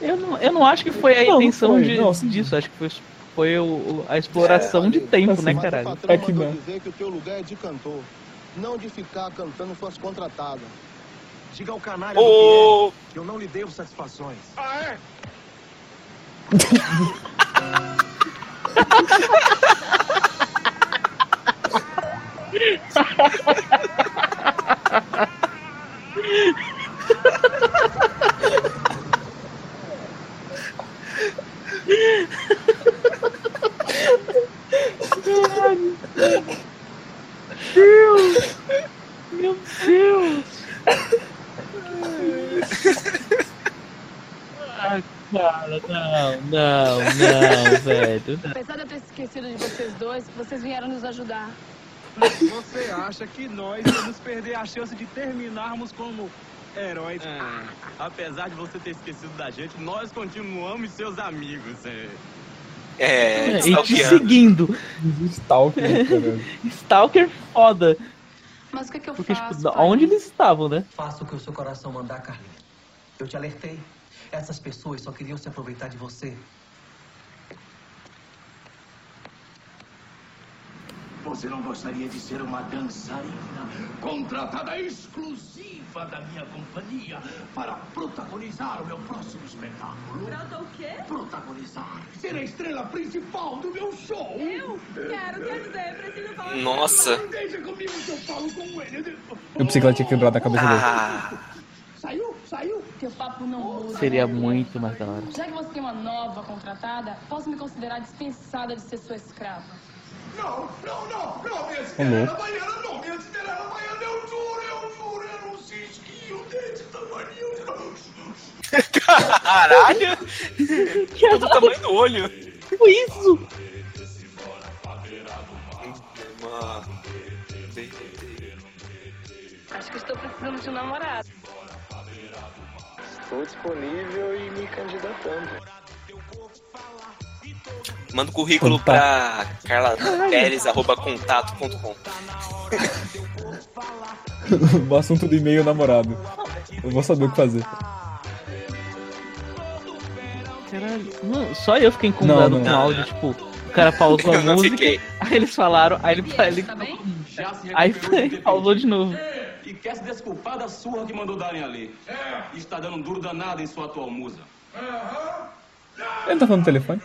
[SPEAKER 1] Eu não, eu não acho que foi a
[SPEAKER 3] Não, não
[SPEAKER 1] intenção
[SPEAKER 3] foi,
[SPEAKER 1] de,
[SPEAKER 3] não,
[SPEAKER 1] disso. Acho que foi, foi o- o- a exploração de tempo,
[SPEAKER 21] é
[SPEAKER 1] né, caralho?
[SPEAKER 22] patrão mandou dizer que o teu lugar é de cantor, não de ficar cantando suas contratadas.
[SPEAKER 21] Diga ao canalha do
[SPEAKER 22] Ô!
[SPEAKER 21] Pierre que eu não lhe devo satisfações.
[SPEAKER 1] Deus! Meu Deus! Ah, cara, não, não, não, velho. não.
[SPEAKER 7] Apesar de eu ter esquecido de vocês dois, vocês vieram nos ajudar.
[SPEAKER 21] Você acha que nós vamos perder a chance de terminarmos como heróis? É, apesar de você ter esquecido da gente, nós continuamos seus amigos. É.
[SPEAKER 2] É,
[SPEAKER 1] É,
[SPEAKER 2] está
[SPEAKER 1] e te seguindo.
[SPEAKER 3] Stalker, né, caralho.
[SPEAKER 1] Stalker foda.
[SPEAKER 7] Mas o que, é que eu
[SPEAKER 1] Porque,
[SPEAKER 7] faço?
[SPEAKER 1] tipo, da- onde eles estavam, né?
[SPEAKER 17] Faça o que o seu coração mandar, Carlinhos. Eu te alertei. Essas pessoas só queriam se aproveitar de você.
[SPEAKER 19] Você não gostaria de ser uma dançarina contratada exclusiva da minha companhia para protagonizar o meu próximo espetáculo?
[SPEAKER 10] Prota o quê?
[SPEAKER 19] Protagonizar.
[SPEAKER 9] Ser a estrela principal do meu show. Eu
[SPEAKER 10] Quero, quer dizer, eu preciso falar.
[SPEAKER 3] Nossa.
[SPEAKER 9] Deixa comigo que eu falo com ele.
[SPEAKER 3] Eu pensei que ela tinha quebrado a cabeça
[SPEAKER 1] Ah.
[SPEAKER 9] Saiu? Saiu?
[SPEAKER 7] Teu papo não muda. né?
[SPEAKER 1] Seria muito mais da hora.
[SPEAKER 7] Já que você tem uma nova contratada, posso me considerar dispensada de ser sua escrava.
[SPEAKER 9] Não, não, não, não, minha
[SPEAKER 3] Alô?
[SPEAKER 9] estrela havaiana, não, minha estrela havaiana, eu juro, eu juro, era um cisquinho desse tamanho.
[SPEAKER 2] Caralho! Todo do tamanho do olho.
[SPEAKER 1] Tipo isso!
[SPEAKER 2] Mano.
[SPEAKER 7] Acho que estou precisando de um namorado.
[SPEAKER 20] Estou disponível e me candidatando.
[SPEAKER 2] Manda o currículo pra carlaperes.contato.com.
[SPEAKER 3] o assunto do e-mail é namorado. Eu vou saber o que fazer.
[SPEAKER 1] Caralho, mano, só eu fiquei incomodado
[SPEAKER 3] Não, não.
[SPEAKER 1] com o áudio, tipo, o cara pausou a
[SPEAKER 3] Eu não
[SPEAKER 1] música,
[SPEAKER 3] fiquei.
[SPEAKER 1] aí eles falaram, aí ele.
[SPEAKER 7] é
[SPEAKER 1] ele
[SPEAKER 7] tá
[SPEAKER 4] Já se
[SPEAKER 1] aí
[SPEAKER 4] recuperou de
[SPEAKER 1] pausou de novo.
[SPEAKER 4] E quer se desculpar da surra que mandou darem ali. E está dando um duro danado em sua atual musa.
[SPEAKER 3] Ele tá falando no telefone?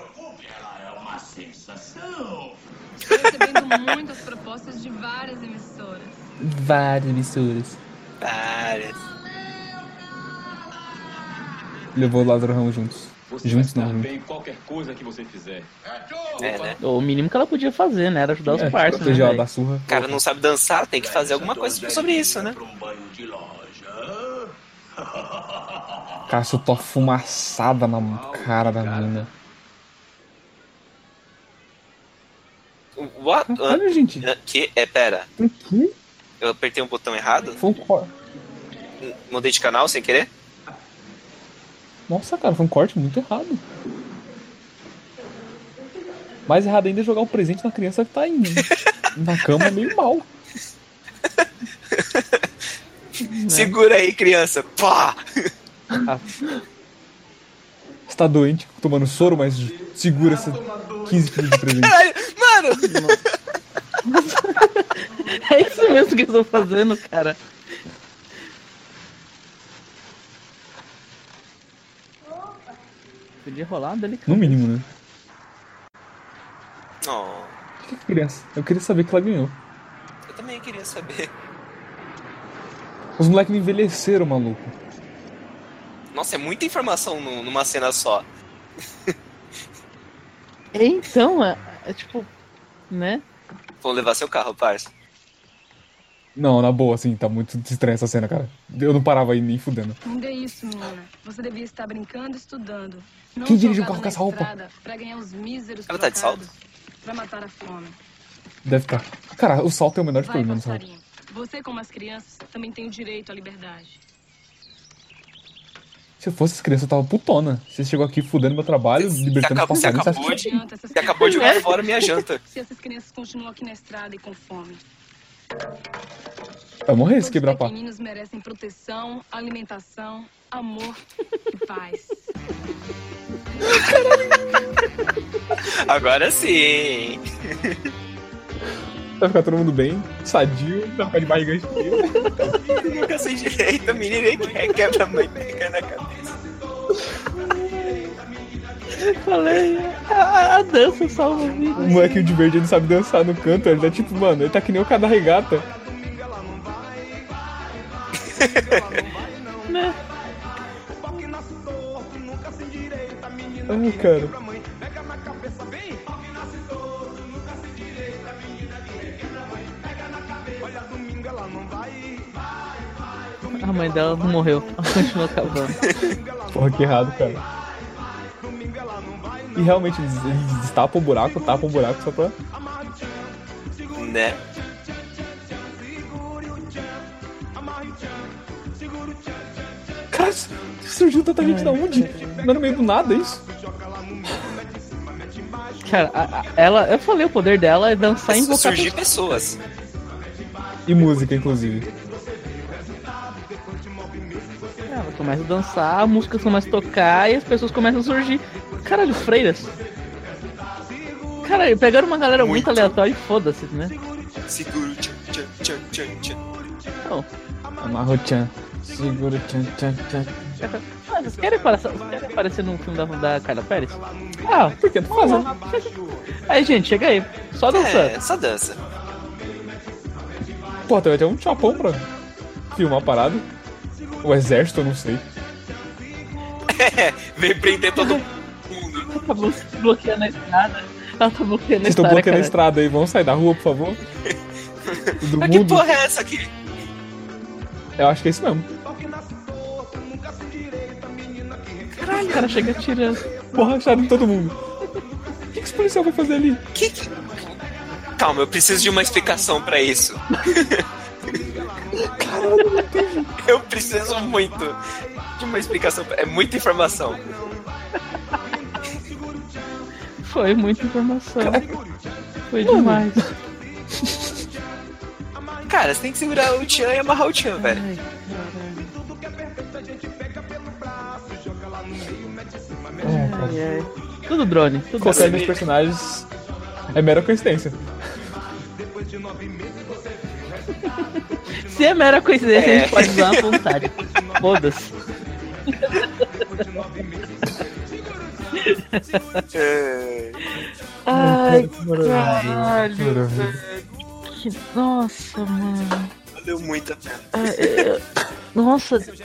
[SPEAKER 4] Uma sensação.
[SPEAKER 7] Recebendo muitas propostas de várias emissoras.
[SPEAKER 3] Várias missuras.
[SPEAKER 2] Várias.
[SPEAKER 3] Levou o Lázaro Ramos juntos.
[SPEAKER 4] Você
[SPEAKER 3] juntos
[SPEAKER 4] vai
[SPEAKER 3] não,
[SPEAKER 4] estar
[SPEAKER 3] juntos.
[SPEAKER 4] bem em qualquer coisa que você fizer.
[SPEAKER 2] é, né?
[SPEAKER 1] O mínimo que ela podia fazer, né? Era ajudar
[SPEAKER 3] É,
[SPEAKER 1] os parceiros.
[SPEAKER 3] proteger
[SPEAKER 1] né,
[SPEAKER 3] ela da
[SPEAKER 1] velho?
[SPEAKER 3] surra.
[SPEAKER 2] O cara não sabe dançar, tem que fazer alguma coisa sobre isso, né?
[SPEAKER 3] Cara, eu tô fumaçada na cara da menina.
[SPEAKER 2] What?
[SPEAKER 3] Caralho, gente.
[SPEAKER 2] Que? É, pera.
[SPEAKER 3] O quê?
[SPEAKER 2] Eu apertei um botão errado?
[SPEAKER 3] Foi um cor-
[SPEAKER 2] Mudei de canal sem querer?
[SPEAKER 3] Nossa, cara, foi um corte muito errado. Mais errado ainda é jogar um presente na criança que tá em, na cama meio mal.
[SPEAKER 2] Segura aí, criança. Pá!
[SPEAKER 3] Ah, Você tá doente, tomando soro, mas segura essa 15 quilos de presente.
[SPEAKER 2] Caralho, mano!
[SPEAKER 1] É isso mesmo que eles estão fazendo, cara. Podia rolar delicado.
[SPEAKER 3] No mínimo, né?
[SPEAKER 2] Ó,
[SPEAKER 3] Que é criança. Eu queria saber que ela ganhou.
[SPEAKER 2] eu também queria saber.
[SPEAKER 3] Os moleques não envelheceram, maluco.
[SPEAKER 2] Nossa, é muita informação nu- numa cena só.
[SPEAKER 23] É, Então, é, é tipo, né?
[SPEAKER 2] Vão levar seu carro, parça.
[SPEAKER 3] Não, na boa, assim, tá muito estranha essa cena, cara. Eu não parava aí nem fudendo.
[SPEAKER 7] Muda é isso, menina. Você devia estar brincando e estudando. Não
[SPEAKER 3] Quem dirige um carro
[SPEAKER 7] jogado
[SPEAKER 3] com
[SPEAKER 7] na
[SPEAKER 3] essa roupa?
[SPEAKER 7] estrada Pra ganhar os míseros
[SPEAKER 2] Ela tá de
[SPEAKER 7] trocados Pra matar a fome.
[SPEAKER 3] Deve estar. Cara, o salto é o menor de
[SPEAKER 7] Vai,
[SPEAKER 3] problema, sabe?
[SPEAKER 7] passarinho. Você, como as crianças, também tem o direito à liberdade.
[SPEAKER 3] Se eu fosse essa criança, eu tava putona. Você chegou aqui fudendo meu trabalho, libertando os
[SPEAKER 2] acabou- você
[SPEAKER 3] passarinhos. Você acha
[SPEAKER 2] acabou de,
[SPEAKER 3] que-
[SPEAKER 7] Janta, essas
[SPEAKER 2] você acabou
[SPEAKER 1] É?
[SPEAKER 2] de jogar
[SPEAKER 7] crianças-
[SPEAKER 2] fora minha janta.
[SPEAKER 7] Se essas crianças continuam aqui na estrada e com fome.
[SPEAKER 3] Vai morrer se
[SPEAKER 7] Todos
[SPEAKER 3] quebrar pá.
[SPEAKER 7] pequeninos merecem proteção, alimentação, amor e paz.
[SPEAKER 2] Agora sim.
[SPEAKER 3] Vai ficar todo mundo bem, sadio, vai ficar de barriga cheia.
[SPEAKER 2] Nunca sei direito, menina que quebra a mãe fica na cabeça.
[SPEAKER 1] Falei, a, a dança salva a vida.
[SPEAKER 3] O molequinho de verde ele não sabe dançar no canto, ele tá tipo, mano, ele tá que nem o cara da regata.
[SPEAKER 1] Né?
[SPEAKER 3] Ai, cara.
[SPEAKER 1] A mãe dela morreu. Ela continua cavando.
[SPEAKER 3] Porra, que errado, cara. E realmente, eles, eles destapam o buraco, tapam o buraco só pra.
[SPEAKER 2] Né?
[SPEAKER 3] Cara, isso- surgiu tanta gente da onde? Não é no meio do nada isso?
[SPEAKER 1] Cara, a- a- ela, eu falei, o poder dela é dançar e invocar.
[SPEAKER 2] Surgir pessoas.
[SPEAKER 3] E música, inclusive.
[SPEAKER 1] Ela começa É, a dançar, a música começa a tocar e as pessoas começam a surgir. Caralho, freiras. Caralho, pegaram uma galera muito, aleatória e foda-se, né?
[SPEAKER 2] Seguro, tchan, tchan, tchan, tchan, tchan.
[SPEAKER 1] Então,
[SPEAKER 3] Amarro-chan. Segura tchan tchan tchan.
[SPEAKER 1] ah, vocês querem, aparecer, vocês querem aparecer num filme da, da Carla Pérez?
[SPEAKER 3] Ah, por que? Tô fazendo.
[SPEAKER 1] Aí, gente, chega aí. Só dançando.
[SPEAKER 2] É, só dança.
[SPEAKER 3] Pô, tem até um chapão pra filmar a parada. O exército, eu não sei.
[SPEAKER 2] Vem prender todo mundo.
[SPEAKER 1] Ela tá blo- bloqueando a estrada. Ela tá bloqueando a
[SPEAKER 3] Vocês estão
[SPEAKER 1] estrada.
[SPEAKER 3] bloqueando a
[SPEAKER 1] cara.
[SPEAKER 3] estrada aí, vamos sair da rua, por favor. Todo
[SPEAKER 2] Mas que
[SPEAKER 3] mundo.
[SPEAKER 2] porra é essa aqui?
[SPEAKER 3] Eu acho que é isso mesmo.
[SPEAKER 1] Caralho, o cara chega atirando.
[SPEAKER 3] Borracharam em todo mundo. O que, que esse policial vai fazer ali?
[SPEAKER 2] Que que... Calma, eu preciso de uma explicação pra isso. eu preciso muito de uma explicação. pra- É muita informação.
[SPEAKER 1] Foi muita informação. Foi demais.
[SPEAKER 2] Cara, você tem que segurar o Tian e amarrar o Tian, velho. é
[SPEAKER 1] Ai, ai. Tudo drone, tudo
[SPEAKER 3] Qualquer um dos
[SPEAKER 1] drone.
[SPEAKER 3] personagens é mera coincidência.
[SPEAKER 1] Se é mera coincidência, a
[SPEAKER 3] É.
[SPEAKER 1] gente pode usar à vontade. Foda-se.
[SPEAKER 2] É,
[SPEAKER 1] Ai, caralho. Que... Nossa, mano.
[SPEAKER 2] Valeu muito a pena.
[SPEAKER 1] Ai, eu- Nossa.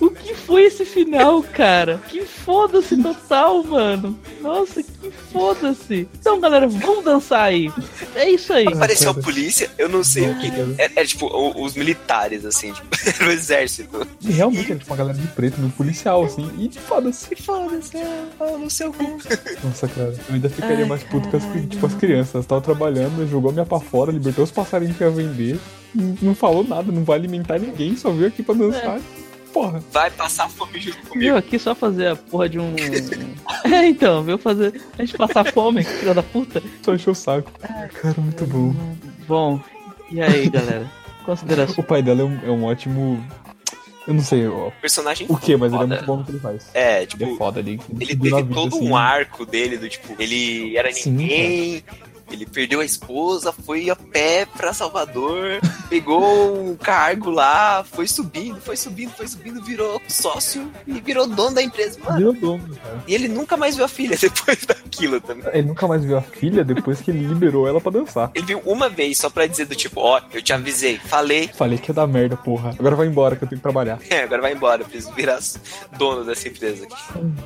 [SPEAKER 1] O que foi esse final, cara? Que foda-se total, mano. Nossa, que foda-se. Então, galera, vamos dançar aí. É isso aí.
[SPEAKER 2] Apareceu a polícia, eu não sei o que. É, é tipo o- os militares, assim, tipo, era o exército.
[SPEAKER 3] E realmente era tipo uma galera de preto, meio policial, assim. E foda-se.
[SPEAKER 2] Foda-se, fala no seu cu.
[SPEAKER 3] Nossa, cara. Eu ainda ficaria mais puto com as, tipo, as crianças. Elas estavam trabalhando, jogou minha pra fora, libertou os passarinhos que ia vender. não falou nada, não vai alimentar ninguém, só veio aqui pra dançar. Porra.
[SPEAKER 2] Vai passar fome junto comigo.
[SPEAKER 1] Viu aqui só fazer a porra de um. é, então, veio fazer. A gente passar fome, filha da puta.
[SPEAKER 3] Só encheu o saco. Cara, muito bom.
[SPEAKER 1] Bom, e aí, galera? Considerações.
[SPEAKER 3] O pai dela é um, é um ótimo. Eu não sei o,
[SPEAKER 2] Personagem
[SPEAKER 3] o que, mas ele é
[SPEAKER 2] foda.
[SPEAKER 3] muito bom no que ele faz.
[SPEAKER 2] É, tipo,
[SPEAKER 3] Ele é foda ali.
[SPEAKER 2] Ele teve todo um arco dele, do tipo, ele era
[SPEAKER 3] assim, né? Sim,
[SPEAKER 2] ninguém, ele perdeu a esposa, foi a pé pra Salvador, pegou um cargo lá, foi subindo, foi subindo, foi subindo, virou sócio e virou dono da empresa. Mano,
[SPEAKER 3] Meu dono, cara.
[SPEAKER 2] e ele nunca mais viu a filha depois daquilo tá também.
[SPEAKER 3] Ele nunca mais viu a filha depois que ele liberou ela pra dançar.
[SPEAKER 2] Ele viu uma vez só pra dizer do tipo, ó, eu te avisei, falei.
[SPEAKER 3] Falei que ia dar merda, porra. Agora vai embora que eu tenho que trabalhar.
[SPEAKER 2] É, agora vai embora, eu preciso virar dono dessa empresa aqui.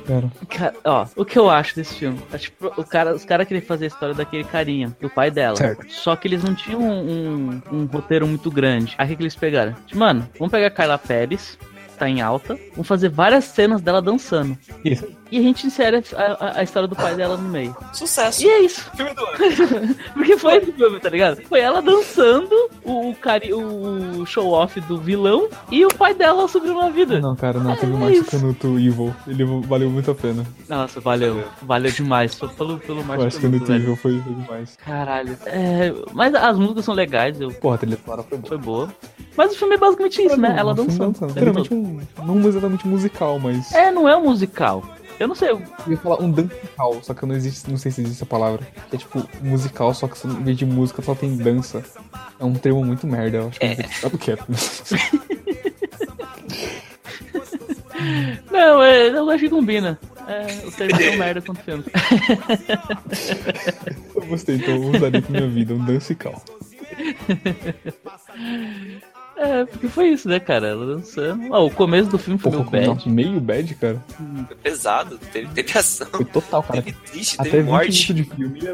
[SPEAKER 3] Cara.
[SPEAKER 1] Cara, ó, o que eu acho desse filme? É, tipo, o cara, os caras queriam fazer a história daquele carinha, do pai dela.
[SPEAKER 3] Certo.
[SPEAKER 1] Só que eles não tinham um, um- um roteiro muito grande. Aí o que que eles pegaram? Tipo, Mano, vamos pegar a Carla Pérez, que tá em alta, vamos fazer várias cenas dela dançando.
[SPEAKER 3] Isso.
[SPEAKER 1] E a gente insere a, a- a história do pai dela no meio.
[SPEAKER 2] Sucesso.
[SPEAKER 1] E é isso.
[SPEAKER 2] Filme do ano.
[SPEAKER 1] Porque foi esse filme, tá ligado? Foi ela dançando, o, o, cari- o show-off do vilão e o pai dela subindo na vida.
[SPEAKER 3] Não, cara, não. Teve
[SPEAKER 1] É
[SPEAKER 3] mais
[SPEAKER 1] isso.
[SPEAKER 3] Canuto Evil. Ele valeu muito a pena.
[SPEAKER 1] Nossa, valeu. Valeu demais. Só pelo, pelo
[SPEAKER 3] Eu acho
[SPEAKER 1] Márcio
[SPEAKER 3] que é o
[SPEAKER 1] Canuto,
[SPEAKER 3] Canuto
[SPEAKER 1] velho.
[SPEAKER 3] Evil foi foi demais.
[SPEAKER 1] Caralho. É, mas as músicas são legais. Eu...
[SPEAKER 3] Porra, a trilha sonora foi boa.
[SPEAKER 1] Foi boa. Mas o filme é basicamente isso, né? Ela dançando. o tempo
[SPEAKER 3] Literalmente um. Não exatamente musical, mas.
[SPEAKER 1] todo. É, não é um musical. Eu não sei. eu-
[SPEAKER 3] Eu ia falar um dance musical, só que eu não existe, não sei se existe a palavra. Que é tipo musical, só que em vez de música só tem dança. É um termo muito merda, eu acho que é. Sabe o que é?
[SPEAKER 1] Não, é, eu acho que combina. É, o termo é um merda quanto filme.
[SPEAKER 3] Eu gostei, então eu usaria pra minha vida, um dancical.
[SPEAKER 1] É, porque foi isso, né, cara? Ela dançando. Ah, o começo do filme foi
[SPEAKER 3] Porra,
[SPEAKER 1] meio
[SPEAKER 3] como
[SPEAKER 1] bad.
[SPEAKER 3] nossa, meio bad, cara.
[SPEAKER 2] Foi pesado, teve, teve ação.
[SPEAKER 3] Foi total, cara.
[SPEAKER 2] Teve triste,
[SPEAKER 3] Até
[SPEAKER 2] teve
[SPEAKER 3] 20
[SPEAKER 2] morte.
[SPEAKER 3] minutos de filme né?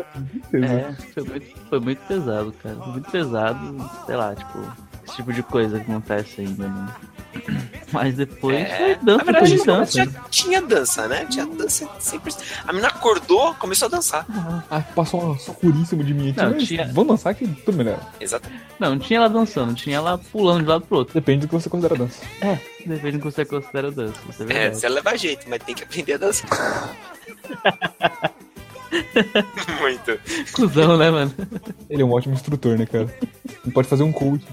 [SPEAKER 3] era muito
[SPEAKER 1] É,
[SPEAKER 3] pesado.
[SPEAKER 1] foi muito, foi muito pesado, cara. Foi Muito pesado, sei lá, tipo, esse tipo de coisa que acontece ainda, né? Mas depois foi dança,
[SPEAKER 2] É, Na verdade,
[SPEAKER 1] depois
[SPEAKER 2] no
[SPEAKER 1] de
[SPEAKER 2] começo
[SPEAKER 1] dança.
[SPEAKER 2] já tinha dança, né? Tinha dança 100%. A menina acordou, começou a dançar.
[SPEAKER 3] Ah, passou uma socuríssima de mim aqui, né?
[SPEAKER 1] Não,
[SPEAKER 3] mas
[SPEAKER 1] tinha-
[SPEAKER 3] vamos dançar que tudo melhor.
[SPEAKER 2] Exatamente.
[SPEAKER 1] Não, não tinha ela dançando, tinha ela pulando de um lado pro outro.
[SPEAKER 3] Depende do que você considera dança.
[SPEAKER 1] É, depende do que você considera dança. Isso é
[SPEAKER 2] É,
[SPEAKER 1] verdade.
[SPEAKER 2] você leva jeito, mas tem que aprender a dançar. Muito.
[SPEAKER 1] Cusão, né, mano?
[SPEAKER 3] Ele é um ótimo instrutor, né, cara? Ele pode fazer um coach.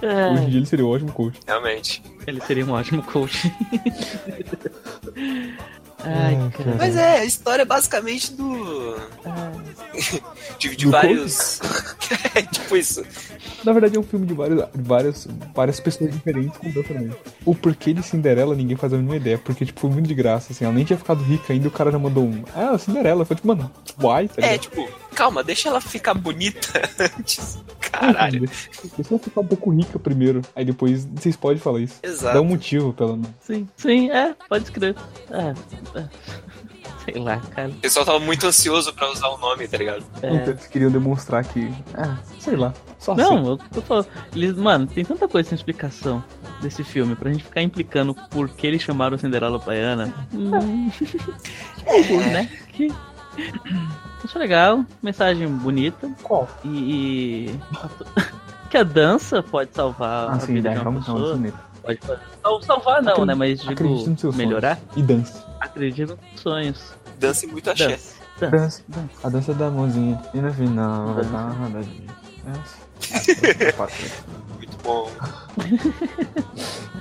[SPEAKER 3] Hoje em
[SPEAKER 1] É,
[SPEAKER 3] dia ele seria um ótimo coach.
[SPEAKER 2] Realmente.
[SPEAKER 1] ele seria um ótimo coach. Ai,
[SPEAKER 3] Ai,
[SPEAKER 1] cara.
[SPEAKER 2] Mas é, a história é basicamente do.
[SPEAKER 1] Ah.
[SPEAKER 2] de de
[SPEAKER 3] Do
[SPEAKER 2] vários. é tipo isso.
[SPEAKER 3] Na verdade é um filme de vários, várias, várias pessoas diferentes com dança também. O porquê de Cinderela, ninguém faz a mínima ideia, porque tipo, foi muito de graça, assim, ela nem tinha ficado rica ainda, o cara já mandou um. Ah, Cinderela, foi tipo, mano, why? Tá
[SPEAKER 2] É,
[SPEAKER 3] ligado?
[SPEAKER 2] tipo, calma, deixa ela ficar bonita antes.
[SPEAKER 1] Uhum.
[SPEAKER 2] Caralho.
[SPEAKER 3] Deixa eu ficar um pouco rica primeiro, aí depois vocês podem falar isso.
[SPEAKER 2] Exato.
[SPEAKER 3] Dá um motivo pelo menos.
[SPEAKER 1] Sim, sim, é, pode crer. É, é. Sei lá, cara.
[SPEAKER 2] O pessoal tava muito ansioso pra usar o nome, tá ligado?
[SPEAKER 1] É.
[SPEAKER 3] Então eles queriam demonstrar que. Ah, sei lá. Só assim.
[SPEAKER 1] Não, eu tô falando. Eles, mano, tem tanta coisa sem explicação desse filme pra gente ficar implicando por que eles chamaram Cinderela Baiana. Hum. né? Que... Isso é legal, mensagem bonita.
[SPEAKER 3] Qual?
[SPEAKER 1] E. e- que a dança pode salvar a
[SPEAKER 3] Assim,
[SPEAKER 1] vida
[SPEAKER 3] né?
[SPEAKER 1] de uma
[SPEAKER 3] Vamos falar
[SPEAKER 1] pessoa.
[SPEAKER 3] assim, né?
[SPEAKER 1] Pode fazer. Sal- salvar não,
[SPEAKER 3] Acredite-
[SPEAKER 1] né? Mas
[SPEAKER 3] acredite
[SPEAKER 1] digo
[SPEAKER 3] nos seus
[SPEAKER 1] melhorar.
[SPEAKER 3] sonhos. E dance.
[SPEAKER 1] Acredito nos sonhos.
[SPEAKER 2] Dance muito axé.
[SPEAKER 1] Dança. Dança.
[SPEAKER 3] Dança. A dança da mãozinha. E no final vai
[SPEAKER 1] Dança.
[SPEAKER 3] dar uma É rodadinha. Dança.
[SPEAKER 2] Muito bom.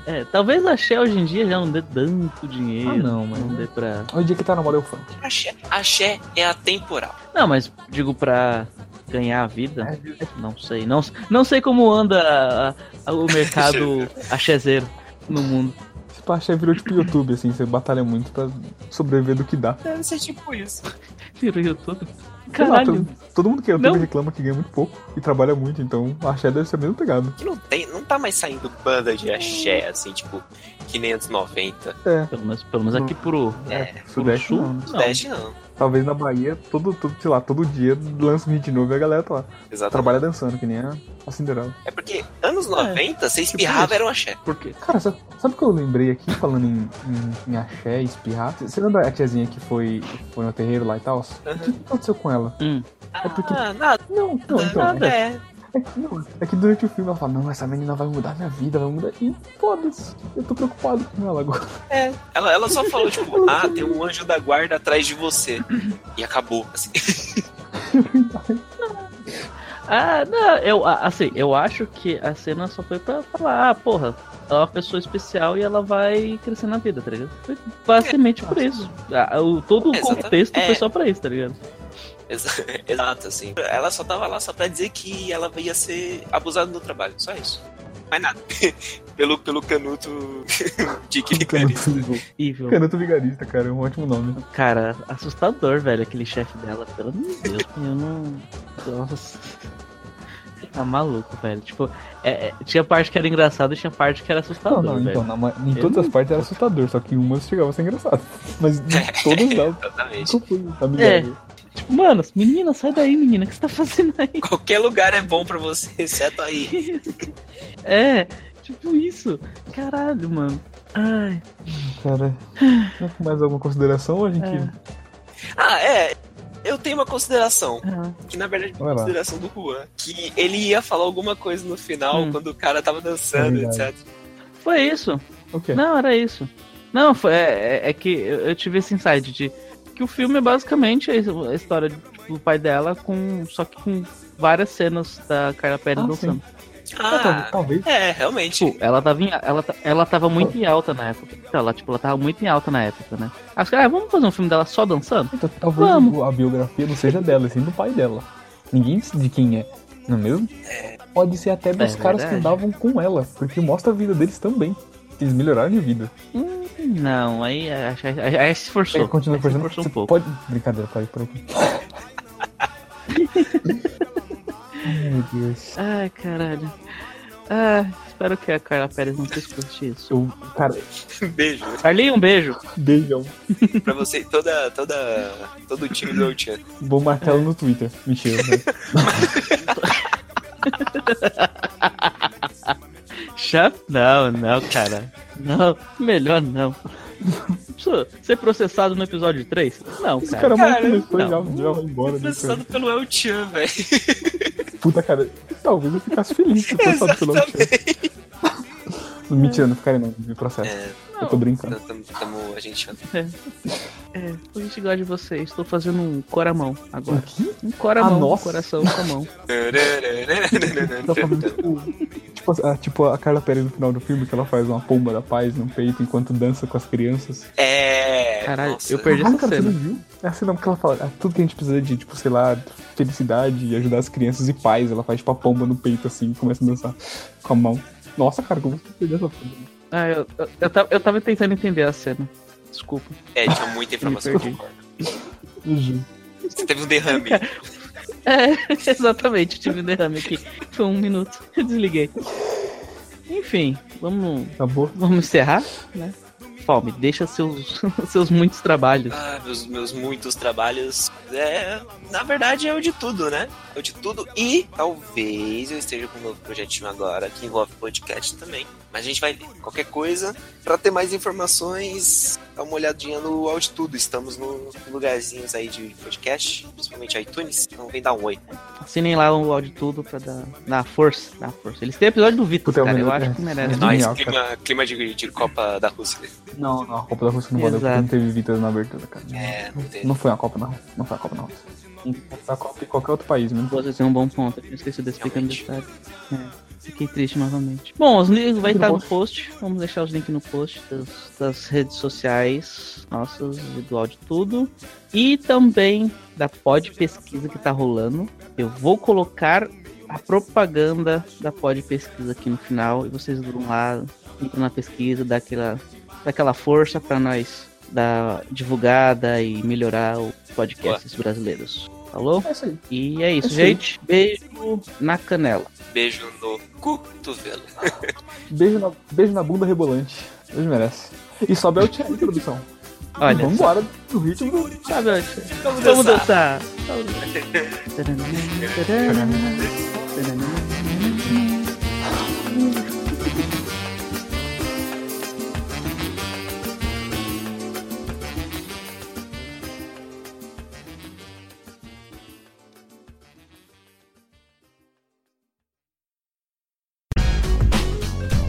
[SPEAKER 1] É, talvez a Xé hoje em dia já não dê tanto dinheiro.
[SPEAKER 3] Ah, não, mas-
[SPEAKER 1] Não dê pra.
[SPEAKER 3] Olha o dia que tá na moda é o funk.
[SPEAKER 2] Axé, axé é atemporal.
[SPEAKER 1] Não, mas digo pra ganhar a vida. Não sei. Não, não sei como anda a- a- o mercado achezeiro no mundo.
[SPEAKER 3] Tipo, a Chef virou tipo YouTube, assim, você batalha muito pra sobreviver do que dá.
[SPEAKER 2] Deve ser tipo isso.
[SPEAKER 1] Virou YouTube.
[SPEAKER 3] Sei lá,
[SPEAKER 1] Caralho.
[SPEAKER 3] todo, todo mundo que é YouTube
[SPEAKER 1] Não.
[SPEAKER 3] reclama que ganha muito pouco e trabalha muito, então a Chef deve ser a mesma pegada.
[SPEAKER 2] Que não tem, não tá mais saindo banda de
[SPEAKER 1] Hum.
[SPEAKER 2] axé, assim, tipo, que nem anos 90.
[SPEAKER 3] É.
[SPEAKER 1] Pelo menos, pelo menos aqui pro.
[SPEAKER 2] É,
[SPEAKER 3] Sudeste
[SPEAKER 1] sul?
[SPEAKER 3] não, né?
[SPEAKER 1] Não.
[SPEAKER 2] Sudeste não.
[SPEAKER 3] Talvez na Bahia, todo, todo, sei lá, todo dia lança um hit novo e a galera tá lá.
[SPEAKER 2] Exatamente.
[SPEAKER 3] Trabalha dançando, que nem a, a Cinderela.
[SPEAKER 2] É porque anos 90, você espirrava,
[SPEAKER 1] Tipo isso.
[SPEAKER 2] era um axé.
[SPEAKER 1] Por quê?
[SPEAKER 3] Cara, sa- sabe o que eu lembrei aqui, falando em, em, em axé, espirrar? C- Você lembra a tiazinha que foi, foi no terreiro lá e tal? O que que aconteceu com ela?
[SPEAKER 1] Hum.
[SPEAKER 3] É porque.
[SPEAKER 2] Ah, nada,
[SPEAKER 3] Não, não, então.
[SPEAKER 2] nada
[SPEAKER 3] é-
[SPEAKER 2] é.
[SPEAKER 3] É que, não, é que durante o filme ela fala, não, essa menina vai mudar minha vida, vai mudar. E foda-se, eu tô preocupado com ela agora.
[SPEAKER 2] É. Ela, ela só falou, tipo, ah, tem um anjo da guarda atrás de você. E acabou, assim.
[SPEAKER 3] então.
[SPEAKER 1] Ah, não, eu, a- assim, eu acho que a cena só foi pra falar, ah, porra, ela é uma pessoa especial e ela vai crescer na vida, tá ligado? Foi basicamente por isso. Ah, o, todo o
[SPEAKER 2] Exata-
[SPEAKER 1] contexto
[SPEAKER 2] é.
[SPEAKER 1] foi só pra isso, tá ligado?
[SPEAKER 2] Exa- Exato, assim. Ela só tava lá só pra dizer que ela ia ser abusada no trabalho, só isso. Mais nada. pelo, pelo canuto de que
[SPEAKER 1] Evil.
[SPEAKER 3] Canuto Vigarista, cara, é um ótimo nome.
[SPEAKER 1] Cara, assustador, velho, aquele chefe dela, pelo amor de Deus, eu não. Nossa. Tá maluco, velho. Tipo, é, é, tinha parte que era engraçada e tinha parte que era assustador,
[SPEAKER 3] Não,
[SPEAKER 1] tá
[SPEAKER 3] não,
[SPEAKER 1] velho.
[SPEAKER 3] então, na ma- em
[SPEAKER 1] Eu
[SPEAKER 3] todas
[SPEAKER 1] não-
[SPEAKER 3] as partes era assustador, só que em umas chegava a ser engraçado. Mas em todas elas. tá
[SPEAKER 2] Exatamente.
[SPEAKER 1] É. Tipo, mano, menina, sai daí, menina, o que você tá fazendo aí?
[SPEAKER 2] Qualquer lugar é bom pra você, exceto aí.
[SPEAKER 1] É, tipo isso. Caralho, mano. Ai.
[SPEAKER 2] É.
[SPEAKER 3] Cara, mais alguma consideração, ou a gente?
[SPEAKER 2] Ah, é. Eu tenho uma consideração.
[SPEAKER 1] ah,
[SPEAKER 2] Que na verdade é
[SPEAKER 3] Vai
[SPEAKER 2] uma
[SPEAKER 3] lá.
[SPEAKER 2] consideração do Juan. Que ele ia falar alguma coisa no final
[SPEAKER 1] Hum.
[SPEAKER 2] quando o cara tava dançando,
[SPEAKER 1] É verdade.
[SPEAKER 2] etc.
[SPEAKER 1] Foi isso.
[SPEAKER 3] Ok.
[SPEAKER 1] Não, era isso. Não, foi, é, é- é que eu, eu tive esse insight de que o filme é basicamente a história de, tipo, do pai dela, com só que com várias cenas da Carla Pérez
[SPEAKER 2] Ah,
[SPEAKER 1] dançando.
[SPEAKER 2] Ah,
[SPEAKER 3] Então, talvez.
[SPEAKER 2] É, realmente.
[SPEAKER 1] Tipo, ela tava, em- ela, ta- ela tava muito em alta na época. Ela, tipo, ela tava muito em alta na época, né? Acho que, ah, vamos fazer um filme dela só dançando?
[SPEAKER 3] então, Talvez a biografia não seja dela, e sim do pai dela. Ninguém disse de quem é, não é mesmo? Pode ser até dos
[SPEAKER 1] É
[SPEAKER 3] caras que
[SPEAKER 1] verdade.
[SPEAKER 3] andavam com ela, porque mostra a vida deles também. que Eles melhoraram de vida.
[SPEAKER 1] Não, aí, é, aí, aí, aí se esforçou.
[SPEAKER 3] Aí continua
[SPEAKER 1] Aí se
[SPEAKER 3] forçando.
[SPEAKER 1] esforçou
[SPEAKER 3] Você
[SPEAKER 1] um pouco.
[SPEAKER 3] pode. Brincadeira, parei por aqui. Ai, Meu Deus.
[SPEAKER 1] Ai, caralho. Ah, espero que a Carla Pérez não se escute isso.
[SPEAKER 3] Eu, cara.
[SPEAKER 2] Beijo.
[SPEAKER 1] Carlinho, um beijo.
[SPEAKER 3] Beijão.
[SPEAKER 2] pra você, toda, toda, todo o time do Elchan.
[SPEAKER 3] Vou marcar ela no Twitter. Mentira. né? velho.
[SPEAKER 1] Chá? Não, não, cara. Não, melhor não. Preciso Ser processado no episódio 3? Não, cara.
[SPEAKER 3] Esse cara é mal começou
[SPEAKER 1] não.
[SPEAKER 3] já, já vai embora. né, cara.
[SPEAKER 2] Processado pelo El-chan, velho.
[SPEAKER 3] Puta cara, talvez eu ficasse feliz se eu pensasse pelo nome. Não, Mentira, não ficaria não, me processo. eu tô brincando.
[SPEAKER 2] Tamo, tamo- a gente
[SPEAKER 1] É. É, a gente gosta de você. Estou fazendo um coramão agora. Um
[SPEAKER 3] Ah,
[SPEAKER 1] coramão, um
[SPEAKER 3] nossa.
[SPEAKER 1] coração com a mão.
[SPEAKER 3] Tá falando, tipo, tipo, a- tipo a Carla Pérez no final do filme, que ela faz uma pomba da paz no peito enquanto dança com as crianças.
[SPEAKER 2] É.
[SPEAKER 1] Caralho, eu perdi
[SPEAKER 3] Caralho,
[SPEAKER 1] essa
[SPEAKER 3] cara, você
[SPEAKER 1] cena.
[SPEAKER 3] não viu? É assim não, porque ela fala, ah, tudo que a gente precisa de, tipo, sei lá, felicidade e ajudar as crianças e paz, ela faz tipo a pomba no peito assim e começa a dançar com a mão. Nossa, cara, como você perdeu essa pomba?
[SPEAKER 1] Ah, eu, eu, eu, tava, eu tava tentando entender a cena. Desculpa.
[SPEAKER 2] É, tinha muita informação, eu
[SPEAKER 1] Me perdi.
[SPEAKER 2] concordo.
[SPEAKER 3] Juro.
[SPEAKER 2] Você teve um derrame.
[SPEAKER 1] É, exatamente, tive um derrame aqui. Foi um minuto, eu desliguei. Enfim, vamos.
[SPEAKER 3] Acabou.
[SPEAKER 1] Vamos encerrar, né? Fome, deixa seus, seus muitos trabalhos.
[SPEAKER 2] Ah, meus, meus muitos trabalhos. É, na verdade, é o de tudo, né? É o de tudo. E talvez eu esteja com um novo projetinho agora que envolve podcast também. Mas a gente vai ver. Qualquer coisa. Pra ter mais informações, dá uma olhadinha no Altitudo. Estamos no em lugarzinhos aí de podcast, principalmente iTunes. Então vem dar um oi.
[SPEAKER 1] Assinem lá o áudio tudo pra dar, dar força. Dar força. Eles têm episódio do Vitor,
[SPEAKER 3] Puta, é o
[SPEAKER 1] cara. Eu
[SPEAKER 3] melhor-
[SPEAKER 1] acho que merece.
[SPEAKER 2] É nóis, clima, clima de, de Copa da Rússia.
[SPEAKER 3] Não, não, a Copa da Rússia não valeu porque
[SPEAKER 1] Exato.
[SPEAKER 3] não teve Vitas na abertura, cara.
[SPEAKER 2] É, não teve.
[SPEAKER 3] Não foi a Copa na Rússia. Não foi a Copa na Rússia. Foi a Copa em qualquer outro país, mesmo.
[SPEAKER 1] Você tem um bom ponto. Eu esqueci desse pequeno detalhe. É, fiquei triste novamente. Bom, os links vai
[SPEAKER 3] Muito
[SPEAKER 1] estar
[SPEAKER 3] bom.
[SPEAKER 1] no post. Vamos deixar os links no post das, das redes sociais nossas e do áudio tudo. E também da pod pesquisa que tá rolando. Eu vou colocar a propaganda da pod pesquisa aqui no final. E vocês vão lá, entram na pesquisa, dá aquela, dá aquela força para nós dar divulgada e melhorar o podcasts brasileiros. Falou?
[SPEAKER 3] É isso aí.
[SPEAKER 1] E é isso,
[SPEAKER 3] É isso aí.
[SPEAKER 1] gente. Beijo na canela.
[SPEAKER 2] Beijo no cotovelo.
[SPEAKER 3] Beijo na, beijo na bunda rebolante. Hoje merece. E sobe a tinha introdução.
[SPEAKER 1] Olha
[SPEAKER 3] Vamos embora do ritmo.
[SPEAKER 1] Sabe,
[SPEAKER 2] Vamos
[SPEAKER 1] Vamos
[SPEAKER 2] dançar.
[SPEAKER 1] dançar.